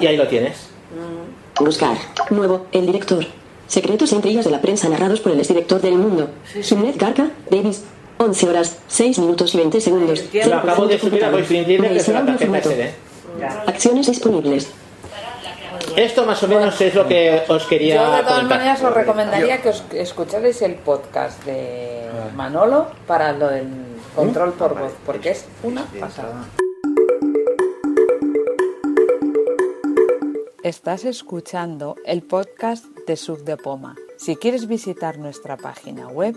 S2: y ahí lo tienes.
S17: Buscar. Nuevo. El director. Secretos e intrigas de la prensa narrados por el exdirector del mundo. Sumnet Garca, Davis. 11 horas, 6 minutos y 20 segundos.
S2: Lo acabo de
S17: 0%
S2: subir a
S17: computado.
S2: Boyfriend desde la
S17: Maizena, audio
S2: tarjeta ¿eh?
S17: formato.
S2: SD.
S17: Acciones disponibles.
S2: Esto más o menos es lo que os
S9: Yo
S2: quería
S9: de todas
S2: comentar.
S9: maneras os recomendaría que os escucharais el podcast de Manolo para lo del control por voz, porque es una pasada. Estás escuchando el podcast de Sub de Poma. Si quieres visitar nuestra página web,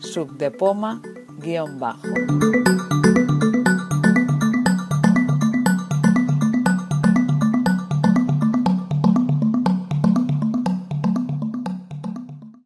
S9: sucdepoma guión bajo.